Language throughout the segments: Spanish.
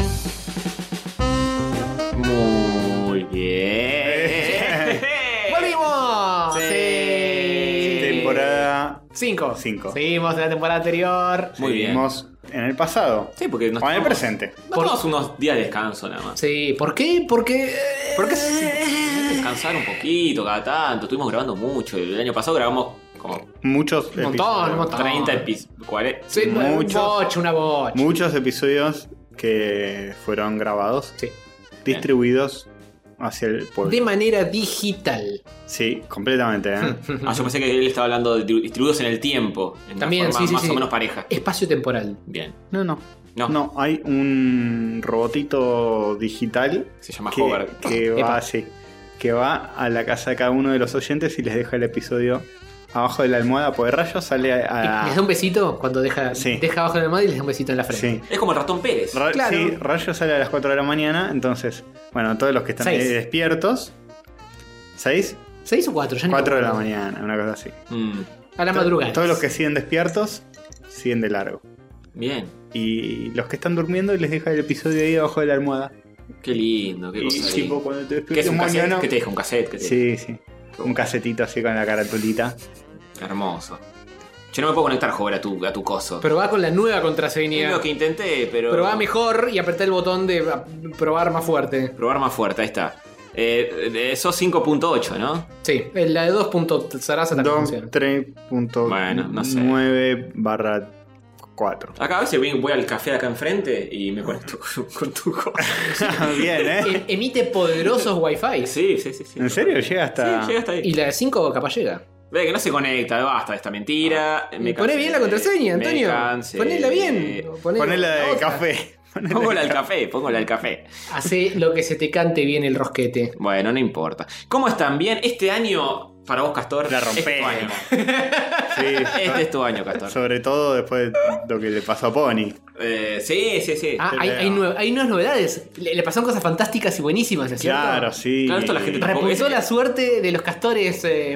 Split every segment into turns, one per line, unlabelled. Cinco.
Cinco.
Seguimos en la temporada anterior.
Muy bien.
Seguimos en el pasado.
Sí, porque nos
O en el
tomamos-
presente.
Nos tomamos unos días de descanso nada más.
Sí, ¿por qué? Porque. eh,
Porque descansar un poquito cada tanto. Estuvimos grabando mucho. El año pasado grabamos como
Muchos
Un montón,
episodios.
un montón.
30 episodios. 40.
Sí,
Muchos.
Mucho. Un bocho, una bocha.
Muchos episodios que fueron grabados,
Sí.
distribuidos hacia el pueblo.
De manera digital.
Sí, completamente.
Hmm.
¿eh?
Ah, yo pensé que él estaba hablando de distribu- distribuidos en el tiempo. En una
También,
forma
sí, sí,
Más
sí.
o menos pareja.
Espacio temporal.
Bien.
No, no.
No,
No, hay un robotito digital
se llama
que,
Hover.
que
Epa.
va sí, que va a la casa de cada uno de los oyentes y les deja el episodio abajo de la almohada por rayo sale a,
Y Les da un besito cuando deja,
Ah. Sí.
deja abajo de la madre y les da un besito en la
sí.
frente.
Es como el ratón Pérez.
Ra-
Claro.
sí, Rayo sale a las 4 de la mañana, entonces, bueno, todos los que están
Seis.
eh, despiertos, ¿6?
¿Seis o cuatro? Ya ni me
4 de la
acuerdo.
mañana, una cosa así.
Mm,
A la
To-
madrugada.
Todos los que siguen despiertos, siguen de largo.
bien.
Y los que están durmiendo les deja el episodio ahí abajo de la almohada.
Qué lindo, qué
Y
cosa.
tipo,
linda.
cuando te
¿Qué es
despiertes
un cassette?
mañana...
¿Qué te deja un cassette? ¿Qué te
Sí, sí. Un casetito así con la caratulita.
Hermoso. Yo no me puedo conectar, Hover, a tu, a tu coso.
Probá con la nueva
es
contraseña.
lo que intenté, pero.
Probá mejor y apretá el botón de ah, probar más fuerte.
Probar más fuerte, ahí está. Eh, eh, sos 5.8, ¿no?
Sí, la de 2. Sarasa también funciona.
3.9
Bueno, no sé.
barra 4.
Acá a veces voy, voy al café de acá enfrente y me conecto con, con tu coso.
Bien, ¿eh?
Em- Emite poderosos wifi.
Sí, sí, sí. sí.
¿En serio? Llega
Sí,
hasta...
llega hasta ahí.
Y la de 5 capaz llega.
Ve que no se conecta, basta de esta mentira. me
Ah, Poné
cansé,
bien la contraseña,
me
Antonio.
cansé.
Ponela bien. Ponela,
Ponela de
otra.
café.
Póngola al café, póngola al café.
Hacé lo que se te cante bien el rosquete.
Bueno, no importa. ¿Cómo están? Bien, este año, para vos, Castor,
La
es tu
rompemos.
año.
Sí,
Este es tu año, Castor.
sobre todo después de lo que le pasó a Pony.
Eh, sí, sí, sí.
Ah,
Te
hay,
veo.
hay nue- hay nuevas novedades. Le, le pasaron cosas fantásticas y buenísimas, ¿no es cierto?
Claro, sí.
Claro, esto la gente tampoco-
Repuntó
es-
la suerte de los eh,
O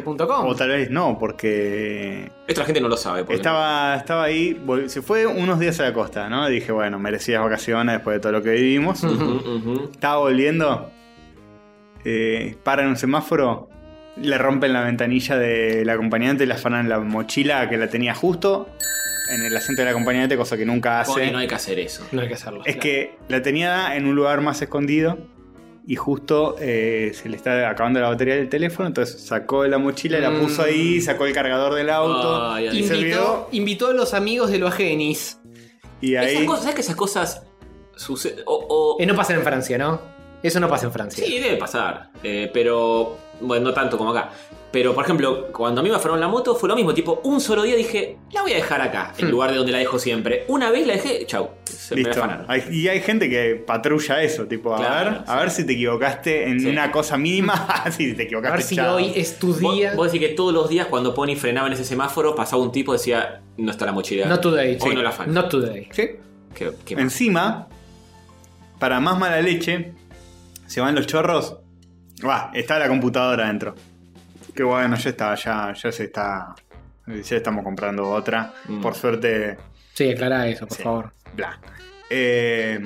castores.com.
tal vez no, porque
Esto la gente no lo sabe. porque-
estaba, estaba ahí, vol- se fue unos días a la costa, ¿no? Dije, bueno, merecías vacaciones después de todo lo que vivimos.
Mm.
Ujú, ujú.
Estaba volviendo, eh, para en un semáforo, le rompen la ventanilla del acompañante, le afanan la mochila que la tenía justo en el asiento del acompañante, cosa que nunca hace.
Pone, no hay que hacer eso.
no hay que hacerlo.
Es
claro.
que la tenía en un lugar más escondido y justo eh, se le está acabando la batería del teléfono, entonces sacó la mochila, la
Mm.
puso ahí, sacó el cargador del auto
Ay, ay,
y se
Invitó,
olvidó.
invitó a los amigos de los Agenis.
Y
Esas
ahí
cosas, ¿sabes que esas cosas suceden? O, o-
Eh, no pasa en Francia, ¿no? Eso no pasa en Francia.
Sí, debe pasar. eh, pero, bueno, no tanto como acá. Pero, por ejemplo, cuando a mí me afanaron la moto, fue lo mismo. Tipo, un solo día dije, la voy a dejar acá, en
Hmm.
lugar de donde la dejo siempre. Una vez la dejé, chau. Se me
listo.
la afanaron.
Hay- y hay gente que patrulla eso, tipo, a
Claro,
ver, a
sí.
ver si te equivocaste en
Sí.
una cosa mínima, si te
A
equivocaste.
ver si
chao.
hoy es tu
Vos,
día.
vos decís que todos los días cuando Pony frenaba en ese semáforo, pasaba un tipo y decía, no está la mochila.
Not today.
Hoy
Sí.
no la afano.
Not today.
Sí.
Qué- qué mal.
Encima, para más mala leche, se van los chorros. Va, está la computadora adentro. Que bueno, ya está, ya, ya se está. Ya estamos comprando otra.
Mm.
Por suerte,
Sí, aclará eso, por
Sí.
favor.
bla. Eh,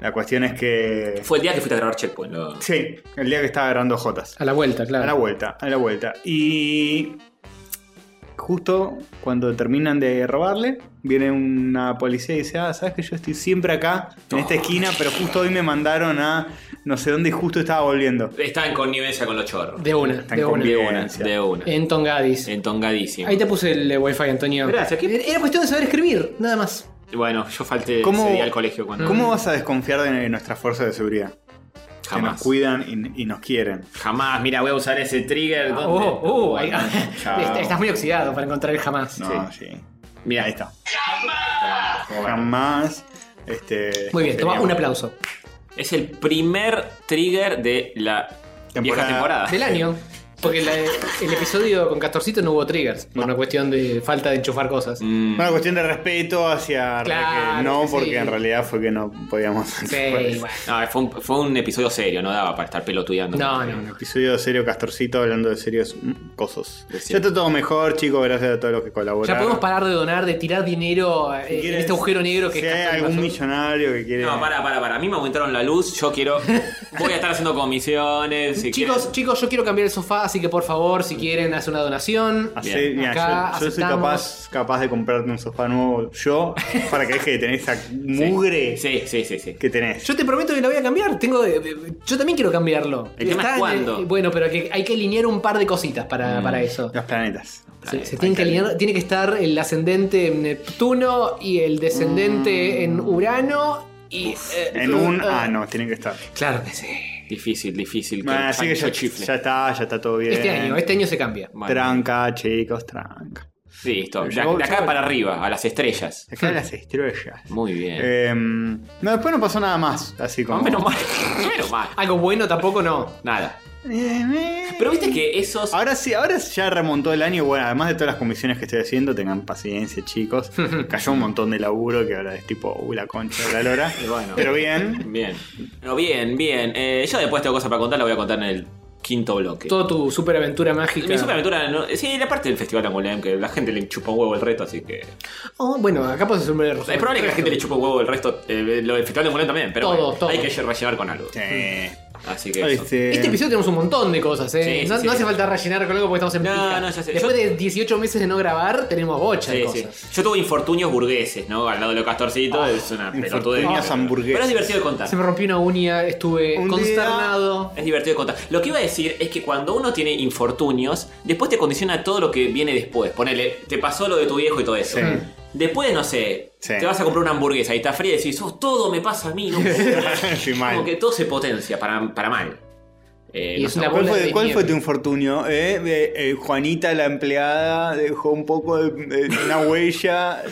la cuestión es que.
Fue el día que fuiste a grabar Checkpoint. lo-
Sí, el día que estaba agarrando Jotas.
A la vuelta, claro.
A la vuelta, a la vuelta. Y justo cuando terminan de robarle, viene una policía y dice, ah, sabes que yo estoy siempre acá, en
Oh.
esta esquina, pero justo hoy me mandaron a no sé dónde y justo estaba volviendo.
Está en connivencia con los chorros.
De una,
Están
de
con
una.
De
bien.
una, de una.
En Tongadis.
Entongadísimo.
Ahí te puse el eh, wifi, Antonio.
Gracias, ¿qué-
Era cuestión de saber escribir, nada más.
Bueno, yo falté
¿Cómo-
ese día al colegio
Mm.
cuando.
¿Cómo vas a desconfiar de nuestras fuerzas de seguridad? Que nos
Jamás.
cuidan y, y nos quieren.
Jamás, mira, voy a usar ese trigger. ¿dónde?
Oh, oh, ahí-
Bueno, chao.
Est- Estás muy oxidado para encontrar el jamás.
No, sí.
Mira,
Ahí está. Jamás. Este,
Ah, Muy bien, toma
seríamos-
un aplauso.
Es el primer trigger de la vieja
Temporada.
temporada.
Del año. Porque la- el episodio con Castorcito no hubo triggers. Por una cuestión de falta de enchufar cosas.
Mm,
Una cuestión de respeto hacia
Claro
que no,
que sí.
porque en realidad fue que no podíamos.
Sí, bueno.
no, fue, un, fue un episodio serio, no daba para estar pelotudeando.
No, no,
Un
no.
episodio de serio castorcito hablando de serios mm, cosos.
De
Ya está todo mejor, chicos, gracias a todos los que colaboraron.
Ya podemos parar de donar, de tirar dinero eh, en
quieren-
este agujero negro que
Si
es
hay
Castor y
algún
Mazur.
millonario que quiere.
No, para, para, para. A mí me aumentaron la luz. Yo quiero. Voy a estar haciendo comisiones. si
Chicos,
quieren.
chicos, yo quiero cambiar el sofá, así que por favor, si quieren, haz una donación.
Así,
Bien.
mira,
Acá
yo, yo soy
aceptamos.
capaz, capaz de comprarte un sofá nuevo yo para que deje de tener esa mugre
Sí, sí, sí, sí.
que tenés.
Yo te prometo que lo voy a cambiar. Tengo, eh, eh, yo también quiero cambiarlo.
El tema es
en-
cuándo.
eh, bueno, pero que hay que alinear un par de cositas para,
Mm.
para eso.
Los planetas.
Se, se tienen que alinear- tiene que estar el ascendente en Neptuno y el
Mm.
descendente en Urano y eh,
En un
eh,
ano tienen que estar.
Claro que sí.
Difícil, difícil.
Bueno,
el
así Ah, que
chancho
ya,
chifle.
ya está, ya está todo bien.
Este año, este año se cambia.
Bueno,
Tranca, chicos, tranca.
Listo. De,
Llegó-
de acá
llegó-
para arriba, a las estrellas.
Hmm.
Acá las estrellas.
Muy bien.
Em, no, después no pasó nada más. Así
No,
como.
menos mal. menos mal.
Algo bueno tampoco no.
Nada.
Eh, eh.
Pero viste que esos.
Ahora sí, ahora ya remontó el año. Bueno, además de todas las comisiones que estoy haciendo, tengan paciencia, chicos. Cayó un montón de laburo que ahora es tipo, uy, la concha de la lora.
Y bueno.
Pero bien.
Bien. Pero bien, bien. Eh, yo después tengo cosas para contar, la voy a contar en el quinto bloque.
Toda tu superaventura mágica.
Mi superaventura. no- sí, la parte del festival Angulem, que la gente le chupa un huevo el reto, así que.
Oh, bueno, acá puedes de
O sea, es probable que la gente le chupa un huevo el resto. eh, lo del festival de Angulem también, pero
Todo,
bueno,
todo.
hay que rellenar con algo.
Sí.
Así que. eso.
Este,
Este episodio tenemos un montón de cosas, ¿eh?
Eh, Sí,
no,
sí,
no
sí.
hace falta rellenar con algo porque estamos en
No,
pija.
no, ya sé.
Después
Yo-
de 18 meses de no grabar, tenemos bocha de
Sí, sí.
cosas. Ah.
Yo tuve infortunios burgueses, ¿no? Al lado de los castorcitos, es una pelotudez.
infortunios hamburguesas.
Pero es divertido de contar.
Se me rompió una uña, estuve
Un
consternado.
Es divertido de contar. Lo que iba a decir es que cuando uno tiene infortunios, después te condiciona todo lo que viene después. Ponele, te pasó lo de tu viejo y todo eso.
Sí.
Después, no sé,
Sí.
te vas a comprar una hamburguesa y está fría y decís, "Oh, todo me pasa a mí. No
Sí, mal.
Como que todo se potencia para, para mal. Eh,
Y
no
es
sé,
una
¿Cuál,
bola
fue,
de
cuál fue
nieve.
tu infortunio? Eh, eh, eh, Juanita, la empleada, dejó un poco de, eh, una huella.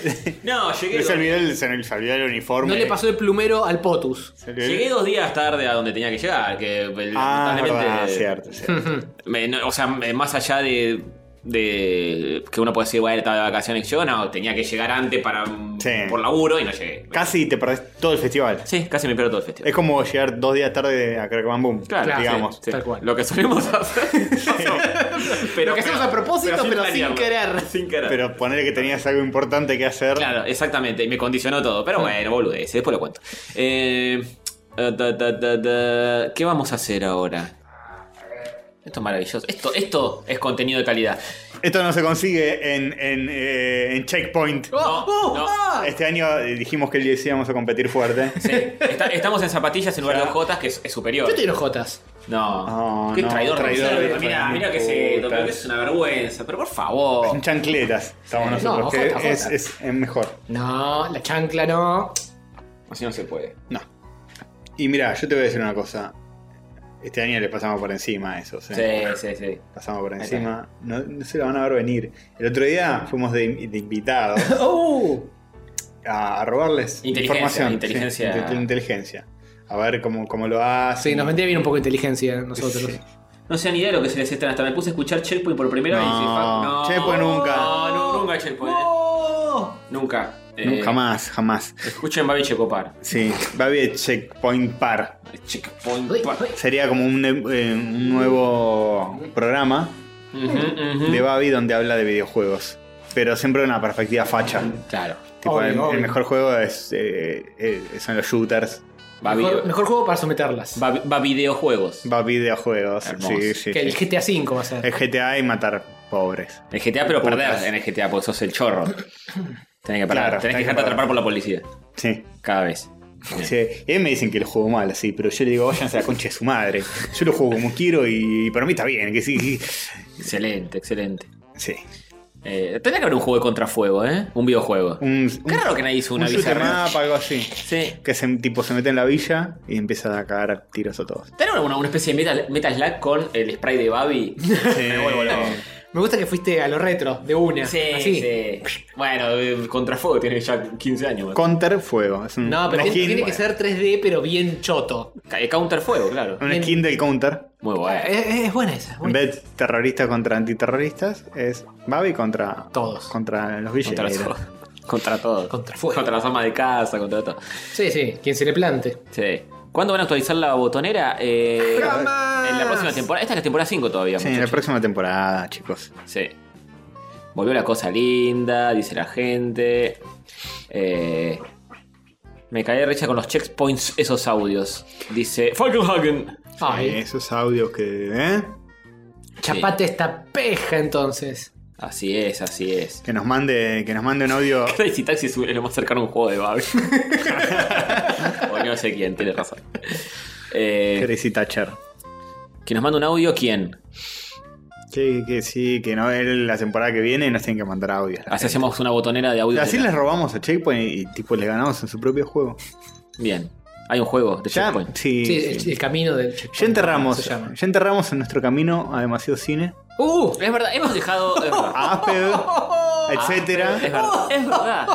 No, llegué,
se,
dos,
olvidó el, se le olvidó el uniforme.
No le pasó el plumero al potus.
Se le-
llegué dos días tarde a donde tenía que llegar. Que eh,
Ah,
lamentablemente-
verdad, cierto, cierto.
Me- no, o sea, me- más allá de, de que uno puede decir, bueno, estaba de vacaciones, yo no, tenía que llegar antes para
Sí.
por laburo y no llegué.
Casi te perdés todo el festival.
Sí, casi me pierdo todo el festival.
Es como llegar dos días tarde a Crack Bam Boom.
Eh, Claro,
digamos.
sí, sí.
tal cual.
Lo que solemos hacer. pero,
Lo que hacemos a propósito, pero sin
planearlo.
querer.
Sin querer.
Pero poner que tenías algo importante que hacer.
Claro, exactamente. Y me condicionó todo. Pero bueno, boludez, después lo cuento. Eh, eh, da, da, da, da. ¿Qué vamos a hacer ahora? Esto es maravilloso. Esto, esto es contenido de calidad.
Esto no se consigue en, en, eh, en Checkpoint.
¡Oh! ¡Oh!
no.
¡Ah!
Este año eh, dijimos que el 10 íbamos a competir fuerte.
Sí, está- estamos en zapatillas en lugar de ojotas, que es, es superior.
Yo te digo Ah, Jotas.
No,
No,
qué
no,
traidor.
traidor,
Rosario.
traidor.
Mira, mira que se
Puta.
lo que es una vergüenza, pero por favor.
En chancletas estamos
Sí.
nosotros,
No,
que
jota, jota.
es, es- es mejor.
No, la chancla no.
Así no se puede.
No. Y mira, yo te voy a decir una cosa. Este año le pasamos por encima a esos.
Sí,
¿eh?
sí, sí.
Pasamos por
Ahí está.
encima. No, no se la van a ver venir. El otro día fuimos de, de invitados
¡Oh!
a, a robarles
Inteligencia,
información.
inteligencia.
sí, inte- inteligencia. A ver cómo, cómo lo hacen.
Sí, nos vendría bien un poco de inteligencia nosotros.
Sí.
No sé ni idea de lo que se les extraña. Hasta me puse a escuchar Checkpoint por primera
No,
vez. y dije, "Fuck,
Checkpoint nunca.
No, Ah, no, nunca Checkpoint. eh.
¡Oh!
Nunca. Eh,
No, jamás, jamás.
Escuchen Babi Checopar.
Sí, va a haber checkpoint par.
Checkpoint.
Uy,
pa-
uy.
Sería como un, eh, un nuevo programa
Ujú, ujú.
de Babi donde habla de videojuegos. Pero siempre una perspectiva facha.
Claro.
Tipo,
Obvio,
el, el
obvio.
mejor juego es, eh, eh, son los shooters.
Babi.
Mejor, mejor juego para someterlas.
Va, va videojuegos.
Va a videojuegos.
Hermoso.
Sí, sí,
que el
sí.
GTA V va a ser.
Eh.
El GTA y matar pobres.
En GTA, pero perder
Putas.
en el GTA, porque sos el chorro. Tenés que parar. tenés que
Claro, tenés que
dejarte
parar.
atrapar por la policía.
Sí.
Cada vez.
sí. Y ahí me dicen que lo juego mal, así, pero yo le digo, váyanse a la concha de su madre. Yo lo juego como quiero y para mí está bien, que sí.
Excelente, excelente.
Sí.
Eh, tendría que haber un juego de contrafuego, ¿eh? Un videojuego.
Un,
Qué raro que nadie hizo una
un shooter
bizarra.
map, algo así.
Sí.
Que se, tipo, se mete en la villa y empieza a cagar a tiros a todos.
Tener una, una especie de metal, metal Slug con el spray de Babi. Me vuelvo loco.
Me gusta que fuiste a los retro, de una.
Sí,
así.
sí. Bueno, eh, contrafuego tiene ya 15 años.
Counter Fuego. Es un,
No, pero
una
tiene,
skin,
tiene que
bueno,
ser 3D, pero bien choto.
Ca- eh, Counterfuego, claro.
Una skin del Counter.
Muy bueno.
Es, eh, es buena esa.
En
buena.
vez de terroristas contra antiterroristas, es Babi contra.
Todos.
Contra los villeros.
Contra todo. Contra todo.
Contrafuego.
Contra las amas de casa, contra todo.
Sí, sí, quien se le plante.
Sí. ¿Cuándo van a actualizar la botonera? Eh,
¡Jamás!
En la próxima temporada. Esta es la temporada 5 todavía.
Sí, en la
muchachos.
próxima temporada, chicos.
Sí. Volvió la cosa linda, dice la gente. Eh, me caí de recha con los checkpoints esos audios. Dice Falkenhagen.
Ay,
Eh, esos audios que. ¿eh?
Chapate esta peja entonces.
Así es, así es.
Que nos mande, que nos mande un audio.
Crazy Taxi es lo más cercano a un juego de Babi. o no sé quién, tiene razón. Eh,
Crazy Thatcher.
que nos manda un audio, ¿quién?
Que, que sí, que no es la temporada que viene y nos tienen que mandar audio.
Así hacemos una botonera de audio.
Así les robamos a Checkpoint y tipo les ganamos en su propio juego.
Bien. Hay un juego de
Ya,
Checkpoint.
sí,
Sí,
sí.
El, el camino del.
Ya enterramos,
Se llama.
ya enterramos en nuestro camino a demasiado cine,
¡Uh!
Es verdad, hemos dejado. Es verdad.
a
Ah,
Apple, etcétera.
Es verdad. Es verdad.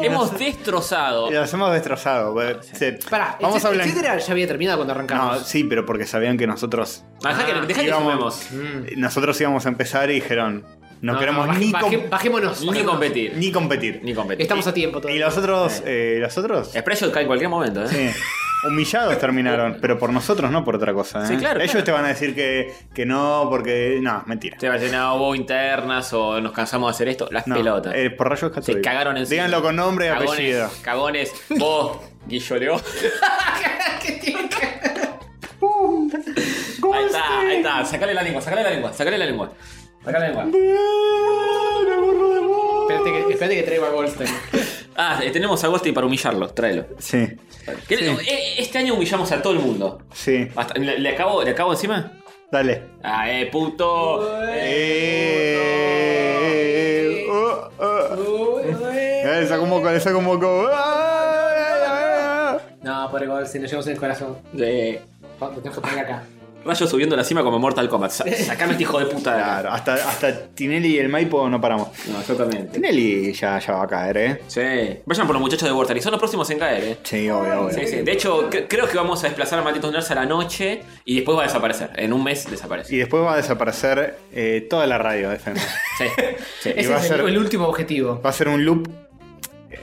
hemos destrozado.
Y los hemos destrozado. pero- se-
Pará,
vamos a
etcétera,
hablar.
etcétera, ya había terminado cuando
No,
arrancamos.
sí, pero porque sabían que nosotros
Deja
Ah,
que, dejá que
íbamos-
sumemos.
Mm.
nosotros íbamos a empezar y dijeron, no,
No,
queremos
no, baje-
ni, com-
baje- bajémonos.
Ni
bajémonos.
competir.
ni competir.
Ni competir.
Estamos a tiempo
Y
todavía.
los otros, eh, los otros,
Expresso cae en cualquier momento, ¿eh?
sí, humillados terminaron, pero por nosotros no por otra cosa. ¿eh?
Sí, claro,
Ellos
claro.
te van a decir que, que no, porque no, mentira.
Se va a llenar o hubo internas o nos cansamos de hacer esto. Las
No,
pelotas.
eh, por rayos
Se
católicos.
cagaron en
Díganlo con nombre y
cagones,
apellido.
Cagones, vos, Guillo León.
¿Qué tiene que-
Ahí está, ahí está. Sacale la lengua, sacale la lengua, sacale la lengua. Sacale la lengua.
espérate, que, espérate que traigo a Goldstein.
Ah, eh, tenemos a Gosti para humillarlo, tráelo.
Sí,
¿Qué- eh, Este año humillamos a todo el mundo.
sí,
Basta, ¿Le, le acabo, ¿Le acabo encima?
dale.
Ah, eh,
Oh,
puto.
Eh, oh, oh. Eh, saca un moco, le saca un moco. Ah,
No, pobre Goldstein, lo llevamos en el corazón.
Eh,
Pa- Lo tengo que poner acá.
Rayo subiendo a la cima como Mortal Kombat. Sa- Sacame este hijo de puta de acá.
Claro, hasta, hasta Tinelli y el Maipo no paramos.
No, exactamente.
Tinelli ya, ya va a caer, ¿eh?
Sí. Vayan por los muchachos de Vortex. Son los próximos en caer, eh.
Sí, obvio, obvio.
Sí, sí. De hecho, cre- creo que vamos a desplazar a Malditos Nerds a la noche y después va a desaparecer. En un mes desaparece.
Y después va a desaparecer eh, toda la radio de FM.
Sí, sí.
Ese
va a
es el,
ser-
el último objetivo.
Va a ser un loop eh,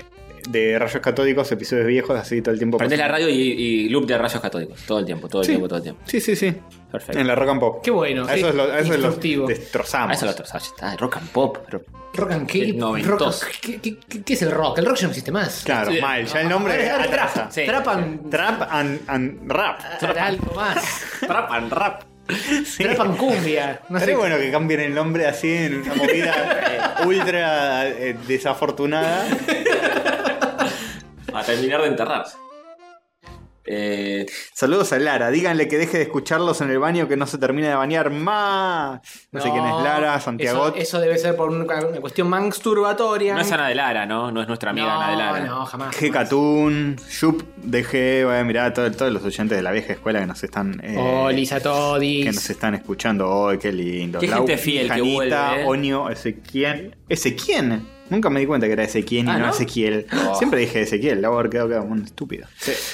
de rayos catódicos, episodios viejos, así todo el tiempo.
Prendés la radio y, y loop de rayos catódicos. Todo el tiempo, todo el
Sí.
tiempo, todo el tiempo.
Sí, sí, sí.
Perfecto.
En la rock and pop.
Qué bueno,
A Eso
sí,
es lo, a eso es lo
instructivo.
destrozamos.
Ah, eso lo otro. Está rock and pop, pero.
Rock and Kill.
Noventoso.
rock- ¿qué, qué- qué- qué es el rock? El rock ya no existe más.
Claro,
Sí.
mal. Ya el nombre
Ahora, ahora
atrasa.
trap.
Sí.
Trapan.
Trap and, and rap.
Era algo más.
Trap and rap.
Trapan cumbia. No sé.
Estaría bueno que cambien el nombre así en una movida eh, ultra eh, desafortunada.
A terminar de enterrarse. Eh,
Saludos a Lara. Díganle que deje de escucharlos en el baño que no se termina de bañar más. No, sé quién es Lara, Santiago.
Eso, eso debe ser por una, una cuestión masturbatoria.
no es Ana de Lara, ¿no? No es nuestra amiga Ana de Lara.
No, jamás.
G. Catún, Yup, DG, vaya, mirá, todo- todos los oyentes de la vieja escuela que nos están. eh,
Olis a
que
Oh, todis.
nos están escuchando hoy, qué lindo.
Qué
Lau,
gente fiel que vuelve, eh.
Onio, Ezequiel. ¿Ezequiel? Nunca me di cuenta que era Ezequiel y
Ah,
no,
¿no?
Ezequiel.
Oh.
Siempre dije Ezequiel, la haber quedado quedado como un estúpido.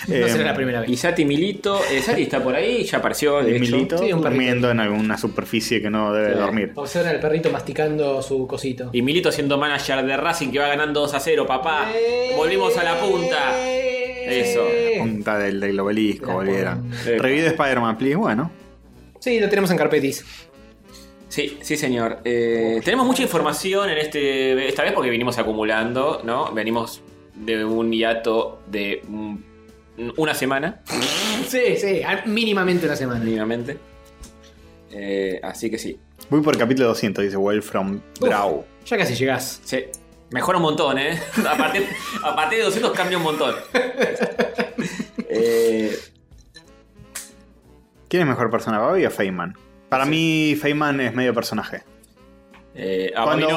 no
Eh,
será la primera
Y
vez.
Sati Milito. eh, Sati está por ahí, ya apareció. de
El
hecho.
Milito
Sí, un perrito.
durmiendo en alguna superficie que no debe
Sí.
dormir.
Observan al perrito masticando su cosito.
Y Milito siendo manager de Racing que va ganando 2 a 0, papá.
Eh.
Volvimos a la punta. Eso.
Punta del, del obelisco,
La
volvieron.
Sí.
Review de Spider-Man, please. Bueno,
Sí, lo tenemos en carpetis.
Sí, sí, señor. Eh, tenemos mucha información en este. Esta vez porque vinimos acumulando, ¿no? Venimos de un hiato de mm, una semana,
Sí, sí, a- mínimamente una semana.
mínimamente. Eh, así que sí.
voy por capítulo 200, dice Well from Draw.
Ya casi llegás.
Sí. Mejora un montón, ¿eh? A partir, a partir de 200 cambia un montón. Eh,
¿Quién es mejor persona, Babi o Feynman? Para mí, Feynman es medio personaje.
eh, a
Cuando-
Babi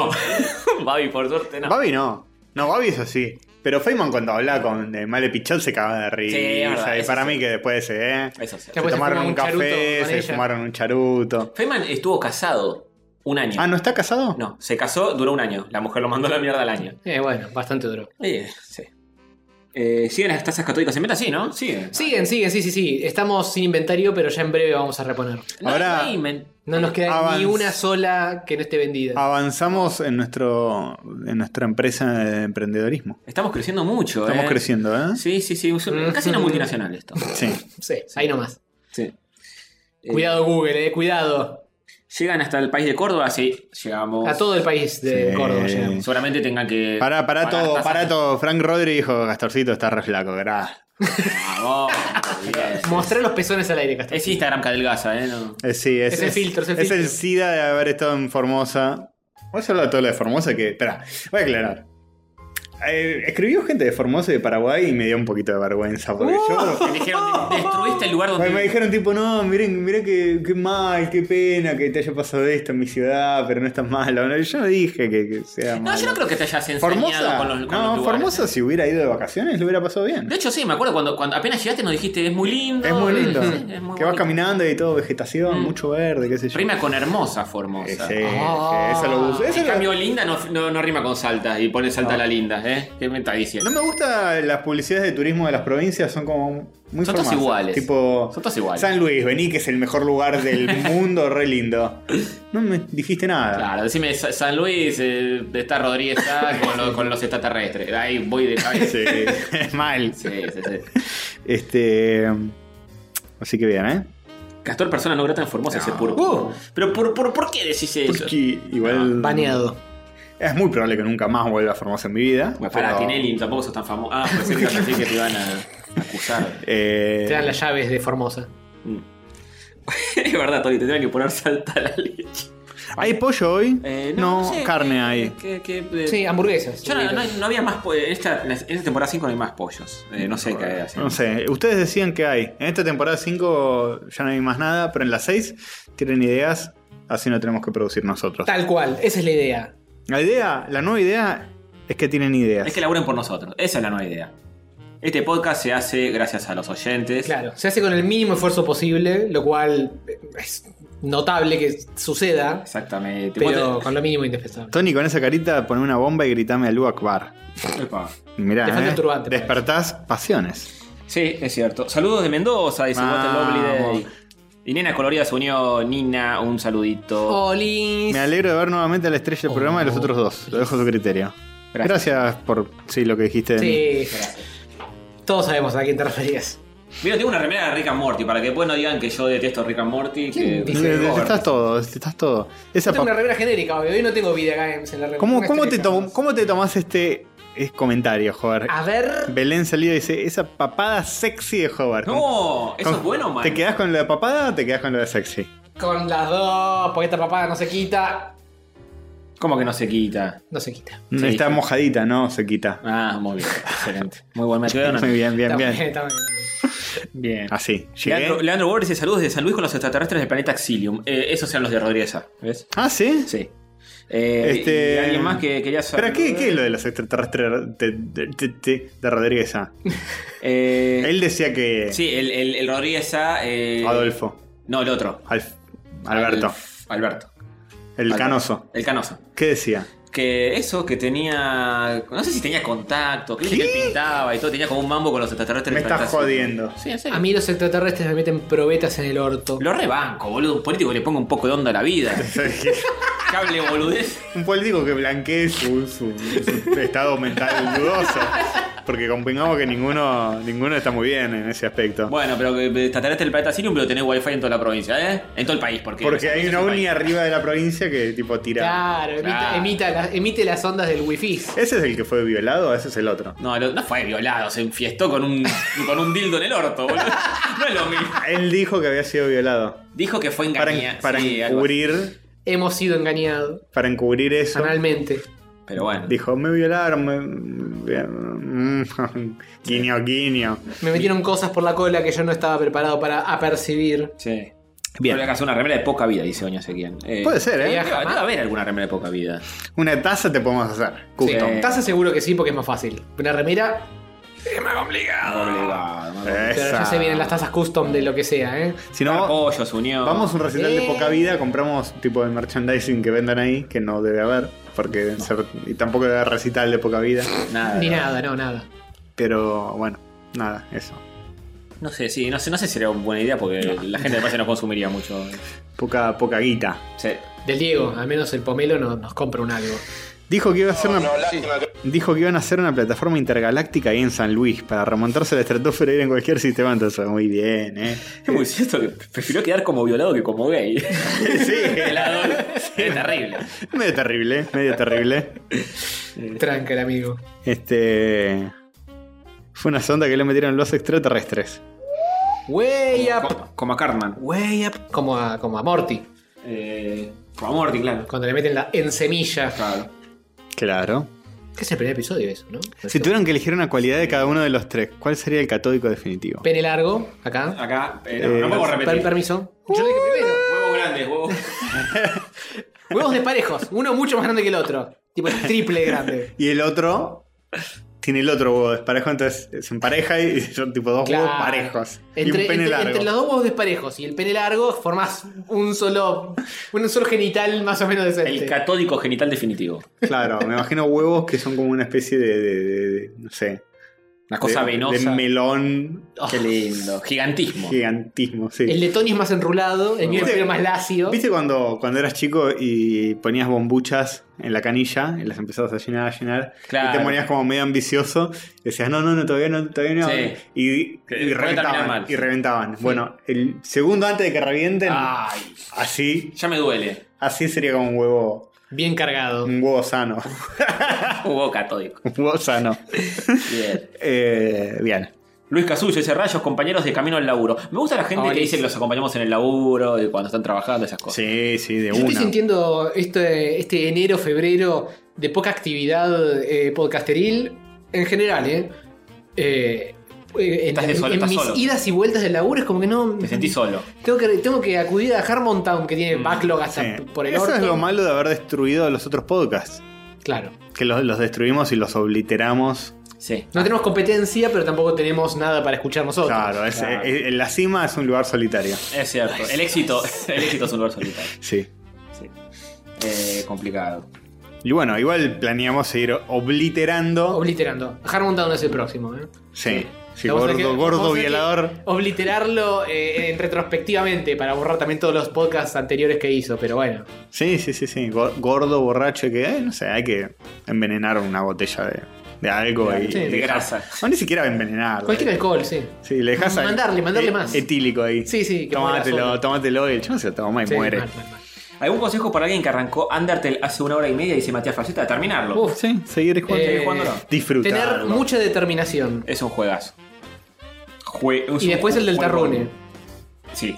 no. Babi, por suerte, no.
Babi no. No, Babi es así. Pero Feynman cuando hablaba con eh, Male Pichot se cagaba de risa.
Sí, es verdad,
y
eso
para
sí.
mí que después eh,
Eso sí.
Ya
se
Después se
tomaron
fumaron
un
un charuto
café,
con
se
ella.
fumaron un charuto.
Feynman estuvo casado un año.
Ah, ¿no está casado?
No, se casó, duró un año. La mujer lo mandó a la mierda al año.
Eh, bueno, bastante duro.
Eh, sí. Eh, ¿Siguen las tasas católicas en meta? Sí, ¿no? Siguen.
Siguen, siguen, sí, sí, sí. Estamos sin inventario, pero ya en breve vamos a reponer.
No,
Ahora-
no, men.
No nos queda
Avanz-
ni una sola que no esté
Ah.
vendida.
Avanzamos en nuestro en nuestra empresa de emprendedorismo.
Estamos creciendo mucho,
Estamos
eh.
creciendo, ¿eh?
Sí, sí, sí. es un- Casi una multinacional esto.
Sí.
Sí, ahí nomás.
Sí. Eh,
Cuidado, Google, eh, cuidado.
¿Llegan hasta el país de Córdoba? Sí, llegamos.
A todo el país de
Sí.
Córdoba llegamos.
Seguramente tengan que.
Pará, pará
pagar
todo,
tasas.
pará todo. Frank Rodri dijo, Gastorcito, está re flaco, gracias.
Vamos. bien.
Mostrar los pezones al aire, Castro.
Es Instagram Cadelgaza, ¿eh? No.
Eh, sí, es,
Es el filtro, es el
es el
filtro.
SIDA de haber estado en Formosa. Voy a hablar de todo lo de Formosa que. Espera, voy a aclarar. Eh, escribió gente de Formosa y de Paraguay y me dio un poquito de vergüenza porque yo.
Me dijeron, "De- destruiste el lugar
Me, me
donde.
dijeron tipo, no, miren, miren qué, qué mal, qué pena que te haya pasado esto en mi ciudad, pero no es tan malo. No, yo no dije que, que sea malo.
No, yo no creo que te hayas enseñado
Formosa.
con los. con los
no,
lugares.
Formosa si hubiera ido de vacaciones le hubiera pasado bien.
De hecho, sí, me acuerdo cuando, cuando apenas llegaste nos dijiste, es muy lindo.
es muy lindo.
Sí,
que
es muy
vas
bonito".
caminando y todo, vegetación, mucho verde, qué sé yo.
Rima con hermosa
Eh, sí,
Formosa.
sí,
Ah.
eso lo uso. Eso
En
lo-
cambio, linda no, no- no rima con salta y pone salta
No.
la linda, ¿eh? ¿Qué me estás
Ah. No
diciendo?
me gustan las publicidades de turismo de las provincias, son como muy
Son todas
formales.
iguales.
Tipo
Son todos iguales.
San Luis, vení que es el mejor lugar del mundo, re lindo. No me dijiste nada.
Claro, decime Sa- San Luis, eh, está Rodríguez Sá con, lo- con los extraterrestres. Ahí voy de cabeza.
Sí, es mal.
Sí, sí, sí.
Este. Así que bien, ¿eh?
Castor persona no grata en Formosa, ese puro.
Uh.
Pero por, por, ¿por qué decís eso?
Porque igual.
Baneado.
Es muy probable que nunca más vuelva a Formosa en mi vida.
Bueno, para
pero,
Tinelli tampoco sos tan famoso. Ah, pues es que así que te iban a acusar.
eh,
Te dan las llaves de Formosa.
Mm. es verdad, Tony, te tienen que poner salta a la leche.
¿Hay pollo hoy? no,
sé,
carne
eh,
ahí.
que- que- eh,
Sí, hamburguesas.
Yo no, no- no había más po- en esta, en esta temporada 5 no hay más pollos. Eh, no sé qué hay así.
No sé, ustedes decían que hay. En esta temporada 5 ya no hay más nada, pero en la 6 tienen ideas, así no tenemos que producir nosotros.
Tal cual, esa es la idea.
La idea, la nueva idea es que tienen ideas.
Es que laburen por nosotros. Esa es la nueva idea. Este podcast se hace gracias a los oyentes.
Claro, se hace con el mínimo esfuerzo posible, lo cual
eh,
es notable que suceda,
Exactamente.
pero
Vos te-
con lo mínimo indispensable.
Tony, con esa carita, poné una bomba y gritame al Akbar.
Epa.
Mirá,
Te falta
eh,
el turbante, pues.
despertás pasiones.
Sí, es cierto. Saludos de Mendoza, dice
Vamos.
What a Lovely Day. Y Nena Colorida se unió. Nina, un saludito.
Oh.
Olis.
Me alegro de ver nuevamente a la estrella del
Oh.
programa de los otros dos. Lo dejo a su criterio.
Gracias.
Gracias, por sí, lo que dijiste de mí.
Sí, todos sabemos a quién te referías.
Mira, tengo una remera de Rick and Morty para que después no digan que yo detesto Rick and Morty. Que...
¿Quién dice?
Le- le-
Gordo.
Estás todo, estás todo. Esa
Yo tengo
pa-
una regla genérica, obvio. Hoy no tengo videogames en la regla.
¿Cómo, cómo te tom- ¿Cómo te tomás este eh, comentario, joder?
A ver.
Belén Salido dice, esa papada sexy de Hobart.
No, eso
Con-
es bueno, man.
¿Te quedás con lo de papada o te quedás con lo de sexy?
Con las dos, porque esta papada no se quita.
¿Cómo que no se quita?
No se quita.
Sí.
Está mojadita, no, se quita.
Ah, muy bien. Excelente. Muy buen método. ¿no?
Muy bien, bien,
Está
bien.
está bien.
Bien.
Así, llegué.
Leandro, Leandro Bauer dice saludos desde San Luis con los extraterrestres del planeta Xilium. Eh, esos eran los de Rodríguez Sá, ¿ves?
Ah, ¿sí?
Sí. Eh,
Este-
y alguien más que quería saber.
¿Pero qué, qué es lo de los extraterrestres de, de, de- de- de Rodríguez A?
Eh,
Él decía que...
Sí, el, el, el Rodríguez A. eh,
Adolfo.
No, el otro.
Alf- Alberto.
Alf- Alberto.
el
Alberto.
canoso.
El canoso.
¿Qué decía?
Que eso, que tenía. No sé si tenía contacto, que, dice
¿Qué?
que él pintaba y todo, tenía como un mambo con los extraterrestres.
Me
del
estás
planeta Xilium.
jodiendo.
Sí, en serio.
A mí los extraterrestres me meten probetas en el orto.
Lo rebanco, boludo. Un político que le ponga un poco de onda a la vida. Cable boludez.
Un político que blanquee su, su- su estado mental dudoso. Porque convengamos que ninguno, ninguno está muy bien en ese aspecto.
Bueno, pero que extraterrestre del planeta Sirium, pero tenés wifi en toda la provincia, ¿eh? En todo el país, porque.
Porque hay una uni
unidad
arriba de la provincia que tipo tira.
Claro, emite,
Ah.
Claro.
emita las- emite las ondas del wifi.
¿Ese es el que fue violado o ese es el otro?
No, lo- no fue violado, se enfiestó con un, con un dildo en el orto, boludo. No es lo mismo.
Él dijo que había sido violado.
Dijo que fue
Para,
engañado.
para
sí, algo así.
encubrir.
Hemos sido engañados
Para encubrir eso.
analmente.
Pero bueno.
Dijo, me violaron, me. mm, guiño, guiño.
Me metieron cosas por la cola que yo no estaba preparado para apercibir.
Sí.
Bien.
Bien. Habría que hacer una remera de poca vida, dice Oña Sequian. Eh,
Puede ser, ¿eh?
Debe debe haber alguna remera de poca vida.
Una taza te podemos hacer. Custom.
Sí.
Estás seguro que sí, porque es más fácil. Una remera.
Obligado,
Eh,
no, no.
Pero ya
Esa.
se vienen las tazas custom de lo que sea, ¿eh?
Si no,
Pollo se unió.
vamos a un recital de
Eh.
poca vida, compramos tipo de merchandising que vendan ahí, que no debe haber, porque deben ser- y tampoco debe haber recital de poca vida.
Nada.
Ni
no.
nada, no, nada.
Pero bueno, nada, eso.
No sé, sí, no sé, no sé si sería una buena idea porque la gente de pase no consumiría mucho.
Poca, poca guita.
Sí.
Del Diego, al menos el pomelo no- nos compra un algo.
Dijo que iba a hacer una. Dijo que iban a hacer una plataforma intergaláctica ahí en San Luis para remontarse a la estratosfera y ir en cualquier sistema. Entonces, muy bien, ¿eh?
Es muy cierto que prefirió quedar como violado que como gay.
Sí,
Violador. Es terrible.
medio terrible, medio terrible.
Tranca el amigo.
Este. Fue una sonda que le metieron los extraterrestres.
Way up.
Co- Como a Cartman.
Way up. Como a, como a Morty.
Eh, como a Morty, claro.
Cuando le meten la en semilla.
Claro.
Claro.
Que es el primer episodio eso, ¿no?
Si tuvieran que elegir una cualidad de cada uno de los tres, ¿cuál sería el catódico definitivo?
Pene largo, acá.
Acá, eh,
Eh,
no, no podemos
Per-
repetir.
permiso. Yo lo dije primero.
Huevos grandes, huevos.
Huevos desparejos. Uno mucho más grande que el otro. Tipo el triple de grande.
Y el otro tiene el otro huevo desparejo, entonces se empareja y son tipo dos
Claro.
huevos parejos. y
Entre,
un pene
entre-
largo.
entre los dos huevos desparejos y el pene largo formás un solo. un solo genital más o menos decente.
El catódico genital definitivo.
Claro, me imagino huevos que son como una especie de. de- de- de- no sé.
Una cosa
de-
venosa.
De melón
Oh, qué lindo. Gigantismo.
gigantismo, sí.
El de Tony es más enrulado, el mío es
¿Viste?
pelo más lacio.
¿Viste cuando, cuando eras chico y ponías bombuchas en la canilla y las empezabas a llenar, a llenar?
Claro.
Y te ponías como medio ambicioso. y decías, no, no, no, todavía no, todavía no.
Sí. Que
Y, y
puede terminar
reventaban.
mal.
Y reventaban. Bueno, el segundo antes de que revienten,
Ay,
así,
ya me duele.
así sería como un huevo,
Bien cargado.
un huevo sano.
Huevo catódico.
un huevo sano.
Bien.
Eh, bien.
Luis Casullo dice rayos, compañeros de camino al laburo. Me gusta la gente
Ahora
que dice
sí.
que los acompañamos en el laburo, y cuando están trabajando, esas cosas.
Sí, sí, de
Yo estoy
una.
sintiendo este, este enero, febrero de poca actividad eh, podcasteril en general, ¿eh? Eh, eh, en
Estás de solo,
en
estás
mis
solo.
idas y vueltas del laburo es como que no.
Te sentís solo.
Tengo que, tengo que acudir a Harmon Town, que tiene
Mm,
backlog hasta
Sí.
por el
Eso
orto.
es lo malo de haber destruido a los otros podcasts.
Claro.
Que los, los destruimos y los obliteramos.
Sí.
Ah.
No tenemos competencia, pero tampoco tenemos nada para escuchar nosotros.
Claro, es-
Claro.
es- en la cima es un lugar solitario.
Es cierto. El éxito, el éxito es un lugar solitario.
Sí.
Sí. Eh, complicado.
Y bueno, igual planeamos seguir obliterando.
Obliterando. Harmon Town es el próximo, ¿eh?
sí. Sí,
Vamos a
gordo,
tener que- vamos
gordo
a tener que
violador.
Obliterarlo eh, en retrospectivamente para borrar también todos los podcasts anteriores que hizo, pero bueno.
Sí, sí, sí, sí. Go- Gordo, borracho, que, eh, no sé, hay que envenenar una botella de, de algo y.
Sí,
y
de
dejar-
grasa.
No, ni siquiera envenenar. eh.
Cualquier alcohol, sí.
Sí, le dejas
Mandarle, mandarle más.
Etílico ahí.
Sí, sí, que muera
Tómatelo,
solo.
tómatelo y el chon se lo toma y
Sí,
muere.
mal, mal, mal.
¿Algún consejo para alguien que arrancó Undertale hace una hora y media? Dice Matías Falseta, terminarlo.
Uf,
Sí, seguir jugando.
eh,
jugándolo.
Disfrutar.
Tener mucha determinación.
Es un juegazo. Jue- es
Y
un
después el del
juego.
Tarrune.
Sí.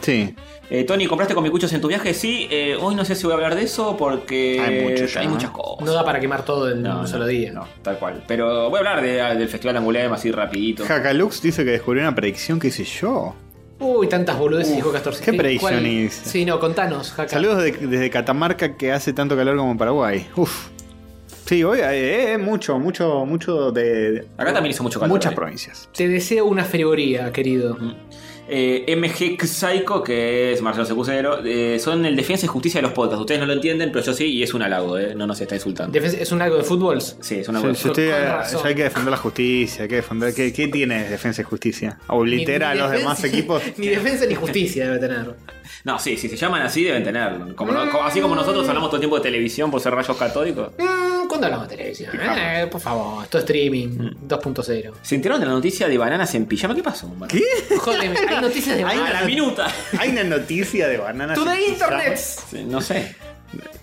Sí.
Eh, Tony, ¿compraste comicuchos en tu viaje? Sí, eh, hoy no sé si voy a hablar de eso porque
Hay mucho ya,
hay
¿no?
muchas cosas.
¿eh? No da para quemar todo en un solo día.
No, tal cual. Pero voy a hablar de- ah, del Festival Angulema así rapidito.
Jacalux dice que descubrió una predicción que hice yo.
Uy, tantas boludeces, dijo Castorcito.
qué
Sí,
predicción
¿cuál?
hice.
Sí, no, contanos, Jaca.
Saludos de- desde Catamarca que hace tanto calor como en Paraguay. Uf. Sí, hoy hay eh, mucho, mucho, mucho de. de-
Acá también hizo mucho calor. ¿eh?
Muchas
hoy.
provincias.
Te deseo una frigoría, querido.
Mm.
Eh, MG Psycho, que es Marcelo Secucero, eh, son el defensa y justicia de los podcasts. Ustedes no lo entienden, pero yo sí, y es un halago, eh. no nos está insultando.
Defensa- ¿Es un algo de fútbol?
sí, es una
Yo-
buena.
yo estoy-
con razón.
yo eh, hay que defender la justicia, hay que defender. ¿Qué, qué tiene Defensa y Justicia? ¿Oblitera
Ni- ni
a los
defensa-
demás equipos?
Ni defensa ni justicia debe tener.
No, sí, si se llaman así deben tenerlo. Como no- como- así como nosotros hablamos todo el tiempo de televisión por ser rayos catódicos.
Mm, ¿Cuándo hablamos de televisión? Eh, por favor, esto es streaming
Mm.
2.0.
¿Se enteraron de la noticia de bananas en pijama? ¿Qué pasó? ¿Qué?
Jódeme, hay noticias de
Hay
mala.
la minuta.
Hay una noticia de bananas. en
Today
pijama.
Internet.
Sí, no sé.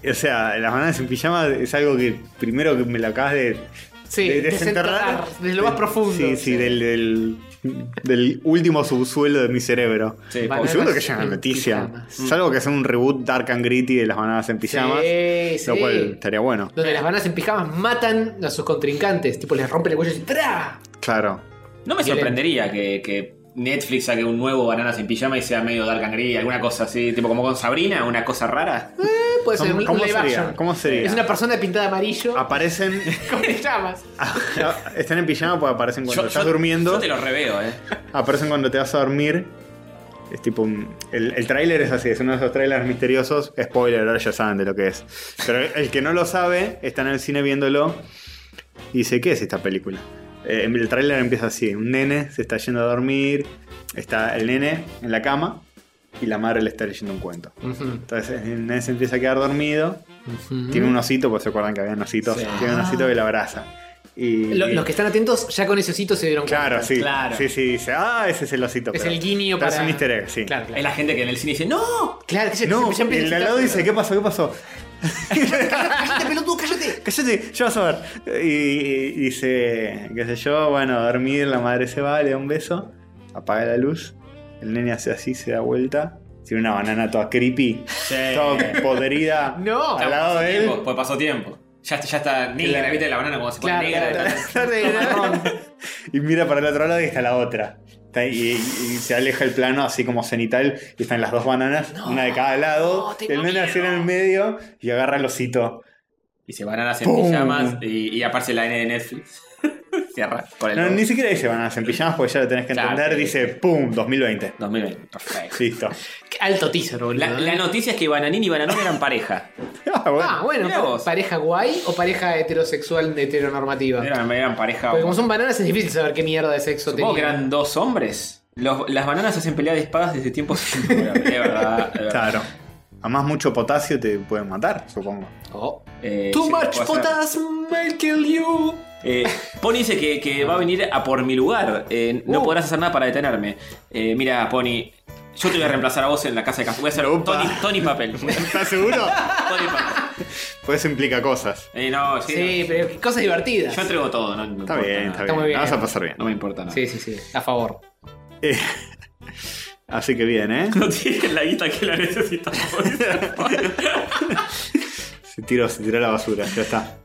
O sea, las bananas en pijama es algo que primero que me lo acabas de.
Sí,
de
desenterrar desde lo más
De-
profundo.
Sí, sí, del, del, del último subsuelo de mi cerebro.
Sí,
Vale.
El
pobre.
segundo que llega la
en
noticia.
pijamas.
Salvo que sea un reboot dark and gritty de las bananas en pijamas.
Sí, sí.
Lo cual estaría bueno.
Donde las bananas en pijamas matan a sus contrincantes. Tipo, les rompen el cuello y ¡tra!
Claro.
no me sorprendería que, que Netflix saque un nuevo bananas en pijama y sea medio dark and Gritty, alguna cosa así, tipo como con Sabrina, una cosa rara.
Eh, Puede ser
¿Cómo,
un
cómo
live
sería?
action.
¿Cómo sería? Ah.
Es una persona pintada de amarillo
Aparecen.
con pijamas.
están en pijama porque aparecen cuando estás durmiendo.
Yo te lo reveo, eh.
Aparecen cuando te vas a dormir. Es tipo un- el, el tráiler es así, es uno de esos trailers misteriosos. Spoiler, ahora ya saben de lo que es. Pero el que no lo sabe, está en el cine viéndolo y dice, ¿qué es esta película? Eh, el tráiler empieza así, un nene se está yendo a dormir, está el nene en la cama y la madre le está leyendo un cuento.
Ujú,
Entonces el nene se empieza a quedar dormido,
ujú.
tiene un osito, porque se acuerdan que había ositos,
Sí. Ah.
tiene un osito que la abraza. Y,
Lo- los que están atentos ya con ese osito se dieron
Claro,
cuenta.
sí.
Claro.
Sí, sí, dice, ah, ese es el osito.
Es
pero-
el guiño
pero
para.
Es un easter egg, sí.
Claro,
Es
claro.
la gente que en el cine dice, ¡No!
Claro, que se,
No,
se- ya
el
empieza
de
a
al lado
excitar.
dice, ¿qué pasó? ¿Qué pasó?
¡Cállate, pelotudo, cállate!
cállate, ya vas a ver. Y, y dice, qué sé yo, bueno, a dormir, la madre se va, le da un beso, apaga la luz, el nene hace así, se da vuelta, tiene una banana toda creepy, toda podrida
No.
al
Ya
lado
pasó
de él.
tiempo, Pues pasó tiempo. Ya, está- ya está negra,
Claro.
viste la banana como se pone
Claro,
negra.
claro.
Y mira para el otro lado y está la otra. Está ahí, Y, y se aleja el plano así como cenital y están las dos bananas, una de cada lado.
no, tengo
el nene así en el medio y agarra el osito.
Y se bananas en
¡Pum!
pijamas y, y aparece la N de Netflix. Cierra con el
No,
logo.
ni siquiera dice bananas en pijamas porque ya lo tenés que
Claro,
entender.
sí.
Dice ¡pum! 2020.
2020, perfecto.
Listo.
Qué Alto teaser, boludo.
La, la
eh.
noticia es que Bananín y Bananón eran pareja.
Ah, bueno.
Ah, bueno,
Mirá vos.
pareja guay o pareja heterosexual de heteronormativa.
Eran, eran pareja.
Porque como son bananas es difícil saber qué mierda de sexo
Supongo que
tenían.
eran dos hombres. Los- las bananas hacen pelea de espadas desde tiempos inmemoriales. De verdad. de verdad.
Claro. Además, mucho potasio te pueden matar, supongo.
Oh.
Eh,
Too
sí,
much
puede ser.
potassium will kill you.
Eh, Pony dice que, que va a venir a por mi lugar. Eh, no
Uh.
podrás hacer nada para detenerme. Eh, mira, Pony, yo te voy a reemplazar a vos en la casa de café. Voy a ser
Opa.
Tony, Tony Papel. Tony
¿Estás seguro?
Papel.
Pues eso implica cosas.
Eh, no, sí,
Sí, pero qué cosas divertidas.
Yo entrego todo, no, no
Está
importa
bien,
nada.
está
Está
bien.
muy bien.
La vas a pasar bien.
No me importa nada.
Sí, sí, sí. A favor.
Eh, así que bien, ¿eh?
No tiene la guita que la necesitamos.
Se tiró, se tiró a la basura, ya está.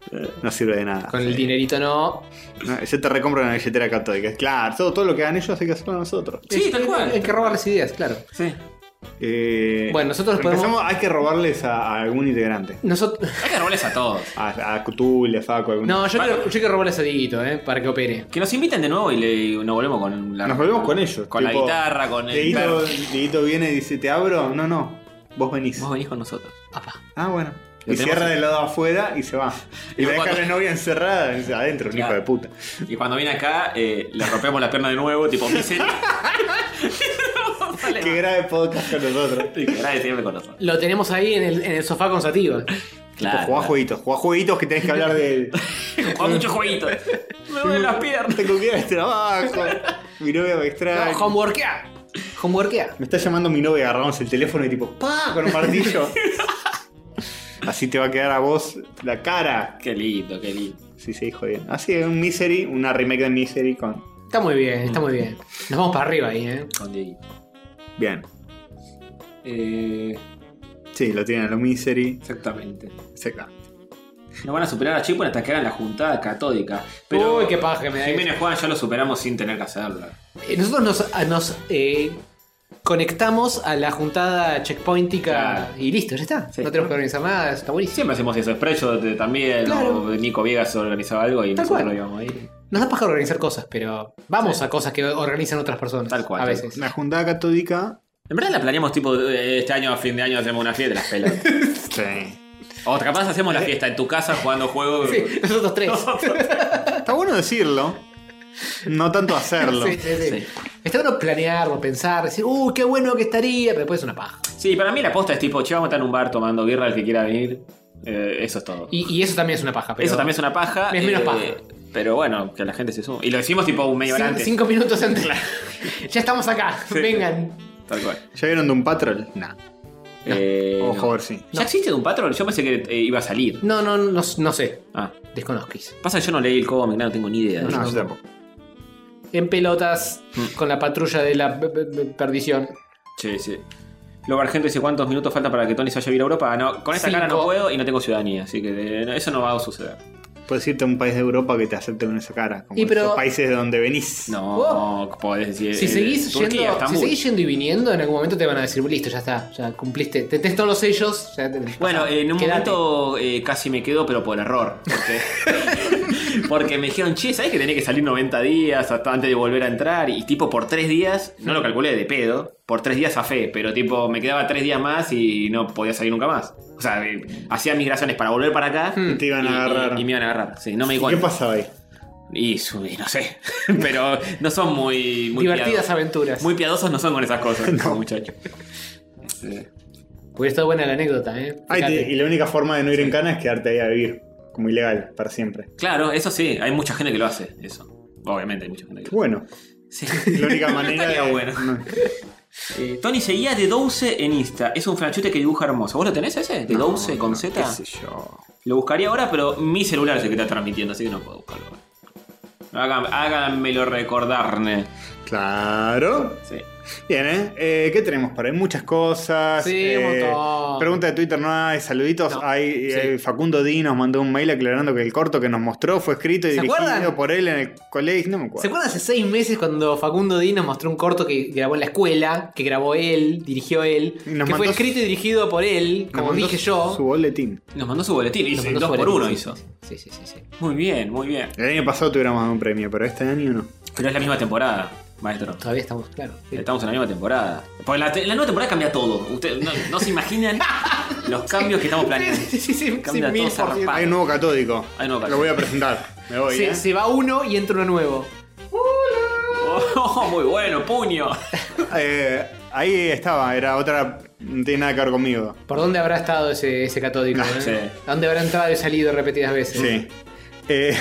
No sirve de
Ah,
nada.
Con el dinerito no.
No, Yo te recompro una billetera católica. Claro, todo, todo lo que hagan ellos hay que hacerlo nosotros.
sí,
Es-
tal cual.
Hay que robarles ideas, claro.
sí.
Eh,
Bueno, nosotros
empezamos-
podemos-
Hay que robarles a, a algún integrante.
Nosotros.
Hay que robarles a todos.
A, a Cthulhu, a Faco, a algún.
No, yo quiero, yo quiero robarles a Dieguito, eh, para que opere.
Que nos inviten de nuevo y, le, y nos volvemos con la.
Nos volvemos con ellos.
Con la
tipo,
guitarra, con el.
Dieguito,
perro.
Dieguito viene y dice: ¿Te abro? No, no. Vos venís.
Vos venís con nosotros.
Apa.
Ah, bueno.
Lo
Y
tenemos
cierra
en-
del lado afuera y se va. Y
Y
la deja a
cuando-
la novia encerrada dice, adentro, un hijo
Claro.
de puta.
Y cuando viene acá, eh, le rompemos la pierna de nuevo, tipo, dice.
Qué grave podcast con nosotros. Tipo,
Gracias siempre con nosotros.
Lo tenemos ahí en el, en el sofá con Sativa.
Claro.
jugá jueguitos, jugá jueguitos que tenés que hablar de.
Juega muchos jueguitos. Me duelen las piernas.
Tengo que ir al trabajo. Mi novia me extraña.
No, homeworkea. Homeworkea.
Me está llamando mi novia, agarramos el teléfono y tipo, ¡pa! con un martillo. Así te va a quedar a vos la cara.
Qué lindo, qué lindo.
Si se dijo bien. Así es un Misery, una remake de Misery con.
Está muy bien, está muy bien. Nos vamos para arriba ahí, eh.
Con Dieguito.
Bien.
Eh,
Sí, lo tienen a lo Misery.
exactamente.
Seca.
No van a superar a Chipun hasta que hagan la juntada catódica. Pero
Uy, qué paja que me da.
Jiménez Juan ya lo superamos sin tener que hacerlo.
Eh, Nosotros nos, a- nos, eh, conectamos a la juntada checkpointica
Claro.
y listo, ya está.
Sí.
No tenemos que organizar nada, eso está buenísimo.
Siempre hacemos eso. Sprecho de- también.
Claro.
o Nico Viegas organizaba algo y
Tal
nosotros
cual.
lo íbamos ahí.
Nos da paja organizar cosas, pero vamos a cosas que organizan otras personas.
Tal cual,
A
tal
veces.
La juntada catódica.
En verdad la planeamos tipo eh, este año, a fin de año, hacemos una fiesta de las pelotas.
Sí.
o capaz hacemos la fiesta en tu casa jugando juegos.
Sí, nosotros tres.
Está bueno decirlo. No tanto hacerlo.
Sí, sí, sí.
Sí.
Está bueno planearlo, pensar, decir, uy, qué bueno que estaría, pero después es una paja.
Sí, para mí la posta es tipo, che, vamos a estar en un bar tomando birra el que quiera venir. Eh, eso es todo.
Y, y eso también es una paja. Pero
eso también es una paja. eh,
Es menos paja.
Pero bueno, que la gente se suma. Y lo decimos tipo un medio hora
Cin-
antes.
Cinco minutos antes. ya estamos acá, vengan.
Tal cual.
¿Ya vieron de un patrol? Nah. Oh,
Eh,
Ojo
no.
a ver si.
¿Ya existe de un patrón? Yo pensé que eh, iba a salir.
No, no, no, no sé.
Ah.
Desconozquis.
Pasa que yo no leí el cómic, no, no tengo ni idea.
No,
de eso.
yo tampoco.
En pelotas,
Mm.
con la patrulla de la p- p- p- perdición.
Sí, sí. Lo Argento dice cuántos minutos falta para que Tony se vaya a vivir a Europa. Ah, No, con esa cara no
Cinco.
puedo y no tengo ciudadanía, así que eh, no, eso no va a suceder.
Puedes irte a un país de Europa que te acepte con esa cara. Como
Y pero-
esos países de donde venís.
No,
Oh.
podés decir.
Si,
eh,
seguís
Turquía,
yendo, si
Estambul.
seguís yendo y viniendo, en algún momento te van a decir, listo, ya está, ya cumpliste. Te tenés todos los sellos. ya te-
Bueno, en un
quedate".
momento eh, casi me quedo, pero por error. Porque, porque me dijeron, che, ¿sabes que tenía que salir 90 días hasta antes de volver a entrar? Y tipo, por tres días, no lo calculé de pedo, por tres días a fe, pero tipo, me quedaba tres días más y no podía salir nunca más. O sea, eh, hacía migraciones para volver para acá.
Hmm.
Y te iban a
y-
agarrar.
Y, y me iban a agarrar, sí, no me di
¿Qué
cuenta.
pasaba ahí?
Y, su- y no sé, pero no son muy... muy
Divertidas
piadosos.
aventuras.
Muy piadosos no son con esas cosas, muchachos. Eh,
Hubiera estado buena la anécdota, ¿eh?
Ay, te-
Fíjate.
y la única forma de no ir en cana es quedarte ahí a vivir. Como ilegal, para siempre.
Claro, eso sí, hay mucha gente que lo hace, eso. Obviamente hay mucha gente que lo
Bueno,
hace.
es
Sí.
la única manera
Estaría
de.
bueno.
no.
Eh, Tony seguía de 12 en Insta. Es un franchute que dibuja hermoso. ¿Vos lo tenés ese? De 12 con Z.
Qué sé yo.
Lo buscaría ahora, pero mi celular es el que está transmitiendo, así que no puedo buscarlo. Hágan- háganmelo recordarme.
Claro.
Sí.
Bien, ¿eh? Eh, ¿Qué tenemos para ahí? Muchas cosas.
Sí, un
eh,
montón.
Pregunta de Twitter, no hay saluditos.
No.
Hay,
Sí.
eh, Facundo Di nos mandó un mail aclarando que el corto que nos mostró fue escrito y
¿Se
dirigido
acuerdan?
por él en el colegio. No me acuerdo.
¿Se acuerdan hace seis meses cuando Facundo Di nos mostró un corto que grabó en la escuela, que grabó él, dirigió él,
Y nos
que fue
mandó-
escrito y dirigido por él,
Nos
como
mandó
dije yo?
Su boletín.
Nos mandó su boletín,
Nos
hizo
mandó
2
su
por
boletín,
1
sí,
hizo.
Sí, sí, sí, sí.
Muy bien, muy bien.
El año pasado tuviéramos dado un premio, pero este año no.
Pero es la misma temporada, maestro.
Todavía estamos, claro. sí.
Estamos en la misma temporada. Porque la, te- la nueva temporada cambia todo. Ustedes no, no se imaginan los cambios que estamos planeando.
Sí, sí, sí, sí,
Cambia
mil
todo
por ciento.
zarpado.
Hay un nuevo catódico.
Hay un nuevo
Lo voy a presentar. Me voy.
Se,
¿eh?
se va uno y entra uno nuevo.
Oh, muy bueno, puño.
Eh, ahí estaba, era otra. No tiene nada que ver conmigo.
¿Por dónde habrá estado ese, ese catódico?
Ah,
eh?
sí.
¿A dónde habrá entrado y salido repetidas veces?
Sí. Eh,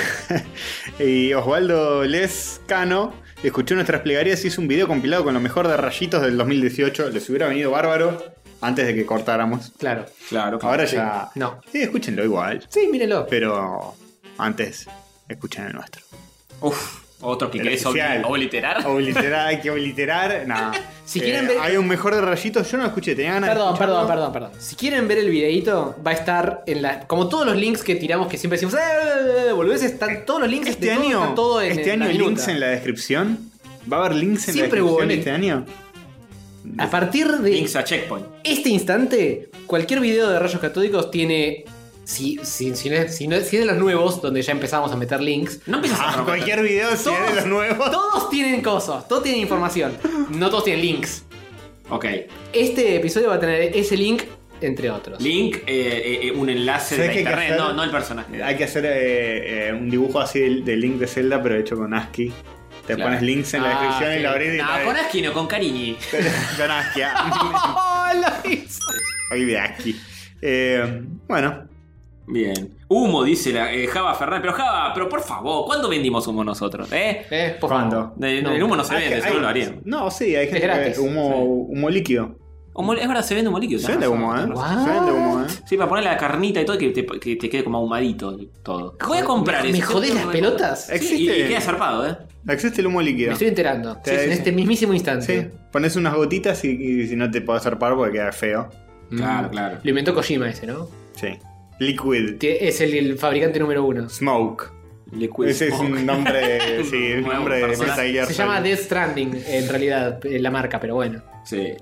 y Osvaldo Lescano escuchó nuestras plegarias y hizo un video compilado con lo mejor de rayitos del 2018. Les hubiera venido bárbaro antes de que cortáramos.
Claro.
Claro, claro.
Ahora ya.
No.
Sí, escúchenlo igual.
Sí, mírenlo.
Pero antes, escuchen el nuestro.
Uf, otro que
El
querés
oficial.
obli- obliterar.
Obliterar, hay que obliterar. Nada. Eh,
Si quieren ver-
Hay un mejor de rayitos. Yo no lo escuché, tenía ganas de
Perdón, perdón,
escucharlo.
perdón, perdón. Si quieren ver el videíto, va a estar en la. Como todos los links que tiramos, que siempre decimos, ¡eh! Volvés, están todos los links
Este
de todo,
año,
está todo en,
este
en la
año links
minuta.
en la descripción. ¿Va a haber links en
Siempre
la
hubo
descripción
link.
este año?
A partir de
Links a checkpoint.
este instante, cualquier video de rayos catódicos tiene. Si, si, si no es, si no es- si es de los nuevos, donde ya empezamos a meter links,
No empiezas a
Ah,
romper.
cualquier video si es de los nuevos.
todos tienen cosas, todos tienen información. No todos tienen links.
Ok.
Este episodio va a tener ese link, entre otros.
Link, eh, eh, eh, un enlace de
¿Sabes
la
qué hay que
internet, no,
hacer?
no el personaje.
Hay que hacer eh, eh, un dibujo así del del link de Zelda, pero hecho con ASCII. Te
Claro.
pones links en la
Ah,
descripción y
sí.
lo abrís y
No,
la-
con Asquino, con Cariñi.
con ASCII. Ah,
¡Oh, lo hizo!
Hoy de ASCII. Eh, bueno,
Bien. Humo, dice la, eh, Java Fernández. Pero Java, pero por favor, ¿cuándo vendimos humo nosotros? ¿Eh?
Eh, por
¿Cuándo?
favor.
El,
No.
el humo no se
Hay
vende,
Ah, que-
si no
hay-
lo harían.
No, sí, hay gente
gratis,
que humo, humo líquido.
Humo- es verdad, se vende humo líquido.
Se
tenés
vende
razón.
humo, ¿eh?
What?
Se vende humo, ¿eh?
Sí, para poner la carnita y todo, que te, que te quede como ahumadito y todo. Voy a comprar
¿Me
eso.
jodés las pelotas?
Sí, y,
Existe.
y queda zarpado, ¿eh?
Existe el humo líquido.
Me estoy enterando.
Sí,
en
sí.
este mismísimo
Sí,
instante.
pones unas gotitas y, y si no te puedo zarpar porque queda feo.
Mm.
Claro, claro.
Lo inventó Kojima ese, ¿no?
Sí. Liquid
Que Es el, el fabricante número uno.
Smoke.
Liquid
Ese es
Smoke.
un nombre, sí, un
Nuevo
nombre de
personaje.
Metal Gear
Se llama
Solid.
Death Stranding, en realidad, eh, la marca, pero bueno.
Sí.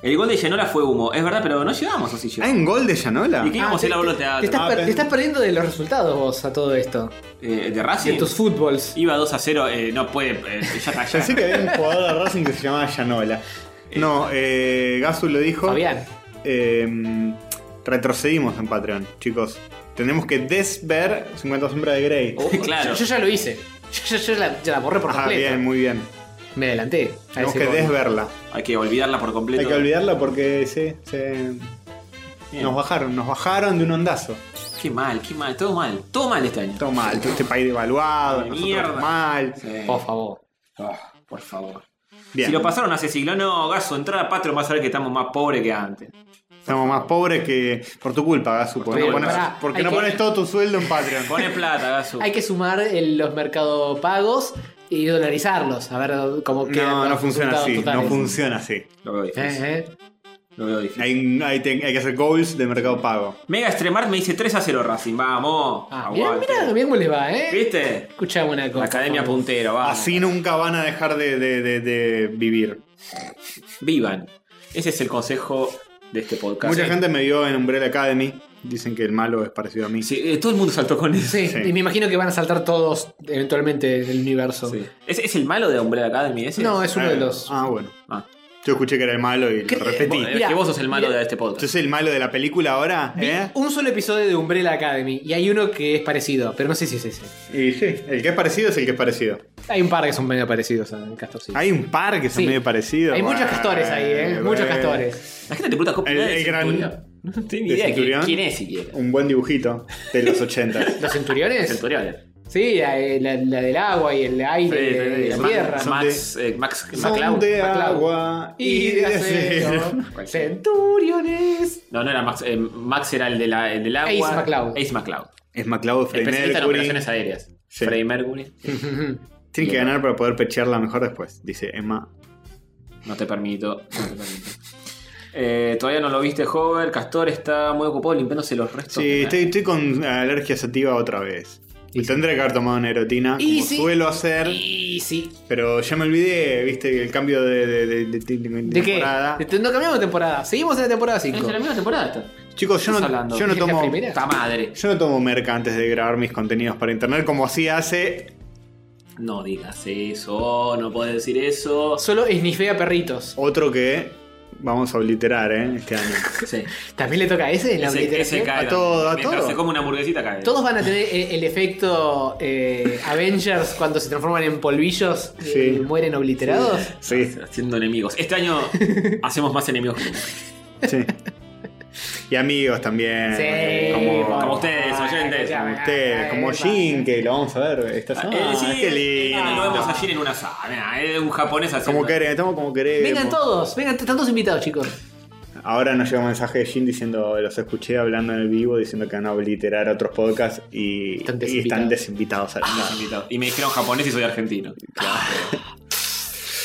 El gol de Yanola fue humo. Es verdad, pero no llegamos así.
¿Hay un gol de Yanola?
¿Y qué íbamos a
te,
ir a
te-
Bolo
te
Teatro?
estás,
Ah,
per-
pero-
te estás perdiendo de los resultados vos a todo esto.
Eh, ¿De
De
Racing?
tus fútbols.
Iba 2 a 0, eh, no puede. eh, ya está, ya.
Pensé que había un jugador de Racing que se llamaba Yanola. No, eh, Gasu lo dijo.
Fabián.
Eh, retrocedimos en Patreon, chicos. Tenemos que desver 50 sombras de Grey.
Oh, claro.
Yo, yo ya lo hice. Yo, yo- yo la, ya la borré por
Ah,
completo.
bien, muy bien.
Me adelanté. a
Tenemos
ese
que
gol.
desverla.
Hay que olvidarla por completo.
Hay que olvidarla porque sí, se-
Bien.
nos bajaron, nos bajaron de un ondazo.
Qué mal, qué mal, todo mal. Todo mal este año.
Todo mal, todo este país devaluado,
De
nosotros
mierda.
mal.
Sí.
Por favor.
Ah, por favor.
Bien,
Si lo pasaron hace siglo, no, Gaso, entrar a Patreon vas a ver que estamos más pobres que antes.
estamos más pobres que por tu culpa, Gasu, porque
tu
no
culpa.
pones,
Pará,
porque
hay
no
que-
pones todo tu sueldo en Patreon.
Pone plata, Gaso.
Hay que sumar el- los mercadopagos y dolarizarlos. A ver cómo quedan
No, no
los
funciona así,
resultados
no
totales.
funciona así.
Lo veo difícil.
Eh, eh.
Lo veo difícil.
Hay, hay, te- hay que hacer goals de mercado pago.
Mega Extremar me dice 3 a 0 Racing. Vamos.
Ah, mirá,
aguante.
mirá, mirá cómo les va, ¿eh?
¿Viste?
Escuchame una cosa.
La academia
por favor.
puntero, vamos.
Así nunca van a dejar de, de- de- de vivir.
Vivan. Ese es el consejo de este podcast.
Mucha
Eh,
gente me vio en Umbrella Academy. Dicen que el malo es parecido a mí.
sí, eh, todo el mundo saltó con eso.
Sí,
Sí.
y me imagino que van a saltar todos eventualmente del universo.
Sí. ¿Es, es el malo de Umbrella Academy? ¿Ese?
No, es uno de
Ah,
los.
Ah, bueno.
Ah.
Yo escuché que era el malo y
¿Qué- eh.
lo repetí.
Vos- es
Mirá,
que vos sos el malo
mirá.
de este podcast.
Entonces el malo de la película ahora,
Vi
¿eh?
un solo episodio de Umbrella Academy y hay uno que es parecido, pero no sé si es ese.
Y sí, el que es parecido es el que es parecido.
Hay un par que son medio parecidos a Castorcito.
Hay un par que son
Sí.
medio parecidos.
Hay
Bueno,
muchos castores ahí, ¿eh? Muchos
bueno.
castores.
La gente te pregunta cómo
El-
era de
el gran-
Centurión. No tengo ni
de
idea de quién,
Centurión.
quién es siquiera.
Un buen dibujito de los 80.
¿Los centuriones?
Centurión.
Sí, la, eh, la- la del agua y el aire y de- de la
Ma-
tierra.
son
Max, eh, Max,
Son
MacLeod.
de
MacLeod.
agua
Y de acero.
Cualquiera.
Centuriones.
No, no era Max. eh, Max era el, de la, el del agua.
Ace MacLeod.
Ace MacLeod.
Es MacLeod, Freddie
Especialista en
Mercury.
operaciones aéreas.
Sí.
Freddie Mercury.
Tienen que ganar para poder pechearla mejor después, dice Emma.
No te permito. No te permito. Eh, todavía no lo viste, Hover. Castor está muy ocupado limpiándose los restos.
Sí, estoy, estoy con alergia sativa otra vez. Y tendré que haber tomado nerotina,
Y
como
sí.
suelo hacer.
y sí.
Pero ya me olvidé, viste, el cambio de, de- de- de- de- de
¿De qué?
temporada.
De- No cambiamos de temporada. Seguimos en la temporada
Es
5.
la misma temporada. esta.
Chicos, yo
¿Estás
no,
hablando?
yo no
¿Es la
tomo.
primera?
Puta madre.
Yo no tomo merca antes de grabar mis contenidos para internet, como así hace.
No digas eso. No puedes decir eso.
Solo esnifea perritos.
Otro que vamos a obliterar, ¿eh? Este año.
Sí.
¿También le toca a ese? ¿La
Ese,
obliteración?
ese cae.
A todo, a
Mientras
todo.
se come una hamburguesita cae.
Todos van a tener eh, el efecto eh, Avengers cuando se transforman en polvillos y
Sí.
mueren obliterados.
Sí,
Haciendo enemigos. Este año hacemos más enemigos que nunca.
sí. Y amigos también. eh,
Sí,
como-
por
como ustedes,
favor,
oyentes,
ya,
Como usted,
ya,
como
ya,
Jin, que lo vamos a ver esta semana.
Eh, sí,
Ah, qué
eh,
lindo.
lo vemos ayer en una sala. Es un japonés haciendo.
Como queremos, estamos como queremos.
Vengan todos, vengan t- tantos invitados, chicos.
Ahora nos llega un mensaje de Jin diciendo, los escuché hablando en el vivo, diciendo que van a obliterar otros podcasts y y
Están
están
desinvitados.
desinvitados. al-
Los invitados. Y me dijeron japonés y soy argentino.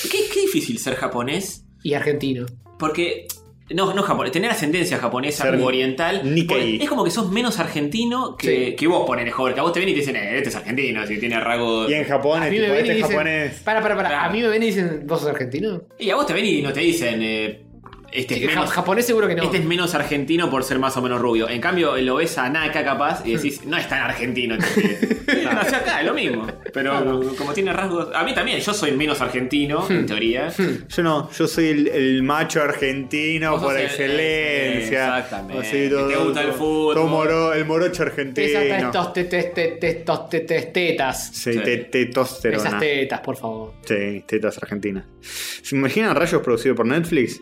¿Qué, qué difícil ser japonés.
Y argentino.
Porque. No, no japonés. Tener ascendencia japonesa
Ser
u oriental.
Nikkei.
porque Es como que sos menos argentino que,
Sí.
que vos ponele joder. Que a vos te ven y te dicen, eh, este es argentino, si tiene rasgos.
Y en Japón,
A
es
mí me
tipo,
ven
este
y dicen.
japonés...
Para, para, para.
Claro.
A mí me ven y dicen, ¿vos sos argentino?
Y a vos te ven y no te dicen, eh, este es
Sí, ja-
menos
japonés seguro que no.
Este es menos argentino por ser más o menos rubio. En cambio, lo ves a Naka capaz y decís, no es tan argentino. Este no, nació acá, es lo mismo. Pero como tiene rasgos. A mí también, yo soy menos argentino,
Hmm.
en teoría.
Yo no, yo soy el, el macho argentino
Vos sos
por
el-
excelencia.
Exactamente. Te gusta el
todo- todo
fútbol.
moro- el morocho
Esas
argentino.
testos, te- te- te- testos, te- te- tetas.
Sí,
Sí.
te-
Esas
testosterona.
tetas, por favor.
Sí, tetas argentinas. ¿Se imaginan Rayos producido por Netflix?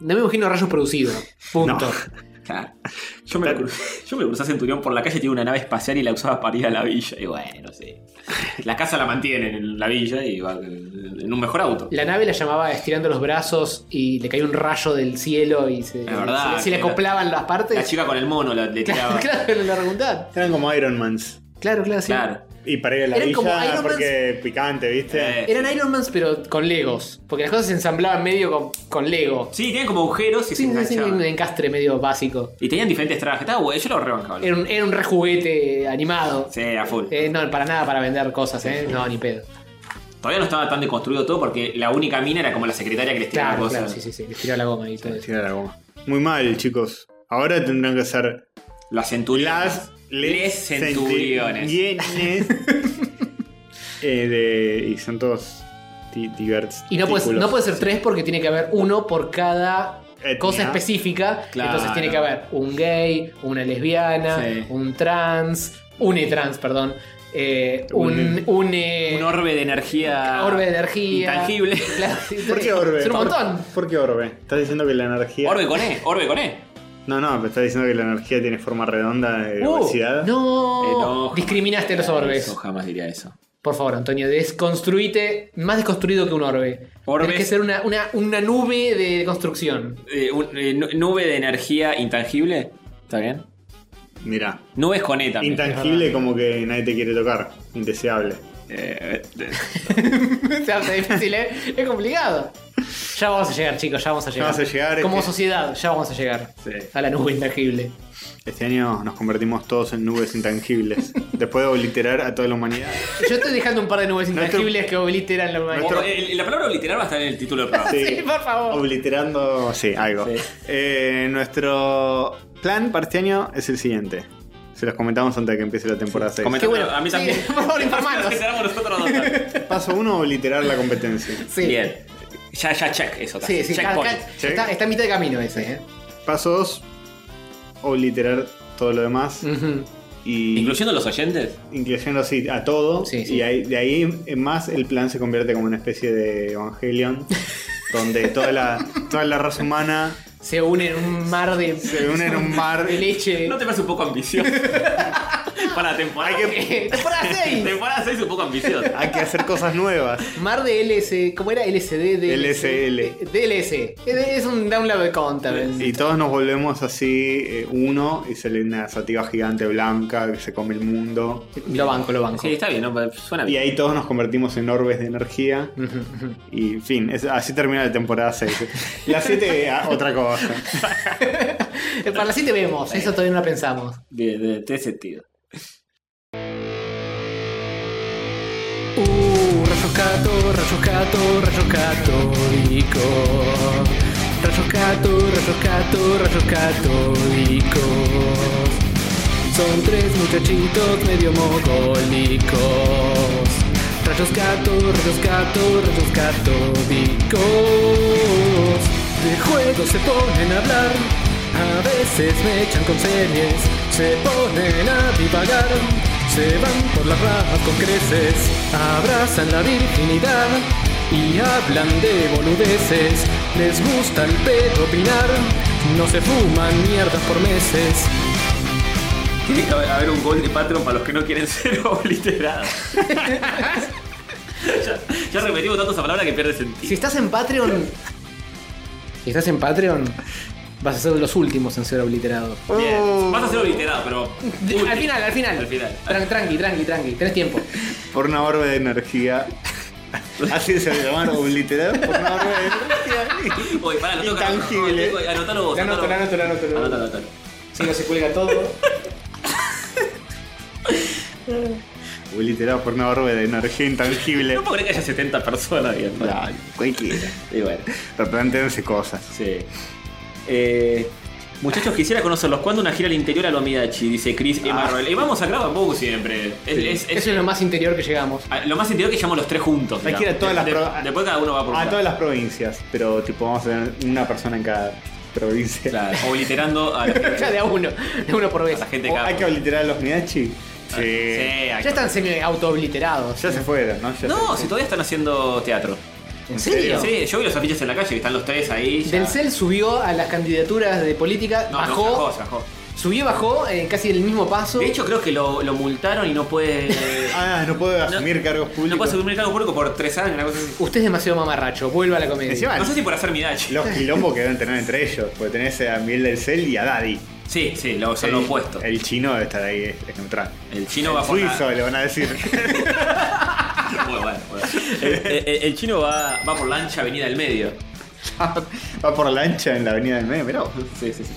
No me imagino rayos producidos. Punto.
Claro. Yo me, lo cru- yo me lo crucé a Centurión por la calle, tiene una nave espacial y la usaba para ir a la villa. Y bueno, sí. La casa la mantienen en la villa y va en un mejor auto.
La nave la llamaba estirando los brazos y le caía un rayo del cielo y se,
La verdad,
se- se le
que
acoplaban las
La
partes.
chica con el mono la, le
Claro,
tiraba.
claro, en la preguntad.
Eran como Iron Mans.
Claro, claro, sí.
Claro.
Y para ir a la
Eran como
villa,
Iron Mans.
porque picante, ¿viste?
Eh.
Eran Iron Mans, pero con Legos. Porque las cosas se ensamblaban medio con, con Lego.
Sí, tienen como agujeros y se
Sí, sí, sí,
enganchaban.
un encastre medio básico.
Y tenían diferentes trajes. Estaba bueno, yo lo rebancaba.
Era un, era un rejuguete animado.
Sí, a full.
Eh, no, para nada para vender cosas, ¿eh? No, ni pedo.
Todavía no estaba tan deconstruido todo porque la única mina era como la secretaria que les tiraba
Claro,
cosas.
claro, sí, sí, sí. Les tiró la goma y todo eso.
Tira la goma. Muy mal, chicos. Ahora tendrán que hacer
Las centuriones.
las les
Les centuriones.
centuriones. Eh, de- y son todos di- diversos.
Y no puede, no puede ser tres porque tiene que haber uno por cada
Etnia.
cosa específica.
Claro.
Entonces tiene que haber un gay, una lesbiana,
Sí.
un trans, un trans, perdón. eh, un,
Un-
un, eh,
Un orbe de energía.
orbe de energía.
Intangible.
Claro, sí,
¿Por qué Orbe?
Son un montón.
¿Por qué Orbe? Estás diciendo que la energía.
Orbe con E, orbe con E.
No, no, pero estás diciendo que la energía tiene forma redonda de
Uh,
obesidad.
no.
Eh, no,
Discriminaste los orbes.
Eso jamás diría eso.
Por favor, Antonio, desconstruite. Más desconstruido que un orbe.
Orbes.
Tiene que ser una, una, una nube de construcción.
Eh, un- eh, nu- nube de energía intangible. ¿Está bien?
Mirá.
Nubes con E también.
Intangible como que nadie te quiere tocar. Indeseable.
Eh, eh,
Se hace difícil, ¿eh? Es complicado. Ya vamos a llegar, chicos, ya vamos a llegar.
vamos a llegar,
Como
este-
sociedad, ya vamos a llegar.
Sí.
A la nube intangible.
Este año nos convertimos todos en nubes intangibles. Después de obliterar a toda la humanidad.
Yo estoy dejando un par de nubes
Nuestro-
intangibles que obliteran la humanidad.
Nuestro-
o- el- la palabra literal va a estar en el título del programa.
Sí.
Sí, por favor.
Obliterando, sí, algo.
Sí.
Eh, nuestro plan para este año es el siguiente. Se los comentamos antes de que empiece la temporada 6.
Comentando-
bueno.
A mí
Sí,
también.
por favor, informanos.
Que cerramos nosotros dos.
Paso 1, obliterar la competencia.
Sí.
Bien. Ya, ya, check eso. está.
Sí, sí, ca-
Checkpoint.
ca-
Sí.
Está, está a mitad de camino ese, ¿eh?
Paso 2, obliterar todo lo demás.
Ujú.
Y
Incluyendo los oyentes.
incluyendo así a todo.
Sí, sí.
Y ahí- de ahí en más el plan se convierte como una especie de Evangelion. donde toda la, toda la raza humana
Se une en un mar de.
se une en un mar.
de leche.
¿No te parece un poco ambicioso? Para temporada.
Hay
que- Temporada seis.
temporada 6 es un poco ambiciosa.
Hay que hacer cosas nuevas.
Mar de LS, ¿cómo era? LSD,
LSL.
DLC. Es un download counter.
Y todos nos volvemos así eh, uno y sale una sativa gigante blanca que se come el mundo.
Lo banco, lo banco.
Sí, está bien, ¿no? suena
Y
bien.
ahí todos nos convertimos en orbes de energía.
Ujú, ujú.
Y en fin, es- así termina la temporada 6. La 7, ah, otra cosa.
Eh, Para la siguiente vemos, eso todavía no lo pensamos.
De, de, de sentido.
Uh, rayos gato, rayos gato, rayos católico. Rayos gato, rayos gato, rayos católicos. Son tres muchachitos medio mogólicos. Rayos gato, rayos gato, rayos católicos. De juego se ponen a hablar. A veces me echan con series, se ponen a divagar. Se van por las ramas con creces, abrazan la virginidad y hablan de boludeces. Les gusta el pedo opinar, no se fuman mierdas por meses.
Tiene que haber un gol de Patreon para los que no quieren ser obliterados. ya, ya repetimos tanto esa palabra que pierde
Si
sentido.
estás en Patreon. Si estás en Patreon, vas a ser de los últimos en ser obliterado.
Bien.
Oh.
Vas a ser obliterado, pero.
De- al final, al final.
Uh. Al final.
Tran- tranqui, tranqui, tranqui. Tenés tiempo.
Por una orbe de energía. Así se le llamaron obliterar por una orbe de energía.
Uy, pará, lo toca.
Intangible.
Anotalo vos. anotalo vos. Anotalo, anotalo.
Si no se cuelga todo.
Obliterar por una orbe de energía intangible.
No puedo creer que haya 70 personas viendo.
Dale, cualquiera.
Y bueno,
Replantense cosas.
sí. Eh, muchachos, quisiera conocerlos. ¿Cuándo una gira al interior a lo Midachi? Dice Chris
Ah.
Emma Roel. Y vamos a Crab Bow siempre. Es, es- es-
Eso es lo más interior que llegamos.
a- lo más interior que llamamos los tres juntos.
Hay que ir a
digamos.
todas las
De-
pro-
de- Después cada uno va por un
A
lado.
todas las provincias, pero tipo vamos a tener una persona en cada provincia.
Claro, obliterando a la gente.
Ya de a uno, de a uno por
a
vez.
la gente
O
cada Ah,
hay que obliterar a los Miachi. Sí.
Sí, hay
Ya
que-
están semi-auto-obliterados.
Ya se fueron, ¿no? Ya
No,
se-
si todavía están haciendo teatro.
¿En serio?
Sí, yo vi los afiches en la calle que están los tres ahí. ya.
Del Cel subió a las candidaturas de política,
No, no,
bajó,
bajó, se bajó.
subió, bajó, eh, casi el mismo paso.
De hecho, creo que lo, lo multaron y no puede.
Ah, no puedo asumir cargos públicos.
No puede subir cargo público por tres años, una cosa así.
usted es demasiado mamarracho, vuelva a la comedia.
Encima-
No sé si por hacer mi dash.
Los quilombos que deben tener entre ellos, porque tenés a Miel del Cel y a Daddy.
Sí, sí, lo, son los
El-
opuestos. El,
El chino debe estar ahí, es, es neutral.
chino va
El
por la- Ah,
suizo, le van a decir.
Bueno, bueno, bueno. El, el- el chino va, va por lancha Avenida del Medio.
Va por lancha en la avenida del medio, pero.
Sí, sí, sí.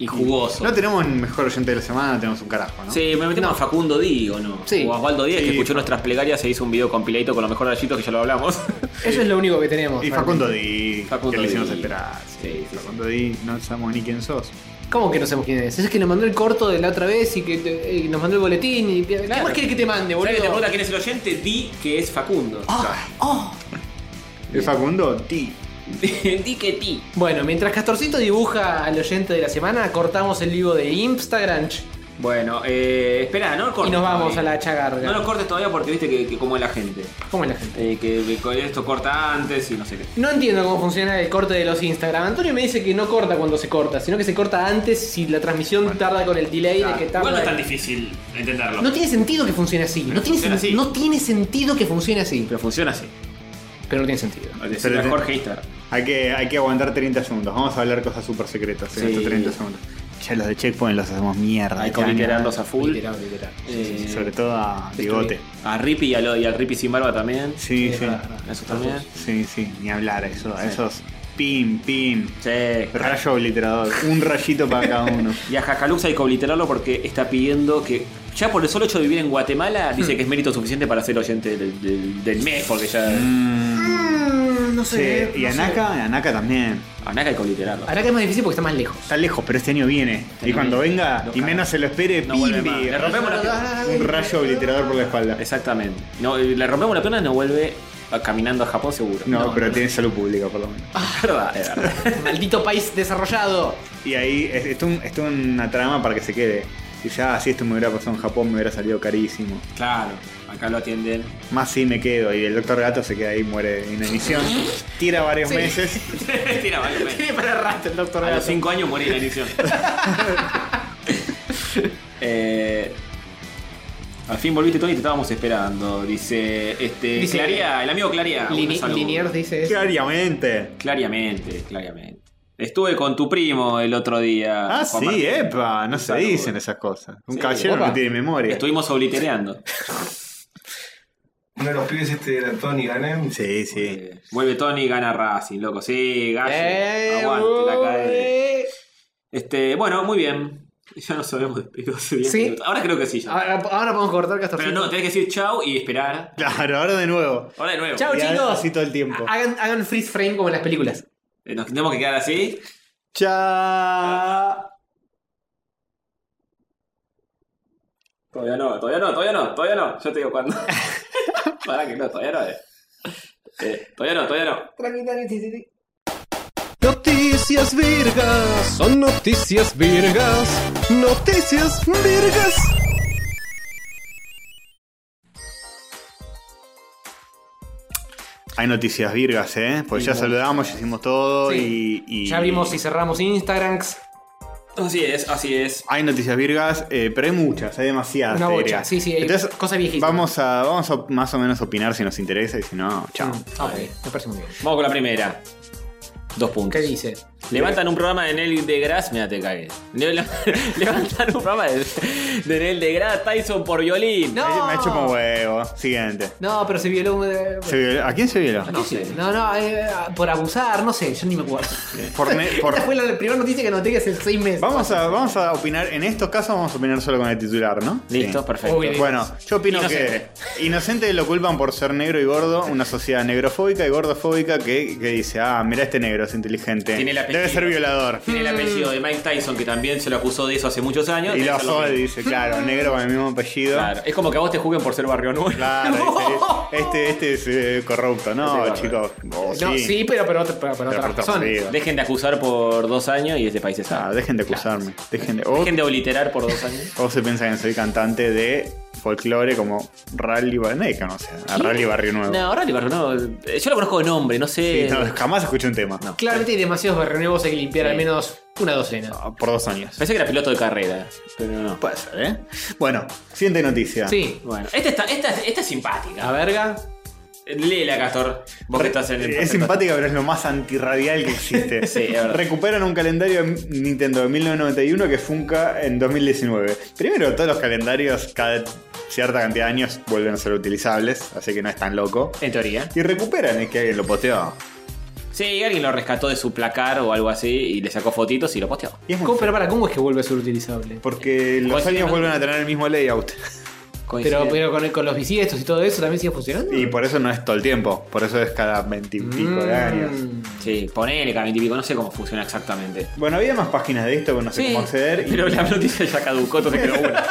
Y jugoso.
No tenemos mejor oyente de la semana, no tenemos un carajo, ¿no?
Sí, me metemos
No.
a Facundo Digo, ¿no?
Sí.
O a Osvaldo Díaz,
Sí.
que escuchó nuestras plegarias e hizo un video compiladito con los mejores rayitos que ya lo hablamos.
Eso es lo único que tenemos.
Y
realmente.
Facundo Di,
Facundo
que le hicimos
Di.
esperar.
Sí, sí,
Facundo Di, no sabemos ni quién sos.
¿Cómo que no sabemos quién es? Es que nos mandó el corto de la otra vez y que te- y nos mandó el boletín. Y, ¿Qué
Claro.
más quieres que te mande,
¿Sabes que te
boludo?
pregunta quién es el oyente? Di que es Facundo.
Ah.
El Facundo Di.
Di que ti.
Bueno, mientras Castorcito dibuja al oyente de la semana, cortamos el vivo de Instagram
Bueno, eh, espera, no lo
y
cortes.
nos vamos a
todavía.
la chagarga.
No lo cortes todavía porque viste que, que como es la gente.
¿Cómo es la gente?
Eh, que, que esto corta antes y no sé qué.
No entiendo cómo funciona el corte de los Instagram. Antonio me dice que no corta cuando se corta, sino que se corta antes si la transmisión tarda con el delay de que tarda.
Igual no es tan difícil entenderlo.
No tiene sentido que funcione así. No tiene,
funciona
sen-
así.
no tiene sentido que funcione así.
Pero funciona así.
Pero no tiene sentido.
Decirle a
te-
Jorge Instagram.
Hay que, hay que aguantar 30 segundos. Vamos a hablar cosas súper secretas en
Sí.
estos 30 segundos. Ya los de Checkpoint los hacemos mierda.
Hay que
Caña.
obliterarlos a full.
Literal, literal.
Eh,
Sobre todo a Bigote.
A Rippy y, a lo- y al Rippy sin barba también.
Sí,
Sí,
sí.
es verdad.
Eso también.
Sí, sí. Ni hablar a eso. A esos pim, pim.
Sí.
Rayo obliterador. Un rayito para cada uno.
Y a Jacalux hay que obliterarlo porque está pidiendo que. Ya por el solo hecho de vivir en Guatemala, dice que es mérito suficiente para ser oyente del, del- del mes, porque ya.
Mm, no
Sí,
sé.
Y
no sé.
Anaka, Anaka también.
A Naka hay que obliterarlo.
Ahora que es más difícil porque está más lejos.
Está lejos, pero este año viene.
Este
y
año
cuando
viene.
venga,
No,
y
cara.
menos se lo espere,
No
pim,
vuelve más.
pim.
Le rompemos la pierna.
Un rayo obliterador por la espalda.
Exactamente. No, eh, le rompemos la pierna y no vuelve a- caminando a Japón seguro.
No,
No,
pero
no.
tiene salud pública por lo menos.
Es verdad, es verdad.
Maldito país desarrollado.
Y ahí es, es un- es una trama para que se quede. Y ya, así esto me hubiera pasado en Japón, me hubiera salido carísimo.
Claro, acá lo atienden.
Más si me quedo. Y el doctor gato se queda ahí, muere de inanición. Tira varios meses.
Tira, vale, vale.
Tiene para rato el doctor
A los
Gato.
5 años morí en la adicción.
Eh, Al fin volviste, Tony, te estábamos esperando. Dice, este,
Dice-
Claría, el amigo Claría. un
Lini-
saludo.
Liniers dice eso.
Claramente.
Claramente, claramente. Estuve con tu primo el otro día.
Ah,
Juan
sí,
Martín.
epa, no se
Salud.
dicen esas cosas. Un
Sí,
caballero
opa.
no tiene
eh.
memoria.
Estuvimos oblitereando.
Uno de los pibes este de la Tony Ganem.
Sí, sí.
Eh, Vuelve Tony y gana Racing, loco. Sí, gallo.
Eh,
aguante la
uy.
cadena. Este, bueno, muy bien. Ya nos sabemos despedido hace 10
Sí.
minutos. Ahora creo que sí ya.
Ahora, ahora podemos cortar que hasta
Pero no, tenés que decir chau y esperar.
Claro, ahora de nuevo.
Ahora de nuevo.
Chau,
Y ahora
chicos.
Así todo el tiempo.
hagan, hagan freeze frame como en las películas.
Eh, Nos tenemos que quedar así.
Chao.
Todavía no, todavía no, todavía no, todavía no. Yo te digo cuándo. Para que no, todavía no. eh. Eh, todavía no, todavía no.
Noticias virgas, son noticias virgas, noticias virgas.
Hay noticias virgas, ¿eh? Pues ya saludamos, ya hicimos todo
Sí.
y, y-
Ya abrimos y cerramos Instagrams.
Así es, así es.
Hay noticias virgas, eh, pero hay muchas, hay demasiadas.
Una
te
bocha,
diría.
sí, sí, hay
Entonces,
cosas viejísimas.
Vamos a, vamos a más o menos opinar si nos interesa y si no, chao.
Ah, ok, me parece muy bien.
Vamos con la primera. Dos
¿Qué
puntos.
dice?
Levantan un programa de Neil deGrasse. Mira, te cagué. Le- le- Levantan un programa de, de Neil deGrasse Tyson por violín.
No,
Me chupa un huevo. Siguiente.
no pero se violó. eh,
¿Se violó? ¿A quién se violó?
No sé.
No, no, eh, por abusar, no sé, yo ni me acuerdo.
Por ne- por-
Esta fue la primera noticia que noté que hace seis meses.
Vamos, a, vamos a opinar, en estos casos vamos a opinar solo con el titular, ¿no?
Listo,
Sí.
perfecto.
Uy.
Bueno, yo opino
Inocente.
que inocente lo culpan por ser negro y gordo, una sociedad negrofóbica y gordofóbica que, que dice, ah, mira este negro, es inteligente.
Tiene el apellido.
Debe ser violador.
Tiene el apellido de Mike Tyson, que también se lo acusó de eso hace muchos años.
Y
Debe
lo
ser lo
jode,
mismo.
dice, claro, negro con el mismo apellido.
Claro. Es como que a vos te juzguen por ser barrio nuevo.
Claro, dice, este, este es eh, corrupto. No,
Este es
chicos.
bárbaro.
oh,
No, sí, pero para otra, para, para
Pero
otra
por
razón.
torcido.
Dejen de acusar por dos años y este país se
Ah,
sabe.
dejen de acusarme. Dejen de. O,
Dejen de obliterar por dos años.
o se piensan que soy cantante de folclore como Rally Barrio Nuevo. No sé, a
¿Quién?
Rally Barrio Nuevo.
No, ahora Barrio Nuevo. eh, Yo lo conozco de nombre, no sé.
Sí, no, jamás escuché un tema.
No.
Claramente hay demasiados barrenegos hay que limpiar
Sí.
al menos una docena.
Ah, Por dos años.
Pensé que era piloto de carrera, pero no.
Puede ser, ¿eh? Bueno, siguiente noticia.
Sí.
Bueno, esta, Este está, esta, esta es
La
simpática.
verga.
Léela, Castor. Vos que estás en el.
Es simpática, pero es lo más antirradial que existe.
Sí, es verdad.
Recuperan un calendario de Nintendo de 1991 que funca en 2019. Primero, todos los calendarios cada cierta cantidad de años vuelven a ser utilizables, así que no es tan loco.
En teoría.
Y recuperan, es que alguien lo posteó.
Sí, alguien lo rescató de su placar o algo así y le sacó fotitos y lo posteó.
Y es muy
¿Cómo, pero para, ¿cómo es que vuelve a ser utilizable?
porque los
Coincide,
años
¿no?
vuelven a tener el mismo layout.
Pero,
Coincide.
pero con, con los bisiestos y todo eso también sigue funcionando.
Y por eso no es todo el tiempo, por eso es cada 20 y pico de años.
Mm.
Sí, ponele Carmen típico, no sé cómo funciona exactamente.
Bueno, había más páginas de esto, pero no sé
Sí,
cómo acceder. y-
pero la noticia ya caducó, entonces quedó una.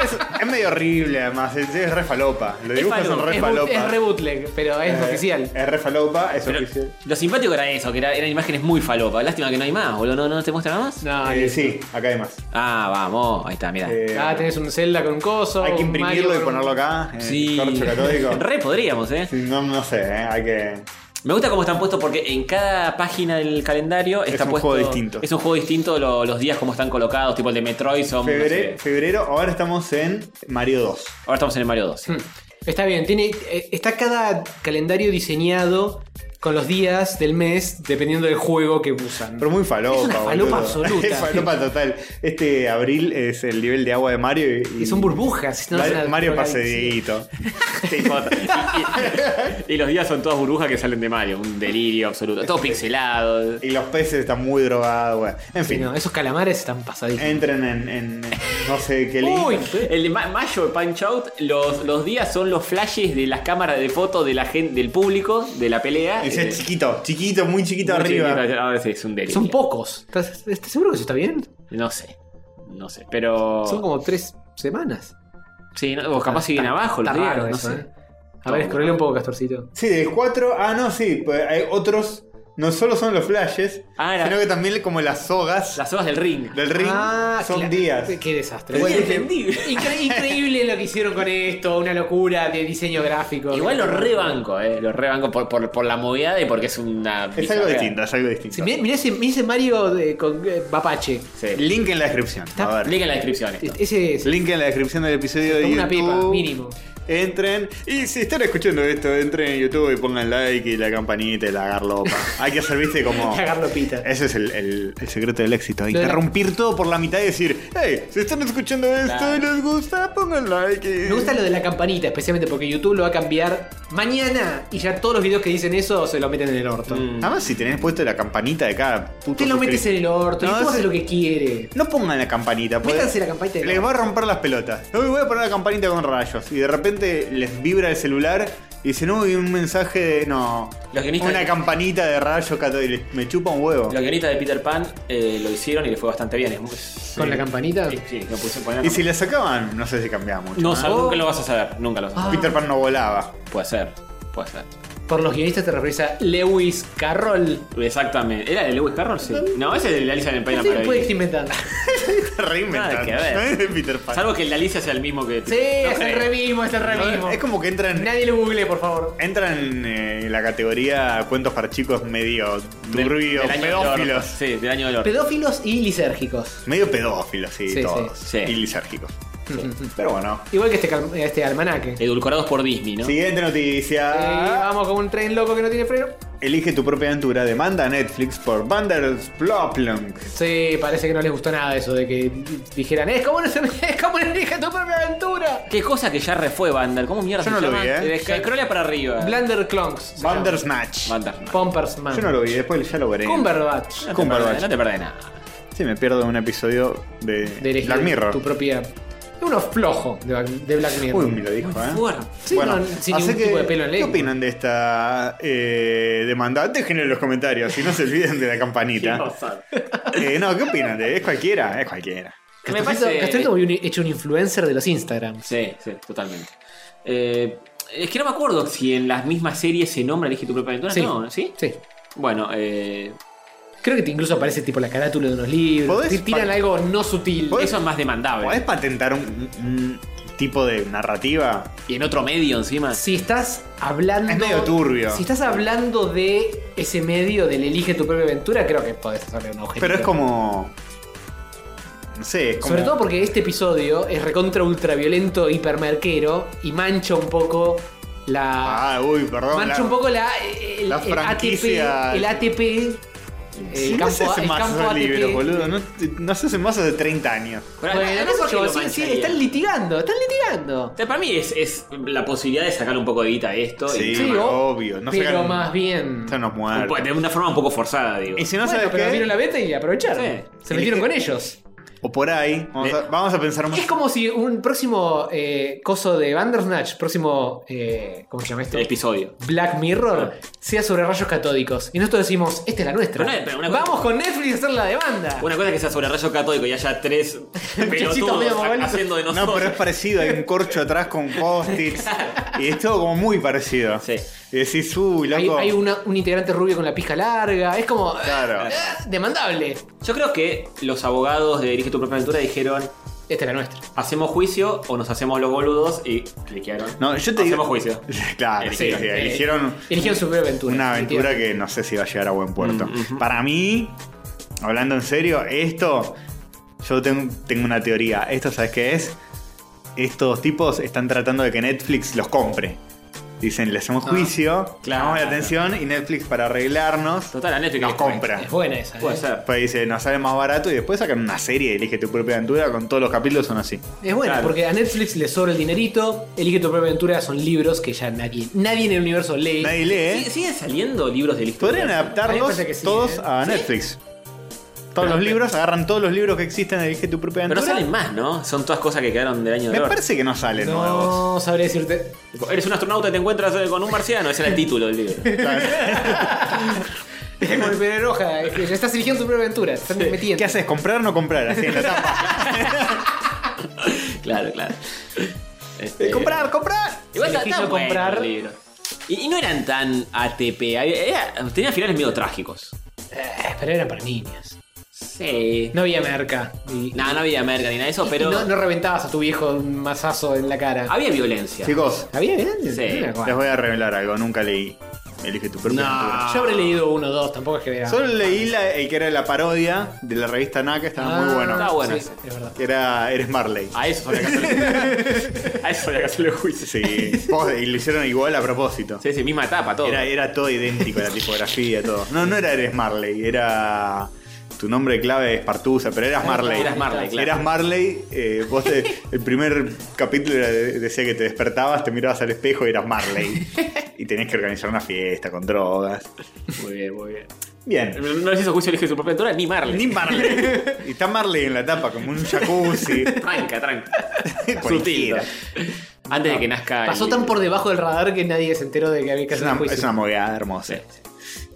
Es, es medio horrible además, es, es re falopa. Los dibujos son
Es,
re
bu-
falopa.
es re bootleg, pero es
Eh,
oficial.
Es re falopa, es
Pero
oficial.
lo simpático era eso, que era- eran imágenes muy falopa. Lástima que no hay más, boludo. ¿No, no te muestra nada más?
No,
Eh,
y-
sí, acá hay más.
Ah, vamos. Ahí está, mira.
Eh,
Ah, tenés un Zelda con coso.
hay que
un
imprimirlo y
Mario con-
ponerlo acá. en
sí.
Corcho catódico.
Re podríamos, ¿eh?
Sí, no, no sé, eh, hay que.
Me gusta cómo están puestos porque en cada página del calendario está
un
puesto.
juego distinto.
Es un juego distinto lo- los días como están colocados, tipo el de Metroid son. no
Febrero,
sé.
febrero, ahora estamos en Mario 2.
Ahora estamos en el Mario 2.
Hmm. Está bien, tiene, eh, está cada calendario diseñado con los días del mes, dependiendo del juego que usan.
Pero muy falopa,
Es una falopa
boludo.
absoluta.
Es falopa total. Este abril es el nivel de agua de Mario y.
y son burbujas. no es
Mario,
una-
Mario
una-
paseadito.
y los días son todas burbujas que salen de Mario. Un delirio absoluto. Todo pixelado.
y los peces están muy drogados, güey. En
Sí,
fin.
no, esos calamares están pasaditos.
Entren en, en- en no sé qué link.
Uy, el de ma- mayo de Punch Out, los, los días son los flashes de las cámaras de fotos de la gente, del público, de la pelea.
Ese
Eh,
es chiquito, chiquito, muy chiquito
muy
arriba.
chiquito, ahora sí, es un delirio.
Son pocos. ¿Estás, estás seguro que eso está bien?
No sé. No sé. Pero.
Son como tres semanas.
Sí, no, o capaz siguen
Está-
abajo los
está
días.
raro
no
eso,
sé.
¿eh? A ver,
Todo.
escrollé un poco, Castorcito.
Sí, del 4. Ah, no, sí. pues Hay otros no solo son los flashes,
Ah, la-
sino que también como las sogas
Las hojas del ring.
del ring
Ah,
son
cla-
días.
Qué desastre.
Es
Bueno,
inentendible.
incre- increíble lo que hicieron con esto, una locura de diseño gráfico.
Igual lo rebanco, eh. Lo rebanco por, por, por la movida y porque es una.
Es algo distinto, es algo distinto.
Sí, mirá, mirá ese, mirá ese Mario de- con eh, Mapache.
Sí.
Link en la descripción.
Está-
A ver.
Link en la descripción. esto.
Ese es.
Link en la descripción del episodio de
Con
YouTube.
una pipa, mínimo.
Entren. Y si están escuchando esto, entren en YouTube y pongan like y la campanita y la garlopa. Hay que hacer, viste, como.
La garlopita.
Ese es el, el- el secreto del éxito.
de la-
Interrumpir todo por la mitad y decir, hey, si están escuchando esto y les gusta, pongan like. y-".
Me gusta lo de la campanita, especialmente porque YouTube lo va a cambiar mañana y ya todos los videos que dicen eso se lo meten en el orto.
Además, si tenés puesto la campanita de cada puto.
Usted lo metes en
suscriptor.
el orto y
No,
tú
sí.
haces lo que quiere.
No pongan la campanita, porque
Métanse la campanita en el
Les
orto.
va a romper las pelotas. No, voy a poner la campanita con rayos. Y de repente les vibra el celular y dicen, uy, un mensaje de. No.
Los guionistas-
Una campanita de rayos, Cato, y les- me chupa un huevo.
Los guionistas de Peter Pan eh, lo hicieron y le fue bastante bien. Es muy- sí,
¿Con la campanita?
sí, lo pusieron Ah. poner.
Y si le sacaban, no sé si cambiaba mucho.
No,
¿eh?
sab- nunca lo vas a saber. Nunca lo vas a saber.
Peter Pan no volaba.
Puede ser. Puede ser.
Por los guionistas te refieres a Lewis Carroll.
Exactamente. ¿Era de Lewis Carroll? Sí. No, ese es el de Alicia en el País de
Sí,
las
puede
Maravillas.
estar inventando.
Reinventando.
Nada que ver.
No es de Peter Pan.
Salvo que el de Alicia sea el mismo que.
Sí, es el revismo, es el revismo.
es como que entran.
Nadie lo google, por favor.
Entran eh, en la categoría cuentos para chicos medio turbio,
del año del orto.
pedófilos.
Sí, del año del orto.
Pedófilos y lisérgicos.
Medio pedófilos, sí,
Sí,
todos.
sí. Sí.
Y lisérgicos. Pero bueno.
Igual que este, cal- este almanaque. Sí,
Edulcorados por Disney, ¿no?
Siguiente Ah. noticia.
vamos con un tren loco que no tiene freno.
Elige tu propia aventura. Demanda a Netflix por Vandersplopplunk.
Sí, parece que no les gustó nada eso de que dijeran, es como una, es como una hija de tu propia aventura.
Qué cosa que ya refue Vandal. ¿Cómo mierda se
Yo no lo
llama?
vi, ¿eh?
De Scrolla para arriba.
Blander Clonks.
Bandersnatch.
Vandersnatch.
Pompersman.
Yo no lo vi, después ya lo veré.
Cumberbatch.
No te
Cumberbatch.
perdés, No te perdés nada.
Sí, me pierdo un episodio de,
De elegir
Black
tu
Mirror.
propia... Uno flojo de, Black- de Black Mirror.
Uy, me lo dijo, ¿eh?
Fuerte.
Sí, no, sin
así
ningún tipo de pelo en la
¿Qué
lengua.
opinan de esta eh, demanda? Déjenlo en los comentarios y no se olviden de la campanita. Eh, no, ¿qué opinan? de- es cualquiera, es cualquiera.
Me
Castrito-
parece.
Castrito me hubiera hecho un influencer de los Instagrams.
Sí, sí, totalmente. Eh, es que no me acuerdo si en las mismas series se nombra Elige tu propia aventura.
Sí.
Ah, No, ¿sí?
Sí.
Bueno, eh,
Creo que te- incluso aparece tipo la carátula de unos libros.
¿Podés
Te tiran
pa-
algo no sutil.
eso es más demandable.
¿Podés patentar un, un tipo de narrativa?
Y en otro medio encima.
Si estás hablando.
Es medio turbio.
Si estás hablando de ese medio del elige tu propia aventura, creo que podés hacerle un objeto.
Pero es como. No sé, es como.
Sobre todo porque este episodio es recontra ultraviolento, hipermerquero y mancha un poco la.
Ah, uy, perdón.
mancha
la-
un poco la. El,
la
el
franquicia-
ATP. El ATP.
Sí,
El
no se
eh, campo,
hace
el
más
campo
esos
ATP.
libros, boludo. No, no se hacen más hace 30 años.
Pero
Bueno,
¿a- a-
qué sé
¿por qué
yo,
lo
sí, sí,
mancharía?
están litigando, están litigando.
O sea, para mí es, es la posibilidad de sacar un poco de guita a esto.
Sí,
y-
sí, o-
obvio. No
pero
sacan-
más bien.
Están los
un po-
muertos.
de una forma un poco forzada, digo.
Y si no
bueno,
sabes
pero
qué,
vieron la beta y aprovecharon.
Sí.
Se metieron con ellos.
o por ahí, vamos a, vamos a pensar más.
Es como si un próximo eh, coso de Bandersnatch, próximo. eh, ¿Cómo se llama esto?
Este episodio.
Black Mirror sea sobre rayos catódicos. Y nosotros decimos, esta es la nuestra.
Pero no, pero una cosa-
Vamos con Netflix a hacer la demanda.
Una cosa es que sea sobre rayo católico y haya tres
Muchachitos
pelotudos
medio
ha-
mogol.
haciendo de
No,
nosotros.
pero es parecido, hay un corcho atrás con post-its. y es todo como muy parecido.
Sí.
Y decís, uy,
Hay,
loco.
hay una- un integrante rubio con la pija larga. Es como.
Claro.
eh, demandable.
Yo creo que los abogados de Dirige tu propia aventura dijeron:
Esta es la nuestra.
hacemos juicio o nos hacemos los boludos y cliquearon.
No, yo te
Hacemos
digo.
juicio.
Claro, sí,
Eligieron.
sí,
Eh,
eligieron
Eligieron su propia aventura.
una aventura que no sé si va a llegar a buen puerto.
Mm, ujú.
Para mí, hablando en serio, esto. Yo tengo, tengo una teoría. Esto, ¿sabes qué es? Estos tipos están tratando de que Netflix los compre. Dicen, le hacemos juicio,
claro.
llamamos la atención y Netflix para arreglarnos
Total, a Netflix
nos
les cuesta.
compra.
Es buena esa.
Puede
eh.
ser.
Pues dice, nos sale más barato y después sacan una serie, elige tu propia aventura, con todos los capítulos son así.
Es bueno,
Claro.
porque a Netflix le sobra el dinerito. Elige tu propia aventura son libros que ya nadie, nadie en el universo lee.
Nadie lee. ¿eh?
Sí, ¿Siguen saliendo libros de listo?
Podrían
A mí me
adaptarlos
parece que sí,
todos
¿eh?
a Netflix. Todos los libros, agarran todos los libros que existen de elige tu propia
Pero no
aventura.
salen más, ¿no? Son todas cosas que quedaron del año de
Me
oro.
parece que no salen nuevos.
no sabría decirte.
Eres un astronauta y te encuentras eh, con un marciano. Ese era el título del libro.
Es como el primer hoja, es que ya estás eligiendo tu propia aventura. te Estás metiendo.
¿Qué haces? ¿Comprar o no comprar? Así en la tapa.
claro, Este, claro. Este,
Eh, ¡Comprar, comprar!
Igual
Se
está,
le
está
quiso
bueno
comprar.
el libro. Y, y no eran tan ATP. Era- tenía finales medio trágicos.
Eh, pero eran para niñas.
Sí.
No había merca. Y-
No, no había merca ni nada de eso, pero
y no, no reventabas a tu viejo un mazazo en la cara.
había violencia.
Chicos,
¿Había grande?
Sí,
Mira, guau.
les voy a revelar algo. Nunca leí. Elige tu propia aventura.
Yo habré leído uno o dos, tampoco es que vea.
Solo leí la- el que era la parodia de la revista Naka, estaba Ah, muy bueno.
Ah, está bueno
Sí,
ese.
es verdad.
Que era Eres Marley.
A eso había que hacerle- A eso había que hacerle juicio.
Sí, posta, y lo hicieron igual a propósito.
Sí, sí, misma etapa, todo.
Era, era todo idéntico, la tipografía, todo. No, no era Eres Marley, era. Tu nombre clave es Partusa, pero eras Marley.
Eras Marley, claro.
Eras Marley, eh, vos te- el primer capítulo era de- decía que te despertabas, te mirabas al espejo y eras Marley. Y tenías que organizar una fiesta con drogas.
Muy bien, muy bien.
Bien.
No les hizo juicio, elige su propia aventura, ni Marley.
Ni Marley. Y está Marley en la tapa, como un jacuzzi.
Tranca, tranca. Sutil.
Cualquiera.
Antes de que nazca.
Pasó
el-
tan por debajo del radar que nadie se enteró de que había que
Es
hacer
una,
un juicio.
es una movida hermosa.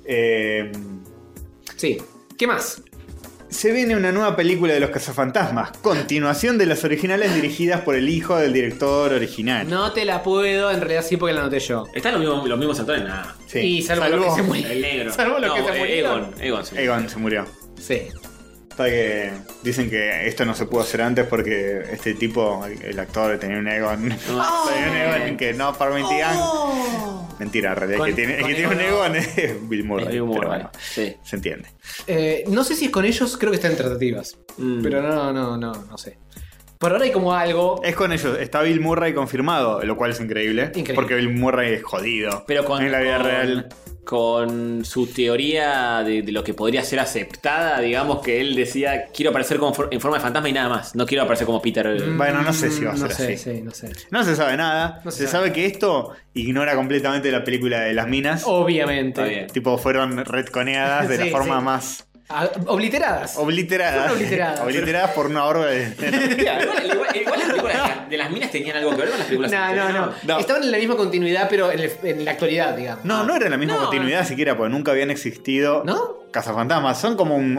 Eh,
Sí. ¿Qué más?
se viene una nueva película de los cazafantasmas, continuación de las originales dirigidas por el hijo del director original.
No te la puedo, en realidad sí, porque la anoté yo.
Están los mismos, los mismos actores, nada.
Sí.
Y salvo, lo que se
El
muere.
negro.
Salvo los
No,
que se
eh,
murieron.
Egon, Egon se murió.
Egon se murió.
Sí.
Hasta que dicen que esto no se pudo hacer antes porque este tipo, el actor, tenía un Egon. tenía un Egon que no permitían. Mentira, en realidad. el
Con-
que tiene, el
con
que tiene un
Egon.
Egon es Bill Murray.
Egon
pero
Murray,
bueno,
Sí.
se entiende.
Eh, no sé si es con ellos, creo que está en tratativas.
Mm.
Pero no, no, no, no sé. Por ahora hay como algo.
Es con ellos, está Bill Murray confirmado, lo cual es increíble.
Increíble.
Porque Bill Murray es jodido.
Pero con,
en la vida
con-
real.
Con su teoría de, de lo que podría ser aceptada, digamos que él decía, quiero aparecer como for- en forma de fantasma y nada más. No quiero aparecer como Peter.
Bueno, no sé si va a
Mm,
ser
no sé,
así.
sí, no sé.
No se sabe nada.
No se
se
sabe.
sabe. que esto ignora completamente la película de las minas.
Obviamente.
Está bien.
Tipo, fueron retconeadas de
Oh. Sí,
la forma
sí.
más
Ah, obliteradas.
obliteradas.
Fueron obliteradas.
Obliteradas por una obra de.
Igual, igual- igual las películas de las- de las minas tenían algo que ver con las películas.
No, no,
anteriores,
no,
No.
Estaban en la misma continuidad, pero en, el- en la actualidad, digamos.
no, no era la misma
No.
continuidad siquiera, porque nunca habían existido
¿No?
cazafantasmas. Son como un,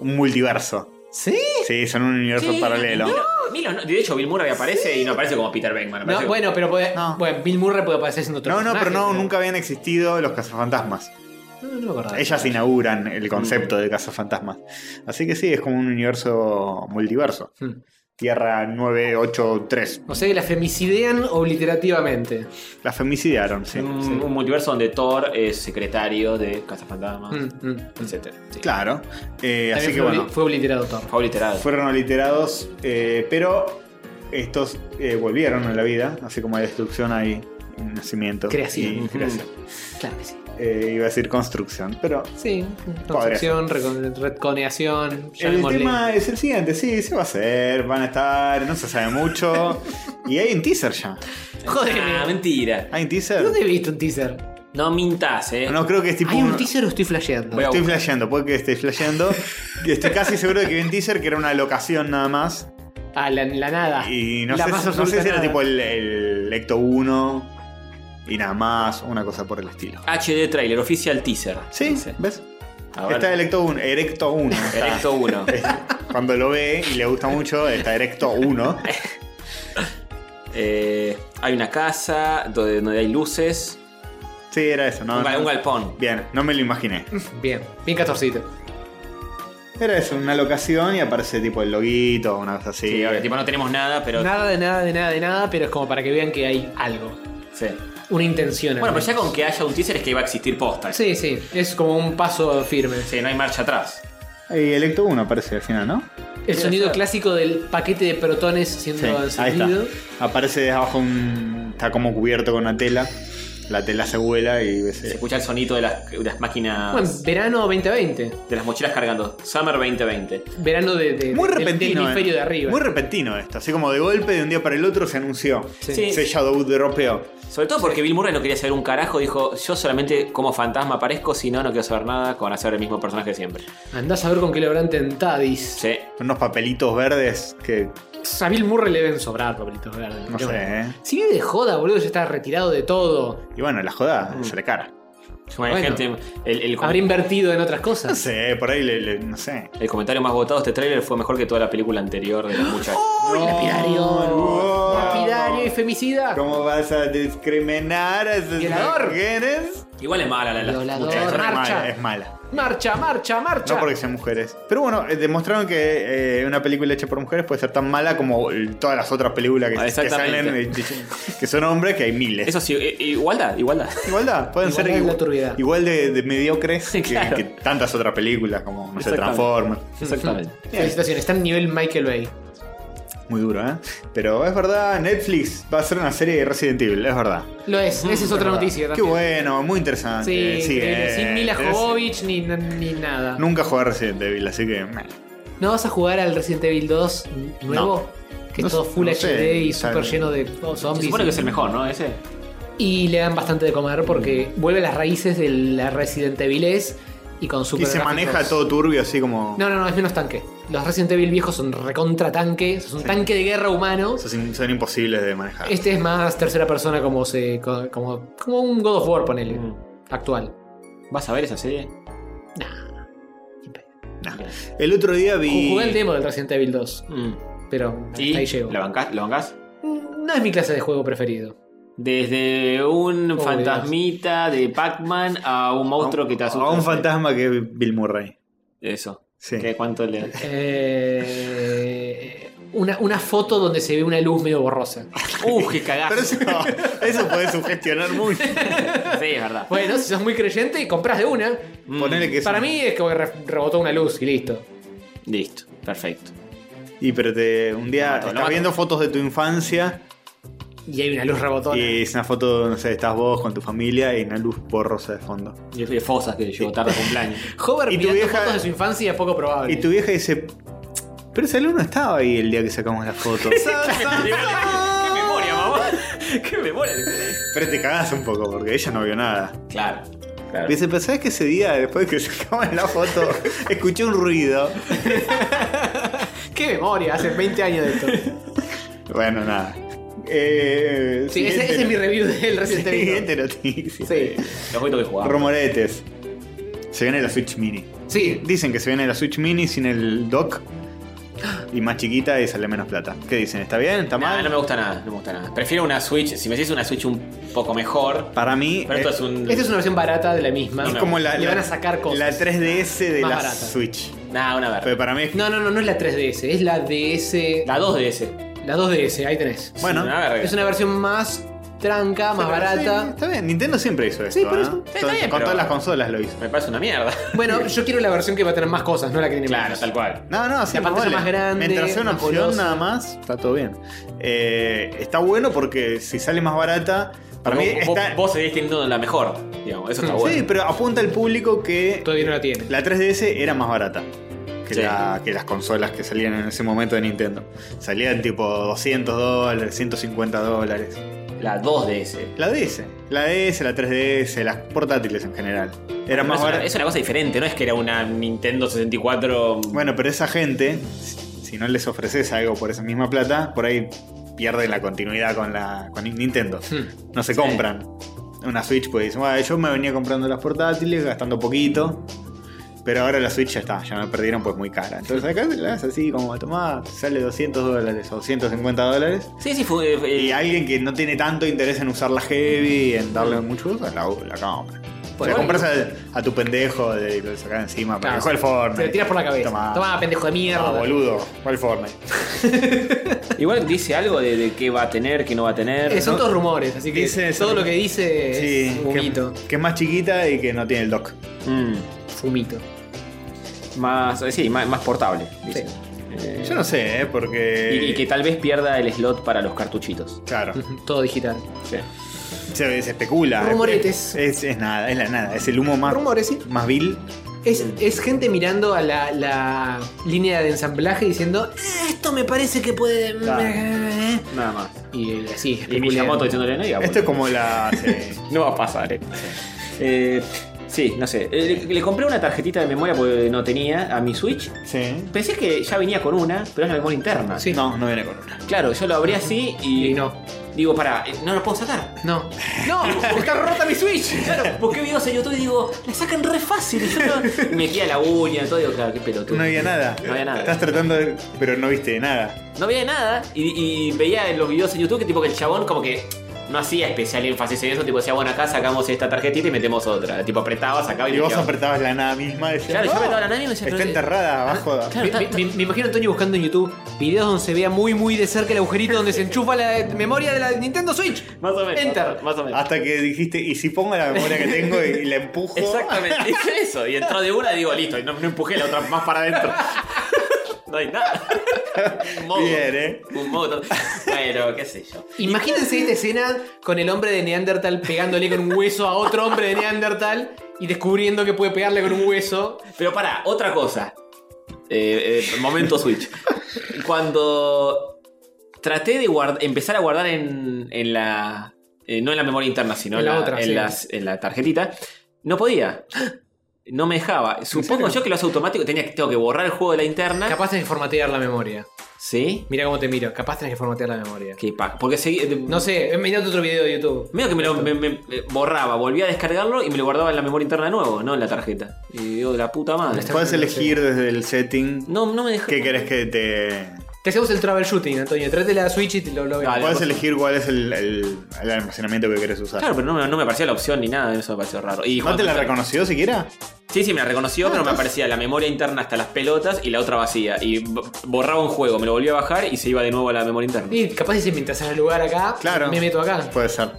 un multiverso.
¿Sí?
Sí, son un universo
Sí,
paralelo.
Milo- Milo no- de hecho, Bill Murray aparece y no aparece como Peter Venkman.
No,
aparece-
bueno, pero puede,
No.
bueno, Bill Murray puede aparecer siendo otro
No, no, pero
personaje,
no, nunca habían existido los cazafantasmas.
No, no me acordaba.
Ellas inauguran el
Mm.
concepto de cazafantasmas. Así que sí, es como un universo multiverso.
Hmm.
Tierra 983.
O sea que la femicidean obliterativamente.
La femicidaron, sí.
Mm.
un, un multiverso donde Thor es secretario de Cazafantasmas,
Mm, mm.
etcétera. Sí.
Claro. Eh,
También
así que
fue, obli-
bueno,
fue obliterado Thor.
Fue obliterado.
fueron obliterados, eh, pero estos eh, volvieron a la vida. Así como hay destrucción, hay nacimiento.
Creación. Mm.
y creación.
Claro que sí.
Eh, iba a decir construcción, pero...
Sí, construcción, recon-
El
retconeación. llamémosle.
tema es el siguiente, sí, se va a hacer, van a estar, no se sabe mucho. y hay un teaser ya.
Ah,
Joder,
mentira.
Hay un teaser.
¿dónde he visto un teaser?
No mintas, eh.
No, creo que es tipo.
¿Hay un
un-
teaser o estoy flasheando?
Voy a-
Estoy flasheando, puede que esté flasheando. Y estoy casi seguro de que vi un teaser que era una locación nada más.
Ah, la, la nada.
Y no
La
sé,
más
no sé
absoluta
si era
nada.
tipo el, el Ecto 1 y nada más, una cosa por el estilo.
HD trailer, oficial teaser.
¿Sí?
Dice.
¿Ves?
A ver. Eh.
Está el Ecto 1. Erecto 1. está.
Erecto 1.
Cuando lo ve y le gusta mucho, está Erecto 1.
Eh, hay una casa donde, donde hay luces.
Sí, era eso, ¿no?
un, gal- un galpón.
Bien, no me lo imaginé.
Bien, bien catorcito.
Era eso, una locación y aparece tipo el loguito, una cosa así.
Sí, ahora, tipo, no tenemos nada, pero.
Nada de nada, de nada, de nada, pero es como para que vean que hay algo.
Sí.
Una intención. al
Bueno, pero
menos.
ya con que haya un teaser es que va a existir posta.
Sí, sí, es como un paso firme.
Sí, no hay marcha atrás.
Y el Ecto 1 aparece al final, ¿no?
El sonido clásico del paquete de protones
Sí,
siendo
ahí está.
encendido.
Aparece de abajo un. Está como cubierto con una tela. La tela se vuela y ves.
Se escucha el sonito de las, de las máquinas.
Bueno, verano 2020.
de las mochilas cargando. Summer 2020.
Verano de, de-
Muy
del-
repentino.
Del hemisferio
eh.
de arriba.
Muy repentino esto. Así como de golpe, de un día para el otro se anunció.
Sí.
Sí.
Se shadow dropeó.
Sobre todo porque Bill Murray no quería saber un carajo. Dijo: Yo solamente como fantasma aparezco, si no, no quiero saber nada con hacer el mismo personaje de siempre.
Andás a ver con qué lo habrán tentadis.
Sí.
Unos papelitos verdes que.
A Bill Murray le deben sobrar papelitos verdes.
No
Yo-
sé, eh.
Si vive de joda, boludo, ya está retirado de todo.
Y bueno, la joda, se le cara.
Bueno, hay
Bueno.
gente, el, el-
Habrá invertido en otras
No
cosas.
sé, por ahí le. le- no sé.
el comentario más votado de este tráiler fue mejor que toda la película anterior de los muchachos.
¡Uy, lapidario!
No, no.
¡Lapidario! eh, femicida.
¿Cómo vas a discriminar a esas
Violador.
mujeres?
Igual es mala la la.
Violador.
muchacha.
es mala,
marcha.
es mala.
Marcha, marcha, marcha.
No porque sean mujeres. Pero bueno, eh, demostraron que eh, una película hecha por mujeres puede ser tan mala como eh, todas las otras películas que,
Ah,
que
exactamente.
salen, eh, que son hombres, que hay miles.
Eso sí, eh, igualdad, igualdad.
Igualdad, pueden
Igualdad
ser
es la
igu-
turbiedad.
igual de, de mediocres que,
Claro.
que tantas otras películas como no se
Exactamente.
transforman.
Exactamente.
Felicitaciones, está en nivel Michael Bay.
Muy duro, ¿eh? Pero es verdad, Netflix va a hacer una serie de Resident Evil, es verdad.
Lo es, esa es otra
Qué
noticia. también.
bueno, muy interesante.
Sí, increíble.
eh,
sin Mila
es-
Jovovich ni, ni nada. No.
Nunca jugué a Resident Evil, así que. meh.
vas a jugar al Resident Evil 2 nuevo? Que
No
es todo
sé,
full
no
HD
sé,
y
o sea,
súper lleno de
Se
zombies.
supone que es el mejor, ¿no? Ese.
Y le dan bastante de comer porque vuelve a las raíces de la Resident Evil es y con super
Y se
gráficos.
maneja todo turbio, así como.
No, no, no, es menos tanque. Los Resident Evil viejos son recontra tanque, es un tanque de guerra humano.
Son, in- son imposibles de manejar.
Este es más tercera persona como se co- como, como un God of War, ponele,
Mm.
actual.
¿Vas a ver esa serie?
Nah. El otro día vi.
Jugué el demo del Resident Evil 2,
Mm.
pero
¿Y?
hasta ahí llego.
¿La bancás? ¿Lo bancás?
No es mi clase de juego preferido.
Desde un
Oh,
fantasmita de Pac-Man a un monstruo que te asusta.
A un fantasma que es Bill Murray.
Eso.
Sí.
¿Qué, ¿Cuánto le
Eh, una, una foto donde se ve una luz medio borrosa.
¡Uf, qué cagazo!
Pero eso, eso puede sugestionar mucho.
Sí, es verdad.
Bueno, si sos muy creyente y compras de una.
Mm.
Ponele que es
Para
un-
mí es como que re- rebotó una luz y listo.
Listo, perfecto.
Y pero te, un día
Lo mato, lo
estás
mato.
viendo fotos de tu infancia
Y hay una luz rebotona.
y es una foto, no sé, estás vos con tu familia y una luz borrosa de fondo.
Yo soy de fosas que llegó tarde a cumpleaños.
Hover
y tu
mirando
vieja-
fotos de su infancia es poco probable.
Y tu vieja dice, pero ese alumno estaba ahí el día que sacamos la foto.
¡Qué memoria, mamá! ¡Qué memoria! que tenés!
pero te cagás un poco porque ella no vio nada.
Claro.
Y Dice, pero ¿sabes que ese día, después que sacamos la foto, escuché un ruido?
¡Qué memoria! Hace 20 años de esto.
Bueno, nada. Eh,
Sí, ese, ese es mi review del Resident
Siguiente
Evil.
noticia.
Sí.
Los juegos que jugaba.
Rumoretes. Se viene la Switch Mini.
Sí.
Dicen que se viene la Switch Mini sin el dock. Y más chiquita y sale menos plata. ¿Qué dicen? ¿Está bien? ¿Está
Nah,
mal?
no me gusta nada, no me gusta nada. Prefiero una Switch, si me decís una Switch un poco mejor.
Para mí
Pero esto
eh,
es un.
Esta es una versión barata de la misma.
es como la,
Le
la-
van a sacar cosas.
la 3DS de
Más
la
barata.
Switch.
Nah, una verga.
Pero para mí es...
No, no, no, no es la 3DS, es la DS. La,
La 2DS.
2DS, ahí tenés.
Bueno,
Una verga.
Es una versión más tranca, más
Pero sí,
barata.
está bien, Nintendo siempre hizo eso.
Sí, por eso.
Está bien,
con
pero-
todas las consolas lo hizo.
Me parece una mierda.
Bueno, yo quiero la versión que va a tener más cosas, no la que tiene
Claro,
menos.
tal cual.
No, no, sí,
La pantalla
vale.
más grande,
Mientras sea una
más
opción
golosa.
nada más, está todo bien. Eh, está bueno porque si sale más barata, para mí
vos,
está. Mm,
vos seguís teniendo la mejor, digamos. Eso está
Sí,
bueno.
pero apunta al público que
Todavía no la tiene.
la 3DS era más barata que,
Sí.
la- que las consolas que salían en ese momento de Nintendo. Salían tipo 200 dólares, 150 dólares.
La 2DS.
La DS, la DS, la 3DS, las portátiles en general. Era
No,
más
es, una,
barata.
es una cosa diferente, no es que era una Nintendo 64.
Bueno, pero esa gente, si no les ofreces algo por esa misma plata, por ahí pierden la continuidad con la con Nintendo.
Hmm.
No se compran una Switch, pues dicen, "Bueno, yo me venía comprando las portátiles, gastando poquito. Pero ahora la Switch ya está, ya me perdieron pues muy cara. Entonces acá la das así como a tomar, sale 200 dólares o 150 dólares.
Sí, sí, fue. eh,
Y alguien que no tiene tanto interés en usar la heavy, en darle
Hmm.
mucho uso, la, la compra.
Pues
o sea,
bueno.
compras al- a, tu pendejo de, de sacar encima, pero
Claro,
dejó el Fortnite.
Te la tiras por la cabeza.
Tomá.
Toma, pendejo de mierda.
No, Ah, boludo, ¿cuál Fortnite?
Igual dice algo de, de qué va a tener, qué no va a tener.
Eh, son
¿no?
todos rumores, así que
Dice-
todo lo que dice
Sí,
es fumito.
que, que es más chiquita y que no tiene el dock.
Mm,
Fumito.
más, eh, sí, más, más portable, dice. Eh,
Yo no sé, ¿eh? porque.
y, y que tal vez pierda el slot para los cartuchitos.
Claro,
Todo digital.
Sí.
se, se especula. eh,
Rumoretes.
Es, es nada, es la nada, es el humo más,
Rumores, sí.
más vil.
Es, es gente mirando a la, la línea de ensamblaje diciendo "Eh, esto me parece que puede.
Nada más.
Y así,
Y
especulando.
Miyamoto diciéndole, no, digamos.
Esto es como la. sí.
No va a pasar, eh. Eh, sí, no sé. Eh, Le, le compré una tarjetita de memoria porque no tenía a mi Switch.
sí.
Pensé que ya venía con una, pero es la memoria interna.
Sí.
No, no viene con una.
Claro, yo lo abrí así y.
Y no.
digo, pará, eh, no la puedo sacar.
No. ¡No! ¡Está rota mi Switch!
Claro, busqué videos en YouTube y digo, la sacan re fácil. Y yo no- metía la uña, todo, digo, claro, qué pelotudo.
No había nada.
No había nada.
Estás tratando de. Pero no viste nada.
No veía nada y, y veía en los videos en YouTube que tipo que el chabón como que no hacía especial énfasis en eso, tipo decía, bueno, acá sacamos esta tarjetita y metemos otra. Tipo apretaba, sacaba y
Y vos
limpiaba.
apretabas la nada misma. Decías,
Claro, yo
"No,
apretaba la nave y me decía,
Está
pero- eh, Ah,
enterrada abajo.
Claro,
Me,
está- está-
me- me imagino a Antonio buscando en YouTube videos donde se vea muy muy de cerca el agujerito donde se enchufa la memoria de la Nintendo Switch.
Más o menos.
Enter.
Más o menos.
Hasta que dijiste, ¿y si pongo la memoria que tengo y, y la empujo? ah,
Exactamente, hice eso. Y entró de una y digo, listo, y no, no empujé la otra más para adentro. no hay nada. Un modo.
Bien, eh.
Un modo. Pero, qué sé yo.
Imagínense esta escena con el hombre de Neandertal pegándole con un hueso a otro hombre de Neandertal y descubriendo que puede pegarle con un hueso.
Pero para, otra cosa. Eh, eh, momento Switch. Cuando traté de guard- empezar a guardar en, en la. eh, no en la memoria interna, sino en
En la
la,
otra,
en,
sí.
las- en la tarjetita, no podía. No me dejaba. Supongo yo que lo hace automático. Tenía, que- tengo que borrar el juego de la interna.
Capaz tenés que formatear la memoria.
¿Sí?
Mira cómo te miro, capaz tenés que formatear la memoria.
Qué paja. Porque seguí. eh,
No sé, eh, mirate otro video de YouTube.
Medio que me lo me- me- me borraba, volvía a descargarlo y me lo guardaba en la memoria interna de nuevo, no en la tarjeta. Y digo, la puta madre.
Puedes elegir desde el setting
No, no me dejaba.
qué querés que te.
Te hacemos el travel shooting, Antonio. Tráete la Switch y te lo, lo vemos.
Dale.
Puedes elegir cuál es el, el- el almacenamiento que querés usar.
Claro, pero no, me- no me aparecía la opción ni nada, eso me pareció raro. Y
¿No
cuando-
te la reconoció siquiera?
Sí, sí, me la reconoció, pero me aparecía la memoria interna hasta las pelotas y la otra vacía. Y b- borraba un juego, me lo volvía a bajar y se iba de nuevo a la memoria interna.
Y capaz dice, mientras haya lugar acá,
Claro.
me meto acá.
Puede ser.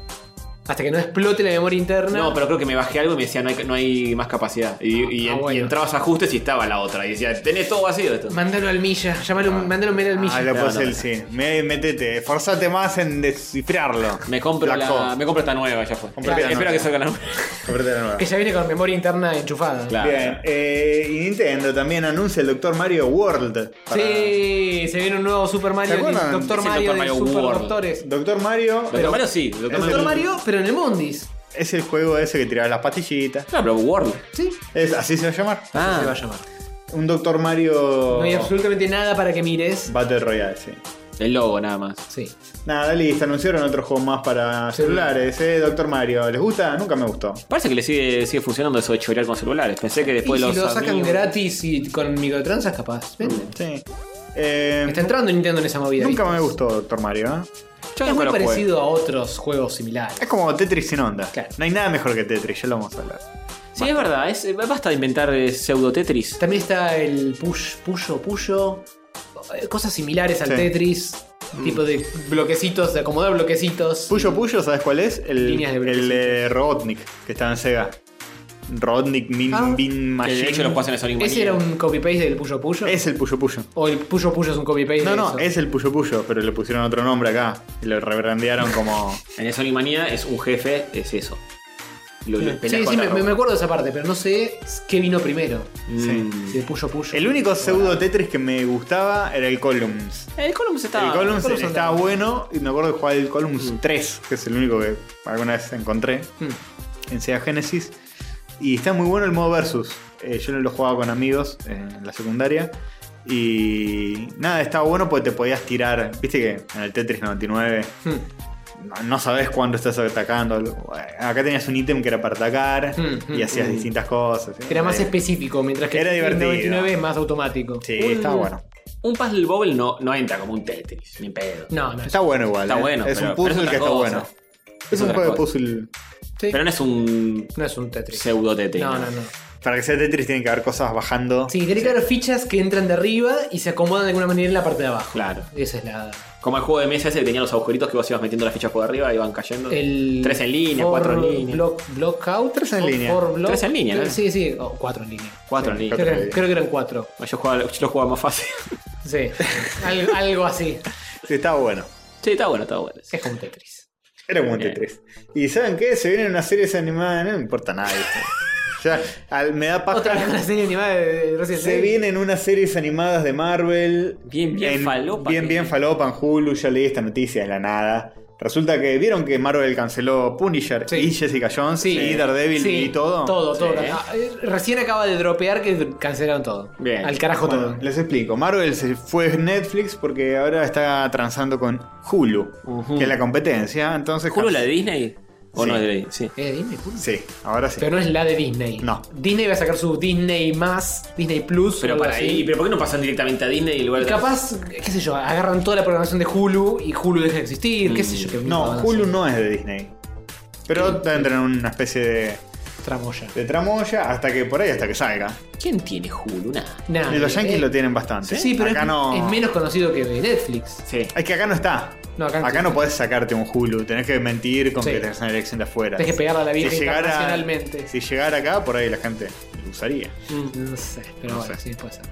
Hasta que no explote la memoria interna.
No, pero creo que me bajé algo y me decía no hay, no hay más capacidad. Y, y-
Ah, bueno.
y entrabas a ajustes y estaba la otra. Y decía, tenés todo vacío esto.
Mándalo al Milla, llámalo, mándalo un mail al Milla.
Ah, lo
No,
puedes
no,
el
no.
sí. Me- Métete, esforzate más en descifrarlo.
Me compro, la,
Black Hawk.
me compro esta nueva, ya fue.
Comprate la
Espero
nueva.
que salga la nueva.
Cómprate la nueva.
Que ya viene con memoria interna enchufada.
Claro.
Bien, eh, y Nintendo también anuncia el Dr. Mario World. para-
Sí, se viene un nuevo Super Mario,
¿Se acuerdan?
el Doctor
Es el
Mario,
Dr. Mario
de Super
World.
Doctores.
Dr. Mario.
Doctor Mario sí. Doctor
Es
Mario.
Doctor
el-
Mario, pero en el Mundis.
Es el juego ese que tiraba las pastillitas.
Claro, pero World.
Sí,
Es, así se va a llamar.
así
Ah.
se va a llamar.
Un Dr. Mario.
No hay absolutamente nada para que mires.
Battle Royale, sí.
Ah, El logo nada más.
Sí.
Nada, listo, anunciaron otro juego más para
Sí.
celulares, ¿eh? Doctor Mario. ¿Les gusta? Nunca me gustó.
Parece que le sigue, sigue funcionando eso de chorear con celulares. Pensé que después
y
los
si lo sacan
amigos-
gratis y con microtransas, capaz. Vende.
Sí. Eh,
Está entrando Nintendo en esa movida.
nunca
¿viste?
me gustó Doctor Mario. ¿eh?
Yo
Es
nunca
muy
lo jugué.
parecido a otros juegos similares.
Es como Tetris sin onda.
Claro.
No hay nada mejor que Tetris, ya lo vamos a hablar.
Sí, es verdad. Es, eh, basta de inventar eh, pseudo Tetris.
También está el push, puyo, puyo. eh, Cosas similares al
Sí. Mm.
Tetris. Tipo de bloquecitos, de acomodar bloquecitos.
Puyo Puyo, ¿sabes cuál es? El,
Líneas de bloques.
el de Robotnik, que estaba en Sega. Robotnik Min,
Ah.
Bin
Que de
Machine.
hecho los pasan en Sonic
¿Ese
Mania.
era un copy-paste del puyo puyo?
Es el Puyo Puyo.
¿O el puyo puyo es un copy-paste
No,
de
no,
eso?
es el Puyo Puyo, pero le pusieron otro nombre acá. Y lo rebrandearon como.
En el Sonic Mania es un jefe, es eso. Lo, lo peleas
Sí, sí,
con la
me, me
ropa.
acuerdo de esa parte, pero no sé qué vino primero.
Mm.
Si el puyo puyo.
El único pseudo Tetris que me gustaba era el Columns.
El Columns estaba...
el Columns,
Columns
estaba
andaba.
bueno y me acuerdo de jugar el Columns 3, que es el único que alguna vez encontré
Mm,
en Sega Genesis. Y está muy bueno el modo versus. Eh, yo lo jugaba con amigos en la secundaria. Y nada, estaba bueno porque te podías tirar. Viste que en el Tetris 99
Hmm.
no, no sabes cuándo estás atacando. Acá tenías un ítem que era para atacar
Mm,
y
mm,
hacías
mm.
distintas cosas.
Era más
Eh,
específico, mientras que
Era
el
divertido.
99 es más automático.
Sí,
un-
estaba bueno.
Un Puzzle Bobble no, no entra como un Tetris, ni pedo.
No, no.
Está bueno igual.
Está
eh.
bueno,
Es
pero-
un
pero es
puzzle
otra
que está
cosa.
bueno. Es un
otra
juego de
cosa.
puzzle.
sí.
Pero no es un
No es un Tetris.
pseudo Tetris.
No, no, no.
Para que sea Tetris tienen que haber cosas bajando.
Sí, tiene que haber fichas que entran de arriba y se acomodan de alguna manera en la parte de abajo.
Claro.
Esa es la.
Como el juego de mesa ese que tenía los agujeritos que vos ibas metiendo las fichas por arriba y iban cayendo.
El
Tres en línea,
for
cuatro en línea.
Block, block out.
Tres en
o
línea.
for block-
Tres en línea, ¿no?
Sí, sí. o cuatro en línea.
Cuatro en línea.
Creo que,
en línea.
creo que eran cuatro.
Yo, jugaba, yo lo jugaba más fácil.
Sí. Al- algo así.
Sí, estaba bueno.
sí, está bueno, está bueno.
Es como un Tetris.
Era como un
Bien.
Tetris. ¿Y saben qué? Se vienen unas series animadas, no me importa nada. ¿viste? ya, al- me da
Otra vez con
paja.
la serie animada de de Resident
Se
Evil.
vienen unas series animadas de Marvel.
Bien, bien
En-
falopa,
Bien,
que-
eh.
bien falopa en Hulu. Ya leí esta noticia de la nada. Resulta que vieron que Marvel canceló Punisher
Sí.
y Jessica Jones
Sí.
y Daredevil
Sí,
y todo.
Todo, todo.
Sí.
Ah, eh, Recién acaba de dropear que cancelaron todo.
Bien.
Al carajo
Bueno,
todo.
Les explico. Marvel se fue Netflix porque ahora está transando con Hulu, que es la competencia. Entonces,
¿Juro
can-
la de Disney? ¿O
Sí.
no es de Disney? Sí.
Eh, Disney, puto.
Sí, ahora sí.
Pero no es la de Disney.
No.
Disney va a sacar su Disney más, Disney Plus.
Pero
algo
para
así.
ahí, ¿pero por qué no pasan directamente a Disney en lugar
Y
de
capaz, qué sé yo, agarran toda la programación de Hulu y Hulu deja de existir, qué sé yo. qué
No,
mierda van a
Hulu
hacer.
no es de Disney. Pero tendrán una especie de,
Tramoya.
de tramoya hasta que por ahí, hasta que salga.
¿Quién tiene Hulu? Nada.
Nah,
Y los Yankees
eh,
lo tienen bastante.
Sí, pero
acá
es,
no.
es menos conocido que Netflix.
Sí.
Es que acá no está.
No, acá
acá
no está.
no podés sacarte un Hulu. Tenés que mentir con
Sí.
que tenés una elección de afuera.
Tenés que pegarla a la vieja
si llegara,
internacionalmente.
si llegara acá, por ahí la gente lo usaría.
Mm, No sé, pero
No
bueno,
sé.
sí, puede ser.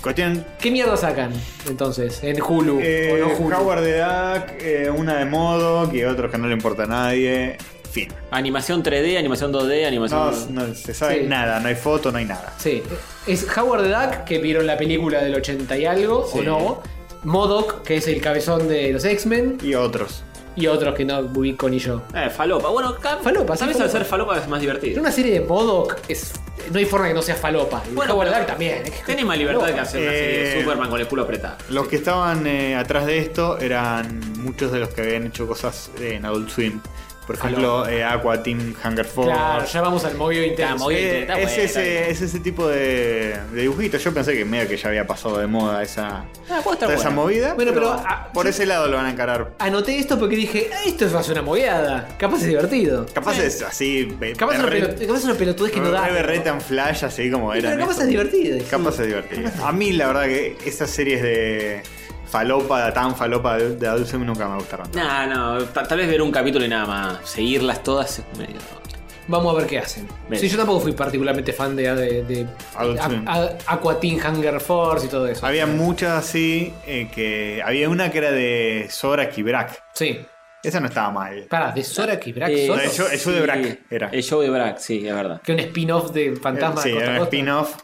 Cuestión
¿Qué mierda sacan entonces en Hulu
Eh,
o no Hulu?
Howard the Duck, eh, una de modo, que otros que no le importa a nadie. Fin.
Animación 3D, animación 2D,
No,
animación.
no se sabe
Sí.
nada, no hay foto, no hay nada.
Sí, es Howard the Duck, que vieron la película del 80 y algo, o no. Modoc, que es el cabezón de los X-Men,
Y otros.
y otros que no ubico ni yo.
Eh, falopa. Bueno, acá-
Falopa, sí,
Tal vez
falopa.
al ser falopa es más
En
divertido.
una serie de Modoc es, no hay forma que no sea falopa. Y
Bueno,
Howard the
pero-
Duck también.
Tenés más libertad que hacer una serie
Eh,
de Superman con el culo apretado.
Los que estaban eh, atrás de esto eran muchos de los que habían hecho cosas eh, en Adult Swim. Por ejemplo, eh, Aqua Team Hunger Force.
Claro, ya vamos al movio intenso.
Estamos. Oye,
Eh,
está
es,
bueno, está
ese,
bien.
es ese tipo de, de dibujitos. Yo pensé que medio que ya había pasado de moda esa, toda esa movida.
Ah, Bueno, pero,
pero
ah,
por ese lado lo van a encarar.
Anoté esto porque dije, "Ah, esto es una moviada. Capaz es divertido.
Capaz es así. be-
Capaz es una,
re-
pelot- capaz es una pelotudez que no da.
Re berreta en flash, así como
Sí,
era.
pero capaz es divertido.
Capaz es divertido. A mí, la verdad, que esas series de falopa, tan falopa de, de Adult Swim nunca me gustaron. tanto.
No, no, ta- tal vez ver un capítulo y nada más. Seguirlas todas es medio.
Vamos a ver qué hacen.
Bien.
Sí, yo tampoco fui particularmente fan de, de, de
Adult
a-
Swim.
a- Aqua Teen Hunger Force y todo eso.
Había muchas así eh, que. Había una que era de Sora Kibrak.
Sí.
Esa no estaba mal.
Pará, de Sora Kibrak
Eh,
Soto,
el show, el show de
Sí,
Brack era.
El show de Brack, sí, es verdad.
Que un spin-off de Fantasma.
sí,
Costa
era un
Costa.
spin-off.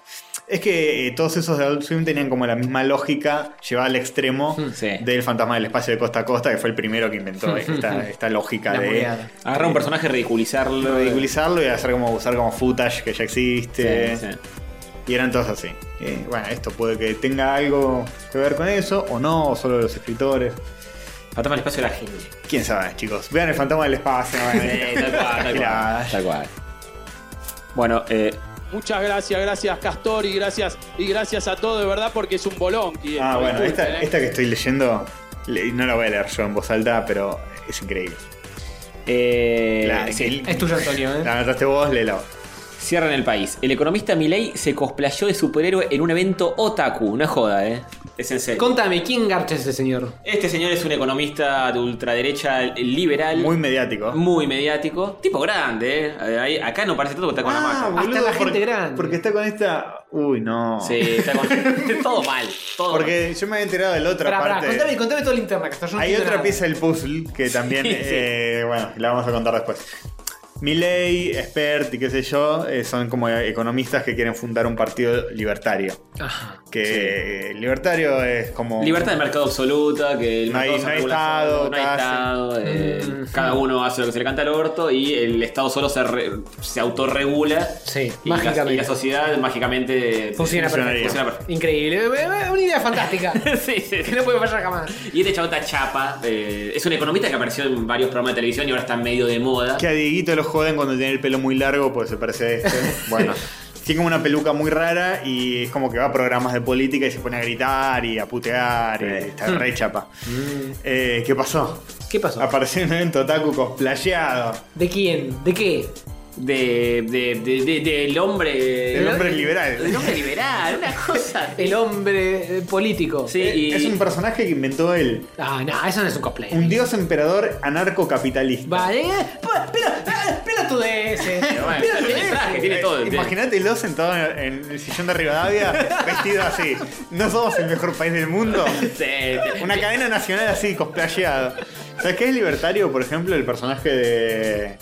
Es que eh, todos esos de Adult Swim tenían como la misma lógica llevada al extremo
Hmm, Sí.
del fantasma del espacio de costa a costa, que fue el primero que inventó esta, esta lógica
La
de.
moleada.
Eh.
Agarrar un personaje, ridiculizarlo.
ridiculizarlo y hacer como usar como footage que ya existe.
Sí, sí.
Y eran todos así. Eh, bueno, esto puede que tenga algo que ver con eso, o no, o solo los escritores.
Fantasma del espacio era genial.
Quién sabe, chicos. Vean el fantasma del espacio.
Eh, tal cual, tal
Mirá.
cual. Tal cual. Bueno, eh,
Muchas gracias, gracias Castor y gracias y gracias a todo de verdad porque es un bolón. y
ah,
esto,
bueno,
disculpen,
esta,
¿eh?
esta que estoy leyendo, le- no la voy a leer yo en voz alta, pero es increíble.
eh,
La-
sí.
el-
Es tuyo, Antonio, ¿eh?
La anotaste vos, léela.
Cierran el país. El economista Milei se cosplayó de superhéroe en un evento otaku. No es joda, ¿eh? Es en serio.
Contame, ¿quién garcha ese señor?
Este señor es un economista de ultraderecha liberal.
Muy mediático.
muy mediático. Tipo grande, ¿eh? Ahí- acá no parece tanto que está con la
Ah,
maca.
Hasta la gente
porque,
grande.
Porque está con esta. Uy, no.
Sí, está con... todo mal. Todo mal.
Porque yo me había enterado de la otra
Pará, pará,
parte.
contame, contame toda la interna, Castor. yo no
Hay
entiendo
otra
nada.
pieza del puzzle que también,
Sí, sí.
eh, bueno, la vamos a contar después. Milley, Expert y qué sé yo, eh, son como economistas que quieren fundar un partido libertario.
Ajá.
Que eh, libertario es como...
Libertad de mercado absoluta, que el
No hay-
mercado se
no hay
regula
Estado,
solo, no hay
casi.
Estado, eh,
Mm,
cada uno hace lo que se le canta al orto y el Estado solo se, re- se autorregula.
Sí,
y la-
mágicamente.
y la sociedad mágicamente
Funciona perfecto.
Funcionaría.
funciona perfecto.
Increíble. eh, eh, Una idea fantástica.
Sí, sí,
que
sí.
no puede fallar jamás.
Y este chabón está chapa. eh, es un economista que apareció en varios programas de televisión y ahora está medio de moda.
Que a Dieguito lo joden cuando tiene el pelo muy largo, pues se parece a este. bueno. Tiene como una peluca muy rara y es como que va a programas de política y se pone a gritar y a putear y está re chapa.
Mm.
Eh, ¿Qué pasó?
¿Qué pasó?
Apareció en un evento otaku cosplayado.
¿De quién? ¿De qué?
De, de, de- de- del hombre.
El hombre liberal.
Del hombre liberal, una cosa.
El hombre eh, político.
Sí, y-
Es un personaje que inventó él.
Ah, no, eso no es un cosplay.
Un dios emperador anarcocapitalista.
Vale, eh, pa- espera, ah, espera tú de ese.
Pero bueno,
Espera tú de
tiene
Eh,
ese.
traje, tiene todo.
Imagínatelo sentado en, en el sillón de Rivadavia, vestido así. No somos el mejor país del mundo.
Sí, sí.
Una cadena nacional así, cosplayado. ¿Sabes qué es libertario, por ejemplo, el personaje de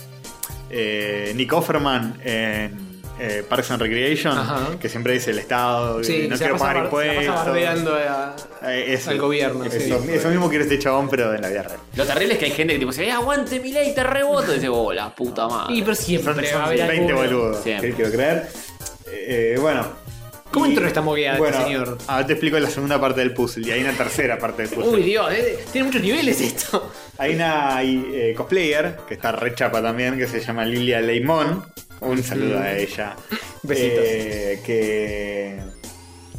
eh, Nick Offerman en, eh, Parks and Recreation,
Ajá.
que siempre dice el Estado,
Sí,
eh, no
se
quiero
la pasa
pagar
bar- se la pasa
impuestos.
bardeando a-
Eh, eso.
al gobierno.
Eso,
sí.
eso mismo quiere este chabón, pero en la vida real.
Lo terrible es que hay gente que tipo dice, "Eh, aguante mi ley, te reboto. Y dice, oh, la puta madre.
Y pero
Son,
siempre va a
son
haber
20
alguno.
boludos.
Siempre.
¿qué quiero creer? Eh, bueno.
¿Cómo
Y-
entró esta mogueada de
bueno,
este señor?
Ahora te explico la segunda parte del puzzle y hay una tercera parte del puzzle.
Uy, Dios, eh, tiene muchos niveles esto.
Hay una hay, eh, cosplayer que está re chapa también, que se llama Lilia Leimón. Un saludo a ella.
Mm. Besitos.
Eh, que,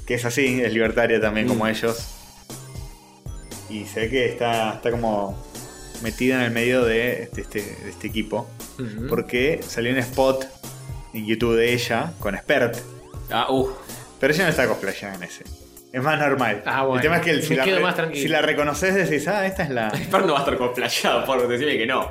que es así, es libertaria también como
Mm.
ellos. Y se ve que está, está como metida en el medio de este, este- de este equipo. Porque salió un spot en YouTube de ella con Expert.
Ah, uh.
Pero ella no está cosplayada en ese. Es más normal.
Ah, bueno.
El tema es que el- si
Me
la,
quedo
re-
más tranquilo.
si la reconoces decís, ah, esta es la...
Pero no va a estar cosplayado, por decirme que no.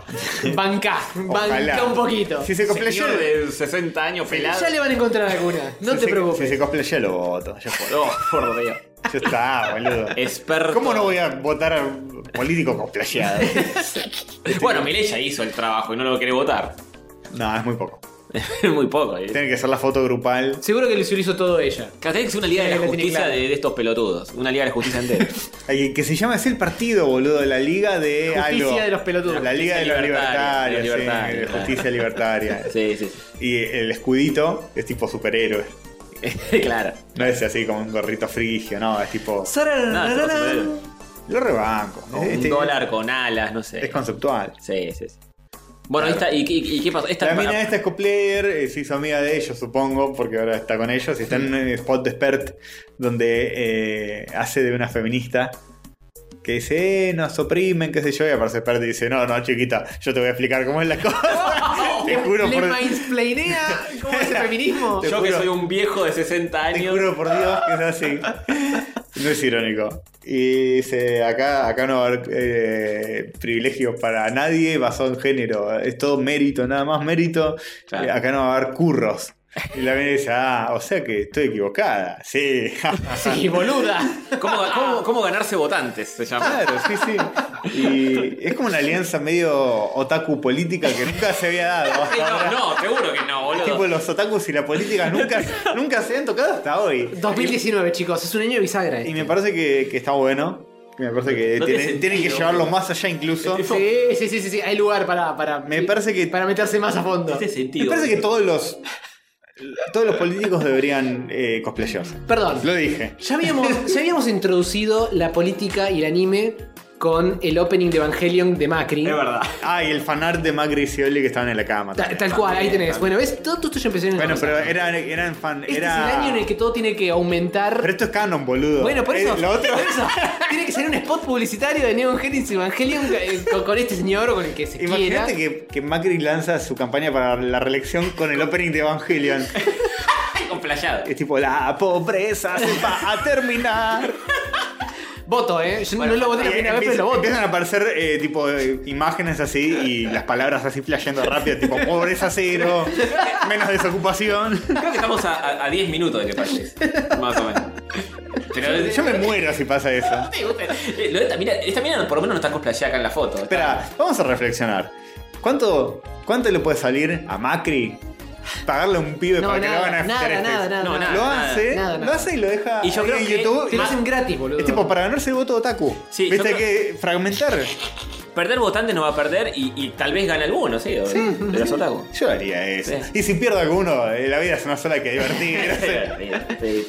Banca, banca
Ojalá.
un poquito.
Si se cosplayó.
Señor de 60 años pelado.
Ya le van a encontrar alguna, no
si se-
te
Si
preocupes.
se cosplayó, lo voto. Ya, fue.
No, por Dios.
Ya está, boludo.
Experto.
¿Cómo no voy a votar a un político cosplayado?
Bueno, Milei ya hizo el trabajo y no lo quiere votar.
no, es muy poco.
Muy poco. eh.
Tiene que ser la foto grupal.
Seguro que lo hizo todo ella.
Claro, tiene que ser una liga de
Sí,
la
la tiene
justicia
clara.
de, de estos pelotudos. Una liga de la justicia entera.
Ay, Que se llama así el partido, boludo. La Liga de
Justicia
algo.
de los pelotudos.
La Liga de los
Libertaria,
Libertarios.
los
sí,
libertarios,
de
claro.
Justicia Libertaria.
sí, sí.
Y el escudito es tipo superhéroe.
claro.
No es así como un gorrito frigio, no. Es tipo.
No, es tipo superhéroe.
Lo rebanco.
O un
Este-
dólar con alas, no sé.
Es conceptual.
Sí, sí, sí. Bueno, ahí está. ¿Y, qué- y, qué pasó? Esta
La mina esta es coplayer, eh, se hizo amiga de ellos, supongo, porque ahora está con ellos. Y está en un spot de expert donde eh, hace de una feminista que dice, eh, nos oprimen, qué sé yo. Y aparece expert y dice, no, no, chiquita, yo te voy a explicar cómo es la cosa. te juro
le
por
mansplainea cómo es el feminismo.
Te
Yo que
juro.
soy un viejo de 60
Te
años.
juro por Dios que es así. No es irónico. Y dice, acá, acá no va a haber eh, privilegios para nadie basado en género. Es todo mérito, nada más mérito.
Claro.
Eh, acá no va a haber curros. Y la mina dice, ah, o sea que estoy equivocada. Sí.
Sí, boluda.
¿Cómo, cómo, cómo ganarse votantes? Se llama.
Claro, sí, sí. Y es como una alianza medio otaku política que nunca se había dado. hasta
Ay,
ahora.
no, no, seguro que no,
Es tipo
boludo.
los otakus y la política nunca, nunca se han tocado hasta hoy.
2019, chicos, es un año de bisagra.
Y
este.
me parece que, que está bueno. que Me parece que
No tiene
tienen,
sentido,
tienen que llevarlo
boludo.
más allá incluso.
Sí, sí, sí, sí, sí, hay lugar para, para,
Me parece que-
para meterse más a fondo.
Este
Me
sentido.
parece que todos los todos los políticos deberían eh, cosplayarse.
Perdón,
Lo dije.
ya habíamos, ya habíamos introducido la política y el anime con el opening de Evangelion de Macri.
Es verdad.
Ah, y el fanart de Macri y Scioli que estaban en la cama.
Ta-
también.
tal cual, ahí tenés. Bueno, ¿ves? Todo, todo esto ya empezó en el
Bueno,
pasado.
pero eran, eran fan.
Este
era-
es el año en el que todo tiene que aumentar.
Pero esto es canon, boludo.
Bueno, por eso,
Eh, lo otro-
por eso, tiene que ser un spot publicitario de Neon Genesis Evangelion eh, con, con este señor o con el que se quiera.
Imagínate que, que Macri lanza su campaña para la reelección con el opening de Evangelion.
con playado.
Es tipo, la pobreza se va a terminar.
Voto, ¿eh? Yo
Bueno,
no lo voté la
Eh,
primera vez, pero
empieza-
lo voto.
empiezan a aparecer eh, tipo eh, imágenes así y las palabras así flasheando rápido, tipo pobreza cero, menos desocupación.
Creo que estamos a- a a 10 minutos de que pases. Más o menos. Pero
Yo me muero si pasa eso.
Eh, lo de esta, mira, esta mina por lo menos no está cosplayada acá en la foto.
Espera, vamos a reflexionar. ¿Cuánto, cuánto le puede salir a Macri pagarle a un pibe
No,
para que
nada,
lo hagan a
nada,
After Effects?
nada, nada,
No, nada,
Lo
nada,
hace,
nada, nada.
lo hace y lo deja
Y yo
ahí
creo
en
que-
YouTube.
Te lo hacen gratis, boludo.
Es tipo para ganarse el voto de Otaku.
Sí, yo
Viste
creo-
que fragmentar.
Perder votantes no va a perder y, y tal vez gane alguno, sí, de, de los otaku.
Yo haría eso.
Sí.
Y si pierdo alguno, eh, la vida es una sola hay que divertir.
Sí,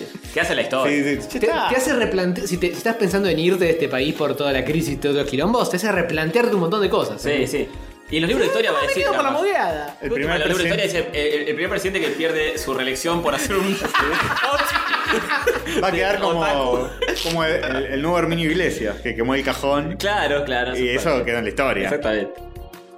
sí. ¿Qué hace la historia?
Sí, sí, ya
Te,
está.
te hace replantear, si, te, si estás pensando en irte de este país por toda la crisis y todos los quilombos, te hace replantearte un montón de cosas. eh.
Sí, sí. Y en los libros de historia va
Ah,
a
Me
decir.
quedo con la
capaz,
mogueada.
El
última,
primer
en los libros de
presidente-
historia dice, eh, el, el primer presidente que pierde su reelección por hacer un.
Va a quedar
de
como,
otaku.
como el, el- el nuevo Herminio Iglesias, que quemó el cajón.
claro, claro.
Y eso quedó en la historia.
Exactamente.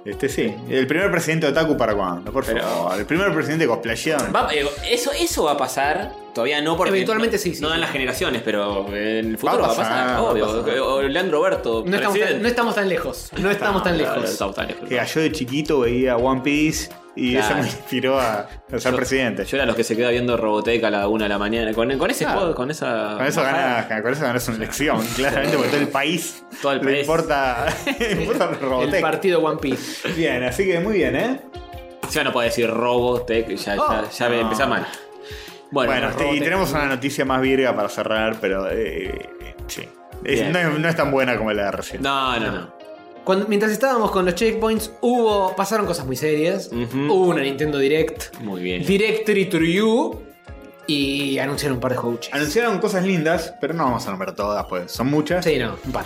Este sí. El primer presidente Otaku para cuándo, por
Pero-
favor. El primer presidente cosplayón.
Va- eh, eso, eso va a pasar. Todavía no porque.
Eventualmente
no-
sí, sí.
No dan las generaciones, pero en el futuro va
Va a
a pasar,
pasar, va a
obvio.
pasar.
O Leandro Berto.
No estamos, tan,
presidente. Ah,
no estamos tan lejos. No estamos tan
No, no
lejos.
estamos tan lejos.
Que yo de chiquito veía One Piece y eso
Claro.
me inspiró a, a ser
Yo-
presidente.
Yo era los que se queda viendo Robotech a la una de la mañana. Con, con ese
Claro.
juego, con esa.
Con eso,
bajada.
ganas, con eso ganas una elección, claramente, porque todo el país
Todo el
le
país.
importa, le importa
El
Robotech.
partido One Piece.
Bien, así que muy bien, ¿eh?
Ya no puedo decir robo, tech, ya,
Oh.
ya, ya me
no.
empezá mal. Bueno,
Bueno, te- y tenemos una noticia más virga para cerrar, pero eh, sí. Es-
Bien.
no, es, no es tan buena como la de recién.
no, no, no.
Cuando- mientras estábamos con los checkpoints, hubo. pasaron cosas muy serias.
Ujú.
Hubo una Nintendo Direct.
Muy bien.
Directory to You. Y anunciaron un par de juegos.
Anunciaron cosas lindas, pero no vamos a nombrar todas, pues son muchas.
Sí, no, un par.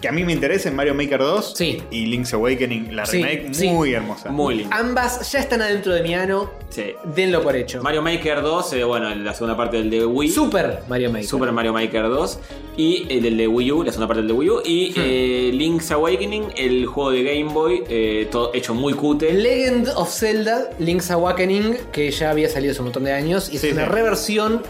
Que a mí me interesen Mario Maker 2
Sí.
y Link's Awakening, la
Sí,
remake,
sí.
muy hermosa.
Muy lindo.
Ambas ya están adentro de mi ano.
Sí.
Denlo por hecho.
Mario Maker 2, eh, bueno, la segunda parte del de Wii.
Super Mario Maker.
Super Mario Maker 2 y el del de Wii U, la segunda parte del de Wii U
Hmm.
y eh, Link's Awakening, el juego de Game Boy, eh, todo hecho muy cute.
Legend of Zelda, Link's Awakening, que ya había salido hace un montón de años, y es
Sí,
una
sí.
reversión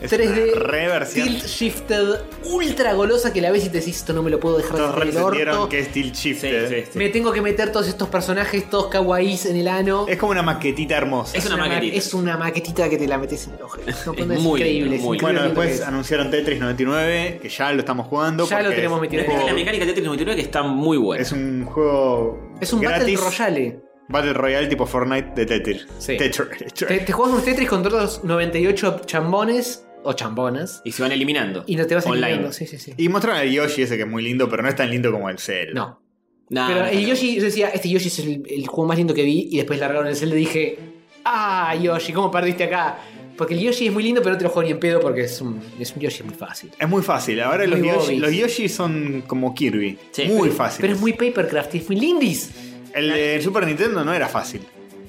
Es
3D
una reversión.
tilt shifted ultra golosa que la ves y te decís esto no me lo puedo dejar de
Nos
hacer en el orto.
reentendieron que es Steel eh. Shifted.
Sí, sí, sí.
Me tengo que meter todos estos personajes, todos kawaiis en el ano.
Es como una maquetita hermosa.
Es una
ma-
maquetita.
es una maquetita que te la metes en el ojo. No,
Es
no, es
muy
increíble.
lindo,
es
muy
increíble
bueno,
lo que
después
es.
anunciaron Tetris 99, que ya lo estamos jugando.
Ya lo
porque
tenemos metido
es
en
un
el
La
juego-
mecánica de 99 que está muy buena.
Es un juego.
Es un
gratis,
Battle Royale.
Battle Royale tipo Fortnite de Tetris.
Sí.
Tetris.
Te, te juegas un Tetris con todos los 98 chambones o chambonas
Y se van eliminando.
y no te vas
online.
eliminando. Sí, sí, sí.
Y mostraron el Yoshi ese que es muy lindo, pero no es tan lindo como el Cell.
No.
Nah,
Pero
no,
el
no.
Yoshi, yo decía, este Yoshi es el, el juego más lindo que vi. Y después largaron el Zelda y dije, ah, Yoshi, ¿cómo perdiste acá? Porque el Yoshi es muy lindo, pero no te lo juego ni en pedo porque es un, es un Yoshi muy fácil.
Es muy fácil. Ahora los
Muy
Yoshi,
bobis.
los Yoshi son como Kirby.
Sí.
muy fácil.
Pero es muy papercraft, es muy lindis.
El de Super Nintendo no era fácil.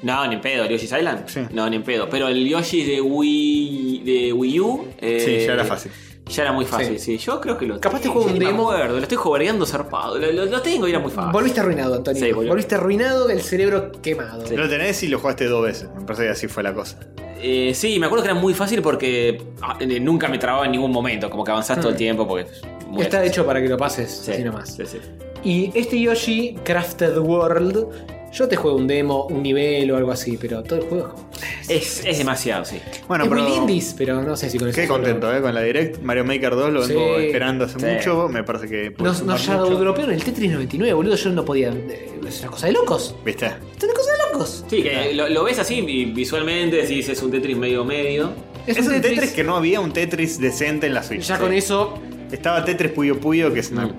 No, ni en pedo, el Yoshi's Island.
Sí.
No, ni en pedo. Pero el Yoshi de Wii, de Wii U. eh,
Sí, ya era fácil.
Ya era muy fácil, sí. Yo creo que lo
Capaz te
tengo,
juego
ya
un
ni me
demo.
acuerdo, lo estoy jovergueando zarpado. Lo, lo- lo tengo y era muy fácil.
Volviste arruinado, Antonio.
Sí, volvió.
Volviste arruinado, el cerebro quemado.
Sí.
Lo tenés y lo jugaste dos veces. Me parece que así fue la cosa.
Eh, sí, me acuerdo que era muy fácil porque ah, eh, nunca me trababa en ningún momento. Como que avanzás todo el tiempo porque. es muy
Mm. Está
fácil.
hecho para que lo pases,
Sí,
así nomás.
sí, sí.
Y este Yoshi, Crafted World, yo te juego un demo, un nivel o algo así, pero todo el juego es como-
Es, es demasiado, sí.
Bueno,
es
pero.
muy lindis, pero no sé si con eso.
Qué
solo-
contento, ¿eh? Con la Direct. Mario Maker 2 lo vengo
Sí.
esperando hace
Sí.
mucho. Me parece que. puede
Nos,
sumar
nos
mucho.
dropearon el Tetris 99, boludo. Yo no podía. eh, Es una cosa de locos.
¿Viste?
Es una cosa de locos.
Sí, que lo, lo ves así y visualmente, decís es un Tetris medio medio.
Es, un Tetris. que no había un Tetris decente en la Switch.
Ya con eso. Mm.
Estaba Tetris Puyo Puyo, que es una.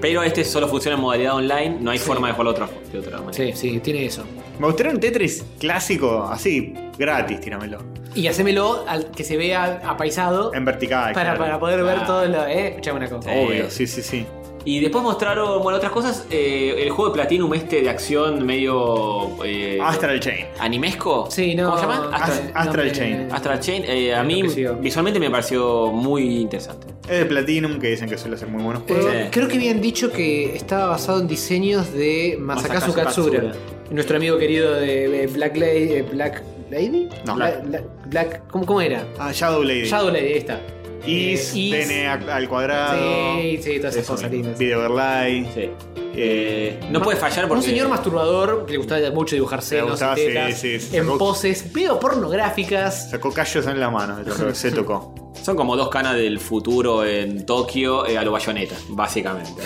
Pero este solo funciona en modalidad online, no hay forma de jugarlo de otra, de otra manera.
Sí, sí, tiene eso.
Me gustaría un Tetris clásico, así, gratis, tíramelo.
Y hacémelo al que se vea apaisado.
En vertical.
Para,
claro.
para poder ver
Ah.
todo lo. Eh, escuchame una cosa.
Obvio, sí, sí, sí.
Y después mostraron, bueno, otras cosas. eh, el juego de Platinum este de acción medio. eh,
Astral Chain.
¿Animesco?
Sí, no.
¿Cómo se llama? Astral,
Astral- Astral Chain.
Astral Chain. eh, a
Creo
mí
que sí, o-
visualmente me pareció muy interesante.
Es de Platinum, que dicen que suele hacer muy buenos juegos.
Eh,
Sí.
Creo que habían dicho que estaba basado en diseños de Masakazu,
Masakazu
Katsura,
Katsura.
nuestro amigo querido de eh, Black Lady. eh, Black Lady?
No.
Bla- Bla- Black, ¿cómo, cómo era?
Ah, Shadow Lady.
Shadow Lady, ahí está.
Is,
Eh, Is.
TN a- al cuadrado.
Sí, sí, todas esas
Eso
cosas
mismo.
lindas.
Video Overlay.
Sí.
Eh,
no
Ma-
puede fallar porque.
Un señor masturbador que le gustaba mucho dibujar senos
gustaba, sí,
y tetas
sí, sí,
en
sacó-
poses, veo pornográficas.
Sacó callos en la mano, de lo que se tocó.
Son como dos canas del futuro en Tokio eh, a lo bayoneta, básicamente.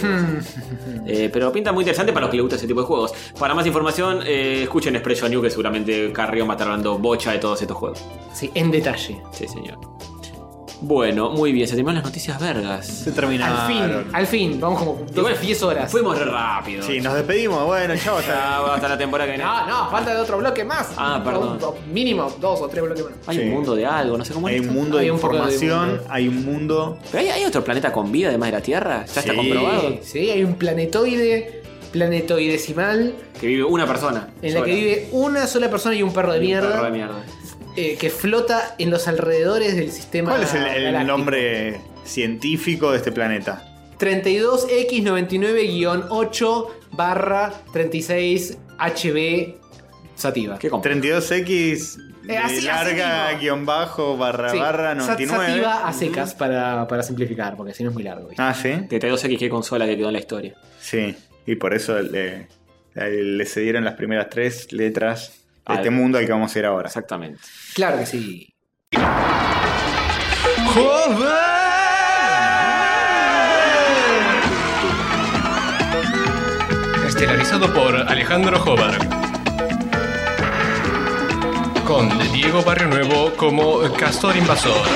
Eh, pero pinta muy interesante para los que les gusta ese tipo de juegos. Para más información, eh, escuchen Expression New, que seguramente Carrión va a estar hablando bocha de todos estos juegos.
Sí, en detalle.
Sí, señor. Bueno, muy bien, se terminaron las noticias vergas.
Se terminaron.
Al fin, al fin, vamos como
Igual
10 horas.
Fuimos re rápido.
Sí, nos despedimos. Bueno, chao, hasta.
Ah, hasta la temporada que viene.
No, no, falta de otro bloque más.
Ah, perdón.
O- o mínimo dos o tres bloques más.
Hay
Sí.
un mundo de algo, no sé cómo
Hay
es.
un
esto.
mundo
Hay
de
un poco de
información,
mundo.
hay un mundo.
¿Pero hay, hay otro planeta con vida además de la Tierra? ¿Ya está
Sí.
comprobado?
Sí, sí, hay un planetoide, planetoidecimal,
Que vive una persona.
en la
sola.
que vive una sola persona y un perro de
Y un
mierda,
perro de mierda.
eh, que flota en los alrededores del sistema.
¿Cuál es el, el
galáctico.
nombre científico de este planeta?
32X99-8 barra 36HB Sativa.
Qué complejo.
32X de
Eh, así- así
larga
mismo.
guión bajo barra
Sí,
barra
Sat-
99.
Sativa a secas para, para simplificar, porque si no es muy largo. ¿viste?
Ah, sí.
32X, qué consola que quedó en la historia.
Sí. Y por eso le, le cedieron las primeras tres letras de
Al-
este mundo al que vamos a ir ahora.
Exactamente.
Claro que sí.
Estelarizado por Alejandro Jobar. con Diego Barrio Nuevo como Castor Invasor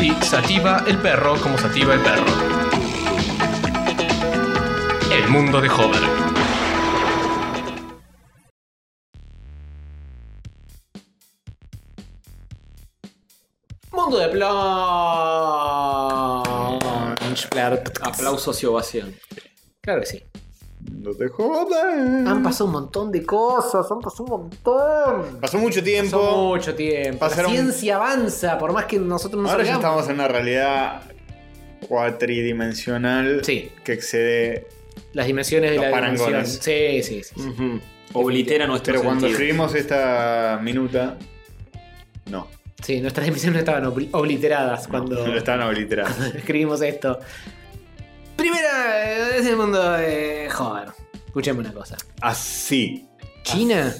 y Sativa el Perro como Sativa el Perro. El mundo de Hover.
Mundo de Plunge. Claro,
Aplauso socio vacío.
claro que sí.
No te jodas.
Han pasado un montón de cosas, han pasado un montón.
Pasó mucho tiempo.
Pasó mucho tiempo.
Pasaron-
La ciencia avanza, por más que nosotros no
Ahora ya
salgamos.
estamos en una realidad cuatridimensional
Sí.
que excede.
Las dimensiones de
Los
la dimensión.
parangones.
Sí, sí, sí.
Oblitera nuestro
Pero cuando
sentido.
escribimos esta minuta, no,
Sí, nuestras dimensiones estaban obli- obliteradas cuando
no estaban obliteradas.
escribimos esto. Primera eh, es el mundo de... Joder, escúchame una cosa.
Así. Ah,
China,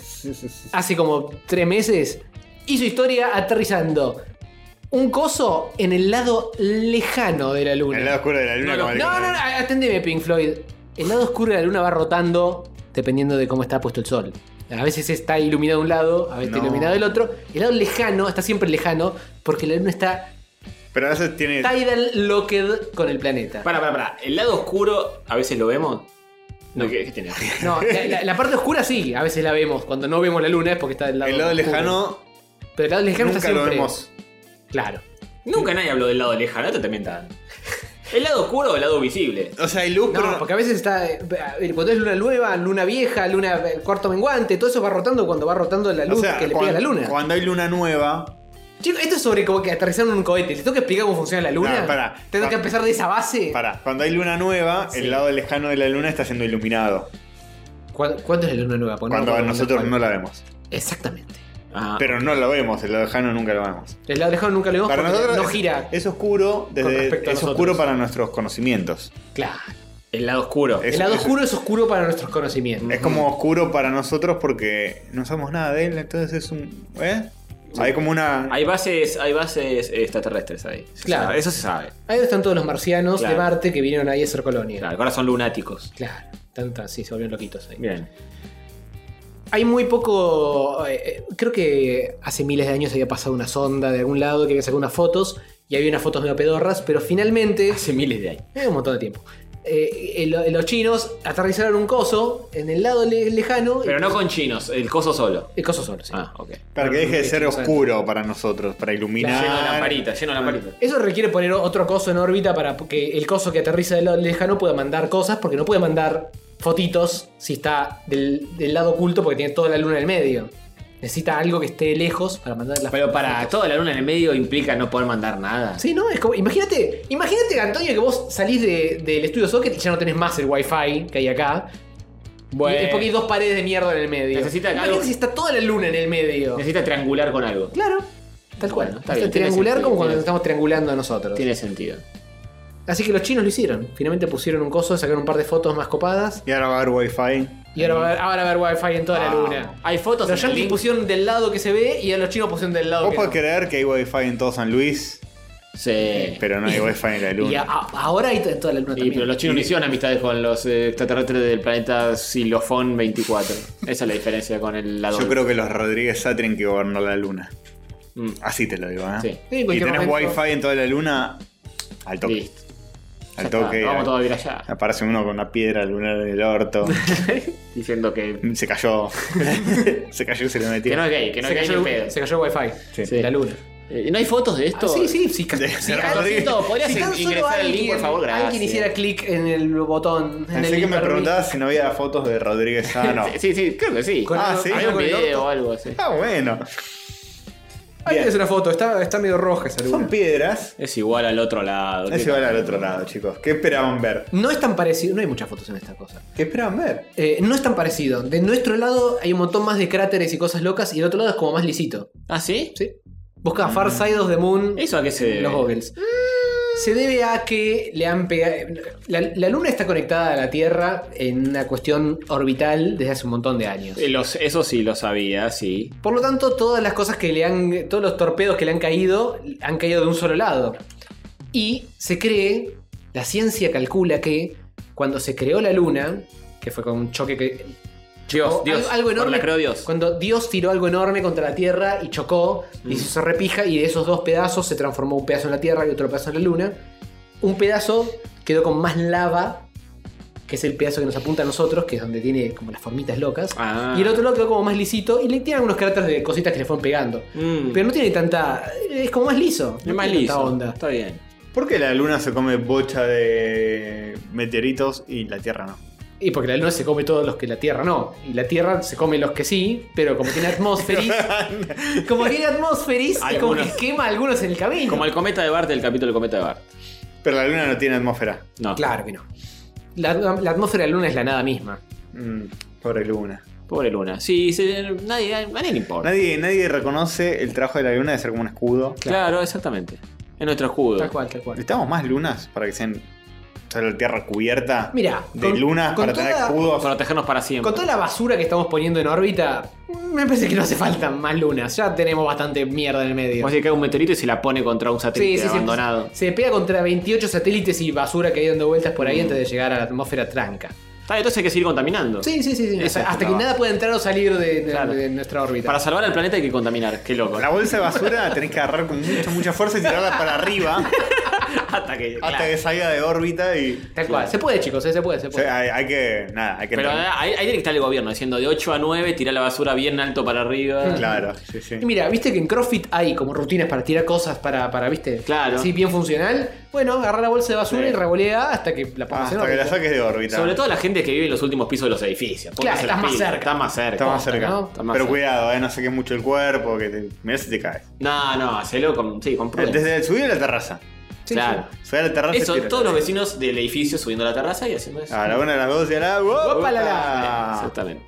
hace como tres meses, hizo historia aterrizando un coso en el lado lejano de la luna.
El lado oscuro de la luna.
No, no,
como el-
no, no, atendeme, Pink Floyd. El lado oscuro de la luna va rotando dependiendo de cómo está puesto el sol. A veces está iluminado un lado, a veces
No.
está iluminado el otro. El lado lejano está siempre lejano porque la luna está
Pero a veces tiene.
tidal locked con el planeta.
Para, para, para. El lado oscuro, a veces lo vemos. No, ¿qué, qué tiene?
No, la, la- la parte oscura sí, a veces la vemos. Cuando no vemos la luna es porque está del lado
El lado
oscuro.
lejano
Pero el lado lejano
nunca
está
lo
siempre.
vemos.
Claro.
Nunca nadie habló del lado lejano, esto también está. ¿El lado oscuro o el lado visible?
O sea, hay luz,
No,
pero. no-
porque a veces está. eh, Cuando es luna nueva, luna vieja, luna eh, cuarto menguante, todo eso va rotando cuando va rotando la
o
luz
sea,
que le
cuando,
pega la luna.
cuando hay luna nueva.
Chicos, esto es sobre como que aterrizaron un cohete. ¿Les tengo que explicar cómo funciona la luna?
No, pará.
¿Tengo
Pa-
que empezar de esa base?
Pará, cuando hay luna nueva, el lado lejano de la luna está siendo iluminado.
¿Cuán- ¿Cuándo es la luna nueva? Porque no me
cuando
acuerdo
nosotros no
cuándo.
la vemos.
Exactamente.
Ah,
Pero no lo vemos, el lado lejano nunca lo vemos.
El lado lejano nunca lo vemos
Para
porque
nosotros
no
es-
gira.
Es oscuro, desde,
respecto a
es
nosotros.
oscuro para nuestros conocimientos.
Claro.
el lado oscuro.
Es-
el lado
es-
oscuro es oscuro para nuestros conocimientos.
Es como oscuro para nosotros porque no sabemos nada de él, entonces es un. ¿Eh? Hay como una.
Hay bases, hay bases eh, extraterrestres ahí. Se
Claro.
sabe, Eso se sabe.
Ahí están todos los marcianos
Claro.
de Marte que vinieron ahí a hacer colonia.
Claro, ahora son lunáticos.
Claro. Tanto así, se volvieron loquitos ahí.
Bien.
Hay muy poco. eh, eh, creo que hace miles de años había pasado una sonda de algún lado que había sacado unas fotos y había unas fotos medio pedorras, pero finalmente.
Hace miles de años.
Eh, un montón de tiempo. Eh, eh, lo- los chinos aterrizaron un coso en el lado le- lejano.
Pero no con chinos, el coso solo.
El coso solo, sí.
Ah, ok.
Para que deje de
Sí,
ser
no sabemos.
oscuro para nosotros, para iluminar.
Lleno de lamparita, lleno de lamparita.
Eso requiere poner o- otro coso en órbita para que el coso que aterriza del lado lejano pueda mandar cosas, porque no puede mandar fotitos si está del, del lado oculto porque tiene toda la luna en el medio. Necesita algo que esté lejos para mandar las
Pero para toda la luna en el medio implica no poder mandar nada.
Sí, no, es como. Imagínate, imagínate, Antonio, que vos salís de- del estudio Socket y ya no tenés más el wifi que hay acá. Y Es porque hay dos paredes de mierda en el medio.
Necesita
Imagínate
algo-
si está toda la luna en el medio.
Necesita triangular con algo.
Claro, tal cual.
Bueno, está
Está
bien, tiene
triangular
sentido,
como cuando
tiene-
estamos triangulando nosotros.
Tiene sentido.
Así que los chinos lo hicieron. Finalmente pusieron un coso, sacaron un par de fotos más copadas
Y ahora va a haber wifi.
y ahora va a haber, ahora va a haber wifi en toda la
Ah.
luna.
Hay fotos
Los
en el
yankees
link.
pusieron del lado que se ve y a los chinos pusieron del lado
Vos
que
podés
no.
creer que hay wifi en todo San Luis,
Sí.
pero no hay wifi en la
Y a-
luna.
a- ahora hay to- en toda la luna
Sí,
también.
pero los chinos no hicieron amistades con los eh, extraterrestres del planeta Silofón 24. Esa es la diferencia con el lado.
Yo creo que los Rodríguez Satrin que gobernó la luna.
Mm.
Así te lo digo, ¿eh?
Sí.
Sí,
Y
en cualquier
tenés
momento-
wifi en toda la luna al toque.
Listo. Ya
Al
está,
toque.
Vamos
a-
todos a vivir allá.
Aparece uno con una piedra lunar en el orto.
Diciendo que,
se cayó. se cayó y se le metió.
que no es gay, que no
se,
es gay
cayó,
ni en pedo.
se cayó el wifi
Sí.
de la luna.
Eh, ¿No hay fotos de esto?
Ah, sí, sí, sí. ca-
De-
sí,
de
ah,
Rodríguez.
Siento, ¿Podrías
Si tan solo
ingresar el link,
alguien-
por favor? Gracias.
Alguien hiciera clic en el botón. en
Pensé
el
que me
hiperlink.
preguntabas si no había fotos de Rodríguez Sano.
Sí, sí, sí, creo que sí.
Con
Ah,
algo-
sí.
Hay un
con el
video o algo así.
Ah, bueno.
Ahí
Bien.
tienes una foto, está, está medio roja esa luna.
Son piedras.
Es igual al otro lado.
Ese va al otro lado, chicos. ¿Qué esperaban ver?
No es tan parecido, no hay muchas fotos en esta cosa.
¿Qué esperaban ver?
Eh, no es tan parecido. De nuestro lado hay un montón más de cráteres y cosas locas y el otro lado es como más lisito.
¿Ah, sí?
¿Sí? Busca Far Side of the Moon
¿Eso Eh. a qué se debe?
los goggles. Se debe a que le han pegado. La, la luna está conectada a la Tierra en una cuestión orbital desde hace un montón de años.
Eh, los- eso sí lo sabía, sí.
Por lo tanto, todas las cosas que le han. Todos los torpedos que le han caído, han caído de un solo lado. Y se cree, la ciencia calcula que cuando se creó la Luna, que fue con un choque que.
Dios,
O
Dios.
Oh, algo, algo
Por
enorme.
la creo Dios.
Cuando Dios tiró algo enorme contra la tierra y chocó,
Mm.
y hizo esa repija, y de esos dos pedazos se transformó un pedazo en la tierra y otro pedazo en la luna. Un pedazo quedó con más lava, que es el pedazo que nos apunta a nosotros, que es donde tiene como las formitas locas.
Ah.
Y el otro lado quedó como más lisito, y le tiene algunos cráteres de cositas que le fueron pegando.
Mm.
Pero no tiene tanta. Es como más liso.
Es
no
más
tiene
liso.
tanta onda.
Está bien.
¿Por qué la luna se come bocha de meteoritos y la Tierra no?
Y porque la luna se come todos los que la Tierra no. Y la Tierra se come los que sí, pero como tiene atmósferis. como tiene atmósferis, es como que
Algunos.
quema a algunos en el camino.
Como el cometa de Bart del capítulo del cometa de Bart.
Pero la luna no tiene atmósfera.
No.
Claro que no. La, la atmósfera de la luna es la nada misma.
Mm, pobre luna.
Pobre Luna. Sí, se- nadie, a nadie le importa.
Nadie, nadie reconoce el trabajo de la luna de ser como un escudo.
claro. exactamente. Es nuestro escudo.
Tal cual, tal cual.
Necesitamos más lunas para que sean solo tierra cubierta
Mira,
de
con-
lunas
con
para tener
toda-
escudos.
Para protegernos para siempre.
Con toda la basura que estamos poniendo en órbita, me parece que no hace falta más lunas. Ya tenemos bastante mierda en el medio.
Vos decís que cae un meteorito y se la pone contra un satélite abandonado.
Se, se pega contra 28 satélites y basura que hay dando vueltas por ahí
Mm.
antes de llegar a la atmósfera tranca.
Está, entonces hay que seguir contaminando.
Sí, sí, sí. sí.
Ese
Hasta,
es
hasta que
trabajo.
nada pueda entrar o salir de, de-
Claro.
de nuestra órbita.
Para salvar al planeta hay que contaminar. Qué loco.
La bolsa de basura la tenés que agarrar con mucha, mucha fuerza y tirarla para arriba
Hasta que. claro.
hasta que salga de órbita y.
Tal cual. Se puede, chicos, eh, se puede, se
o sea,
puede.
hay, hay que. Nada, hay que
Pero eh,
entrar.
ahí, ahí tiene que estar el gobierno diciendo de 8 a 9, tirar la basura bien alto para arriba.
Claro, sí, sí.
Y mira, viste que en CrossFit hay como rutinas para tirar cosas para, para viste,
Claro.
así bien funcional. Bueno, agarrar la bolsa de basura
Sí.
y revolea hasta que la pongas en
Ah, Hasta que la
órbita.
saques de órbita.
Sobre todo la gente que vive en los últimos pisos de los edificios.
Claro,
Póngase
estás
las
más
pilas,
cerca.
Estás más cerca.
Está más
Posta,
cerca.
¿no?
Está más
Pero
cerca.
cuidado, eh, no saques mucho el cuerpo, que te, mirá si te caes.
No, no, hacelo con, sí, con prudencia.
Desde el subir a la terraza.
Sí,
claro.
Subir a la terraza. y
Eso,
tírala.
todos los vecinos del edificio subiendo a la terraza y haciendo eso.
Ah.
Eh,
A la una de las dos y a la.
Opa, la,
¡Opa!
la.
Exactamente.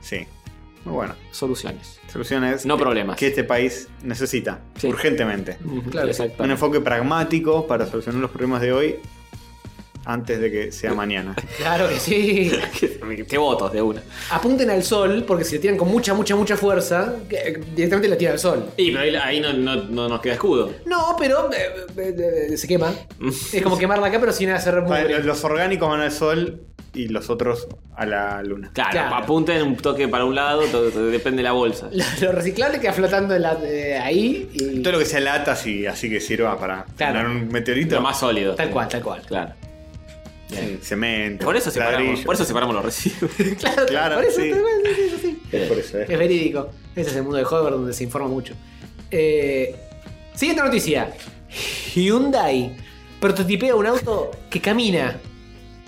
Sí. Muy bueno.
Soluciones.
Solución es
No
que-
problemas.
que este país necesita
Sí.
urgentemente.
Claro que sí.
Exactamente.
Un enfoque pragmático para solucionar los problemas de hoy antes de que sea mañana.
Claro que sí.
Te votos de una.
Apunten al sol, porque si le tiran con mucha, mucha, mucha fuerza, eh, directamente la tiran al sol.
Y pero ahí, ahí no, no- no nos queda escudo.
No, pero eh, eh, eh, se quema. es como quemarla acá, pero sin hacer
Vale,
mugre.
los orgánicos van al sol y los otros a la luna.
Claro,
Claro.
apunten un toque para un lado, to- to- depende de la bolsa.
Lo, lo reciclable queda flotando en la- eh, ahí y.
Todo lo que sea lata, así, así que sirva para
Claro.
ganar un meteorito.
Lo más sólido.
Tal cual, tal cual.
Claro.
Sí, Cemento.
Por eso separamos,
ladrillo.
por eso separamos los residuos.
Claro,
Claro,
por eso,
sí.
tal cual, sí, sí, sí.
Es por eso, eh.
Es verídico. Ese es el mundo de Hover donde se informa mucho. Eh, siguiente noticia. Hyundai prototipea un auto que camina.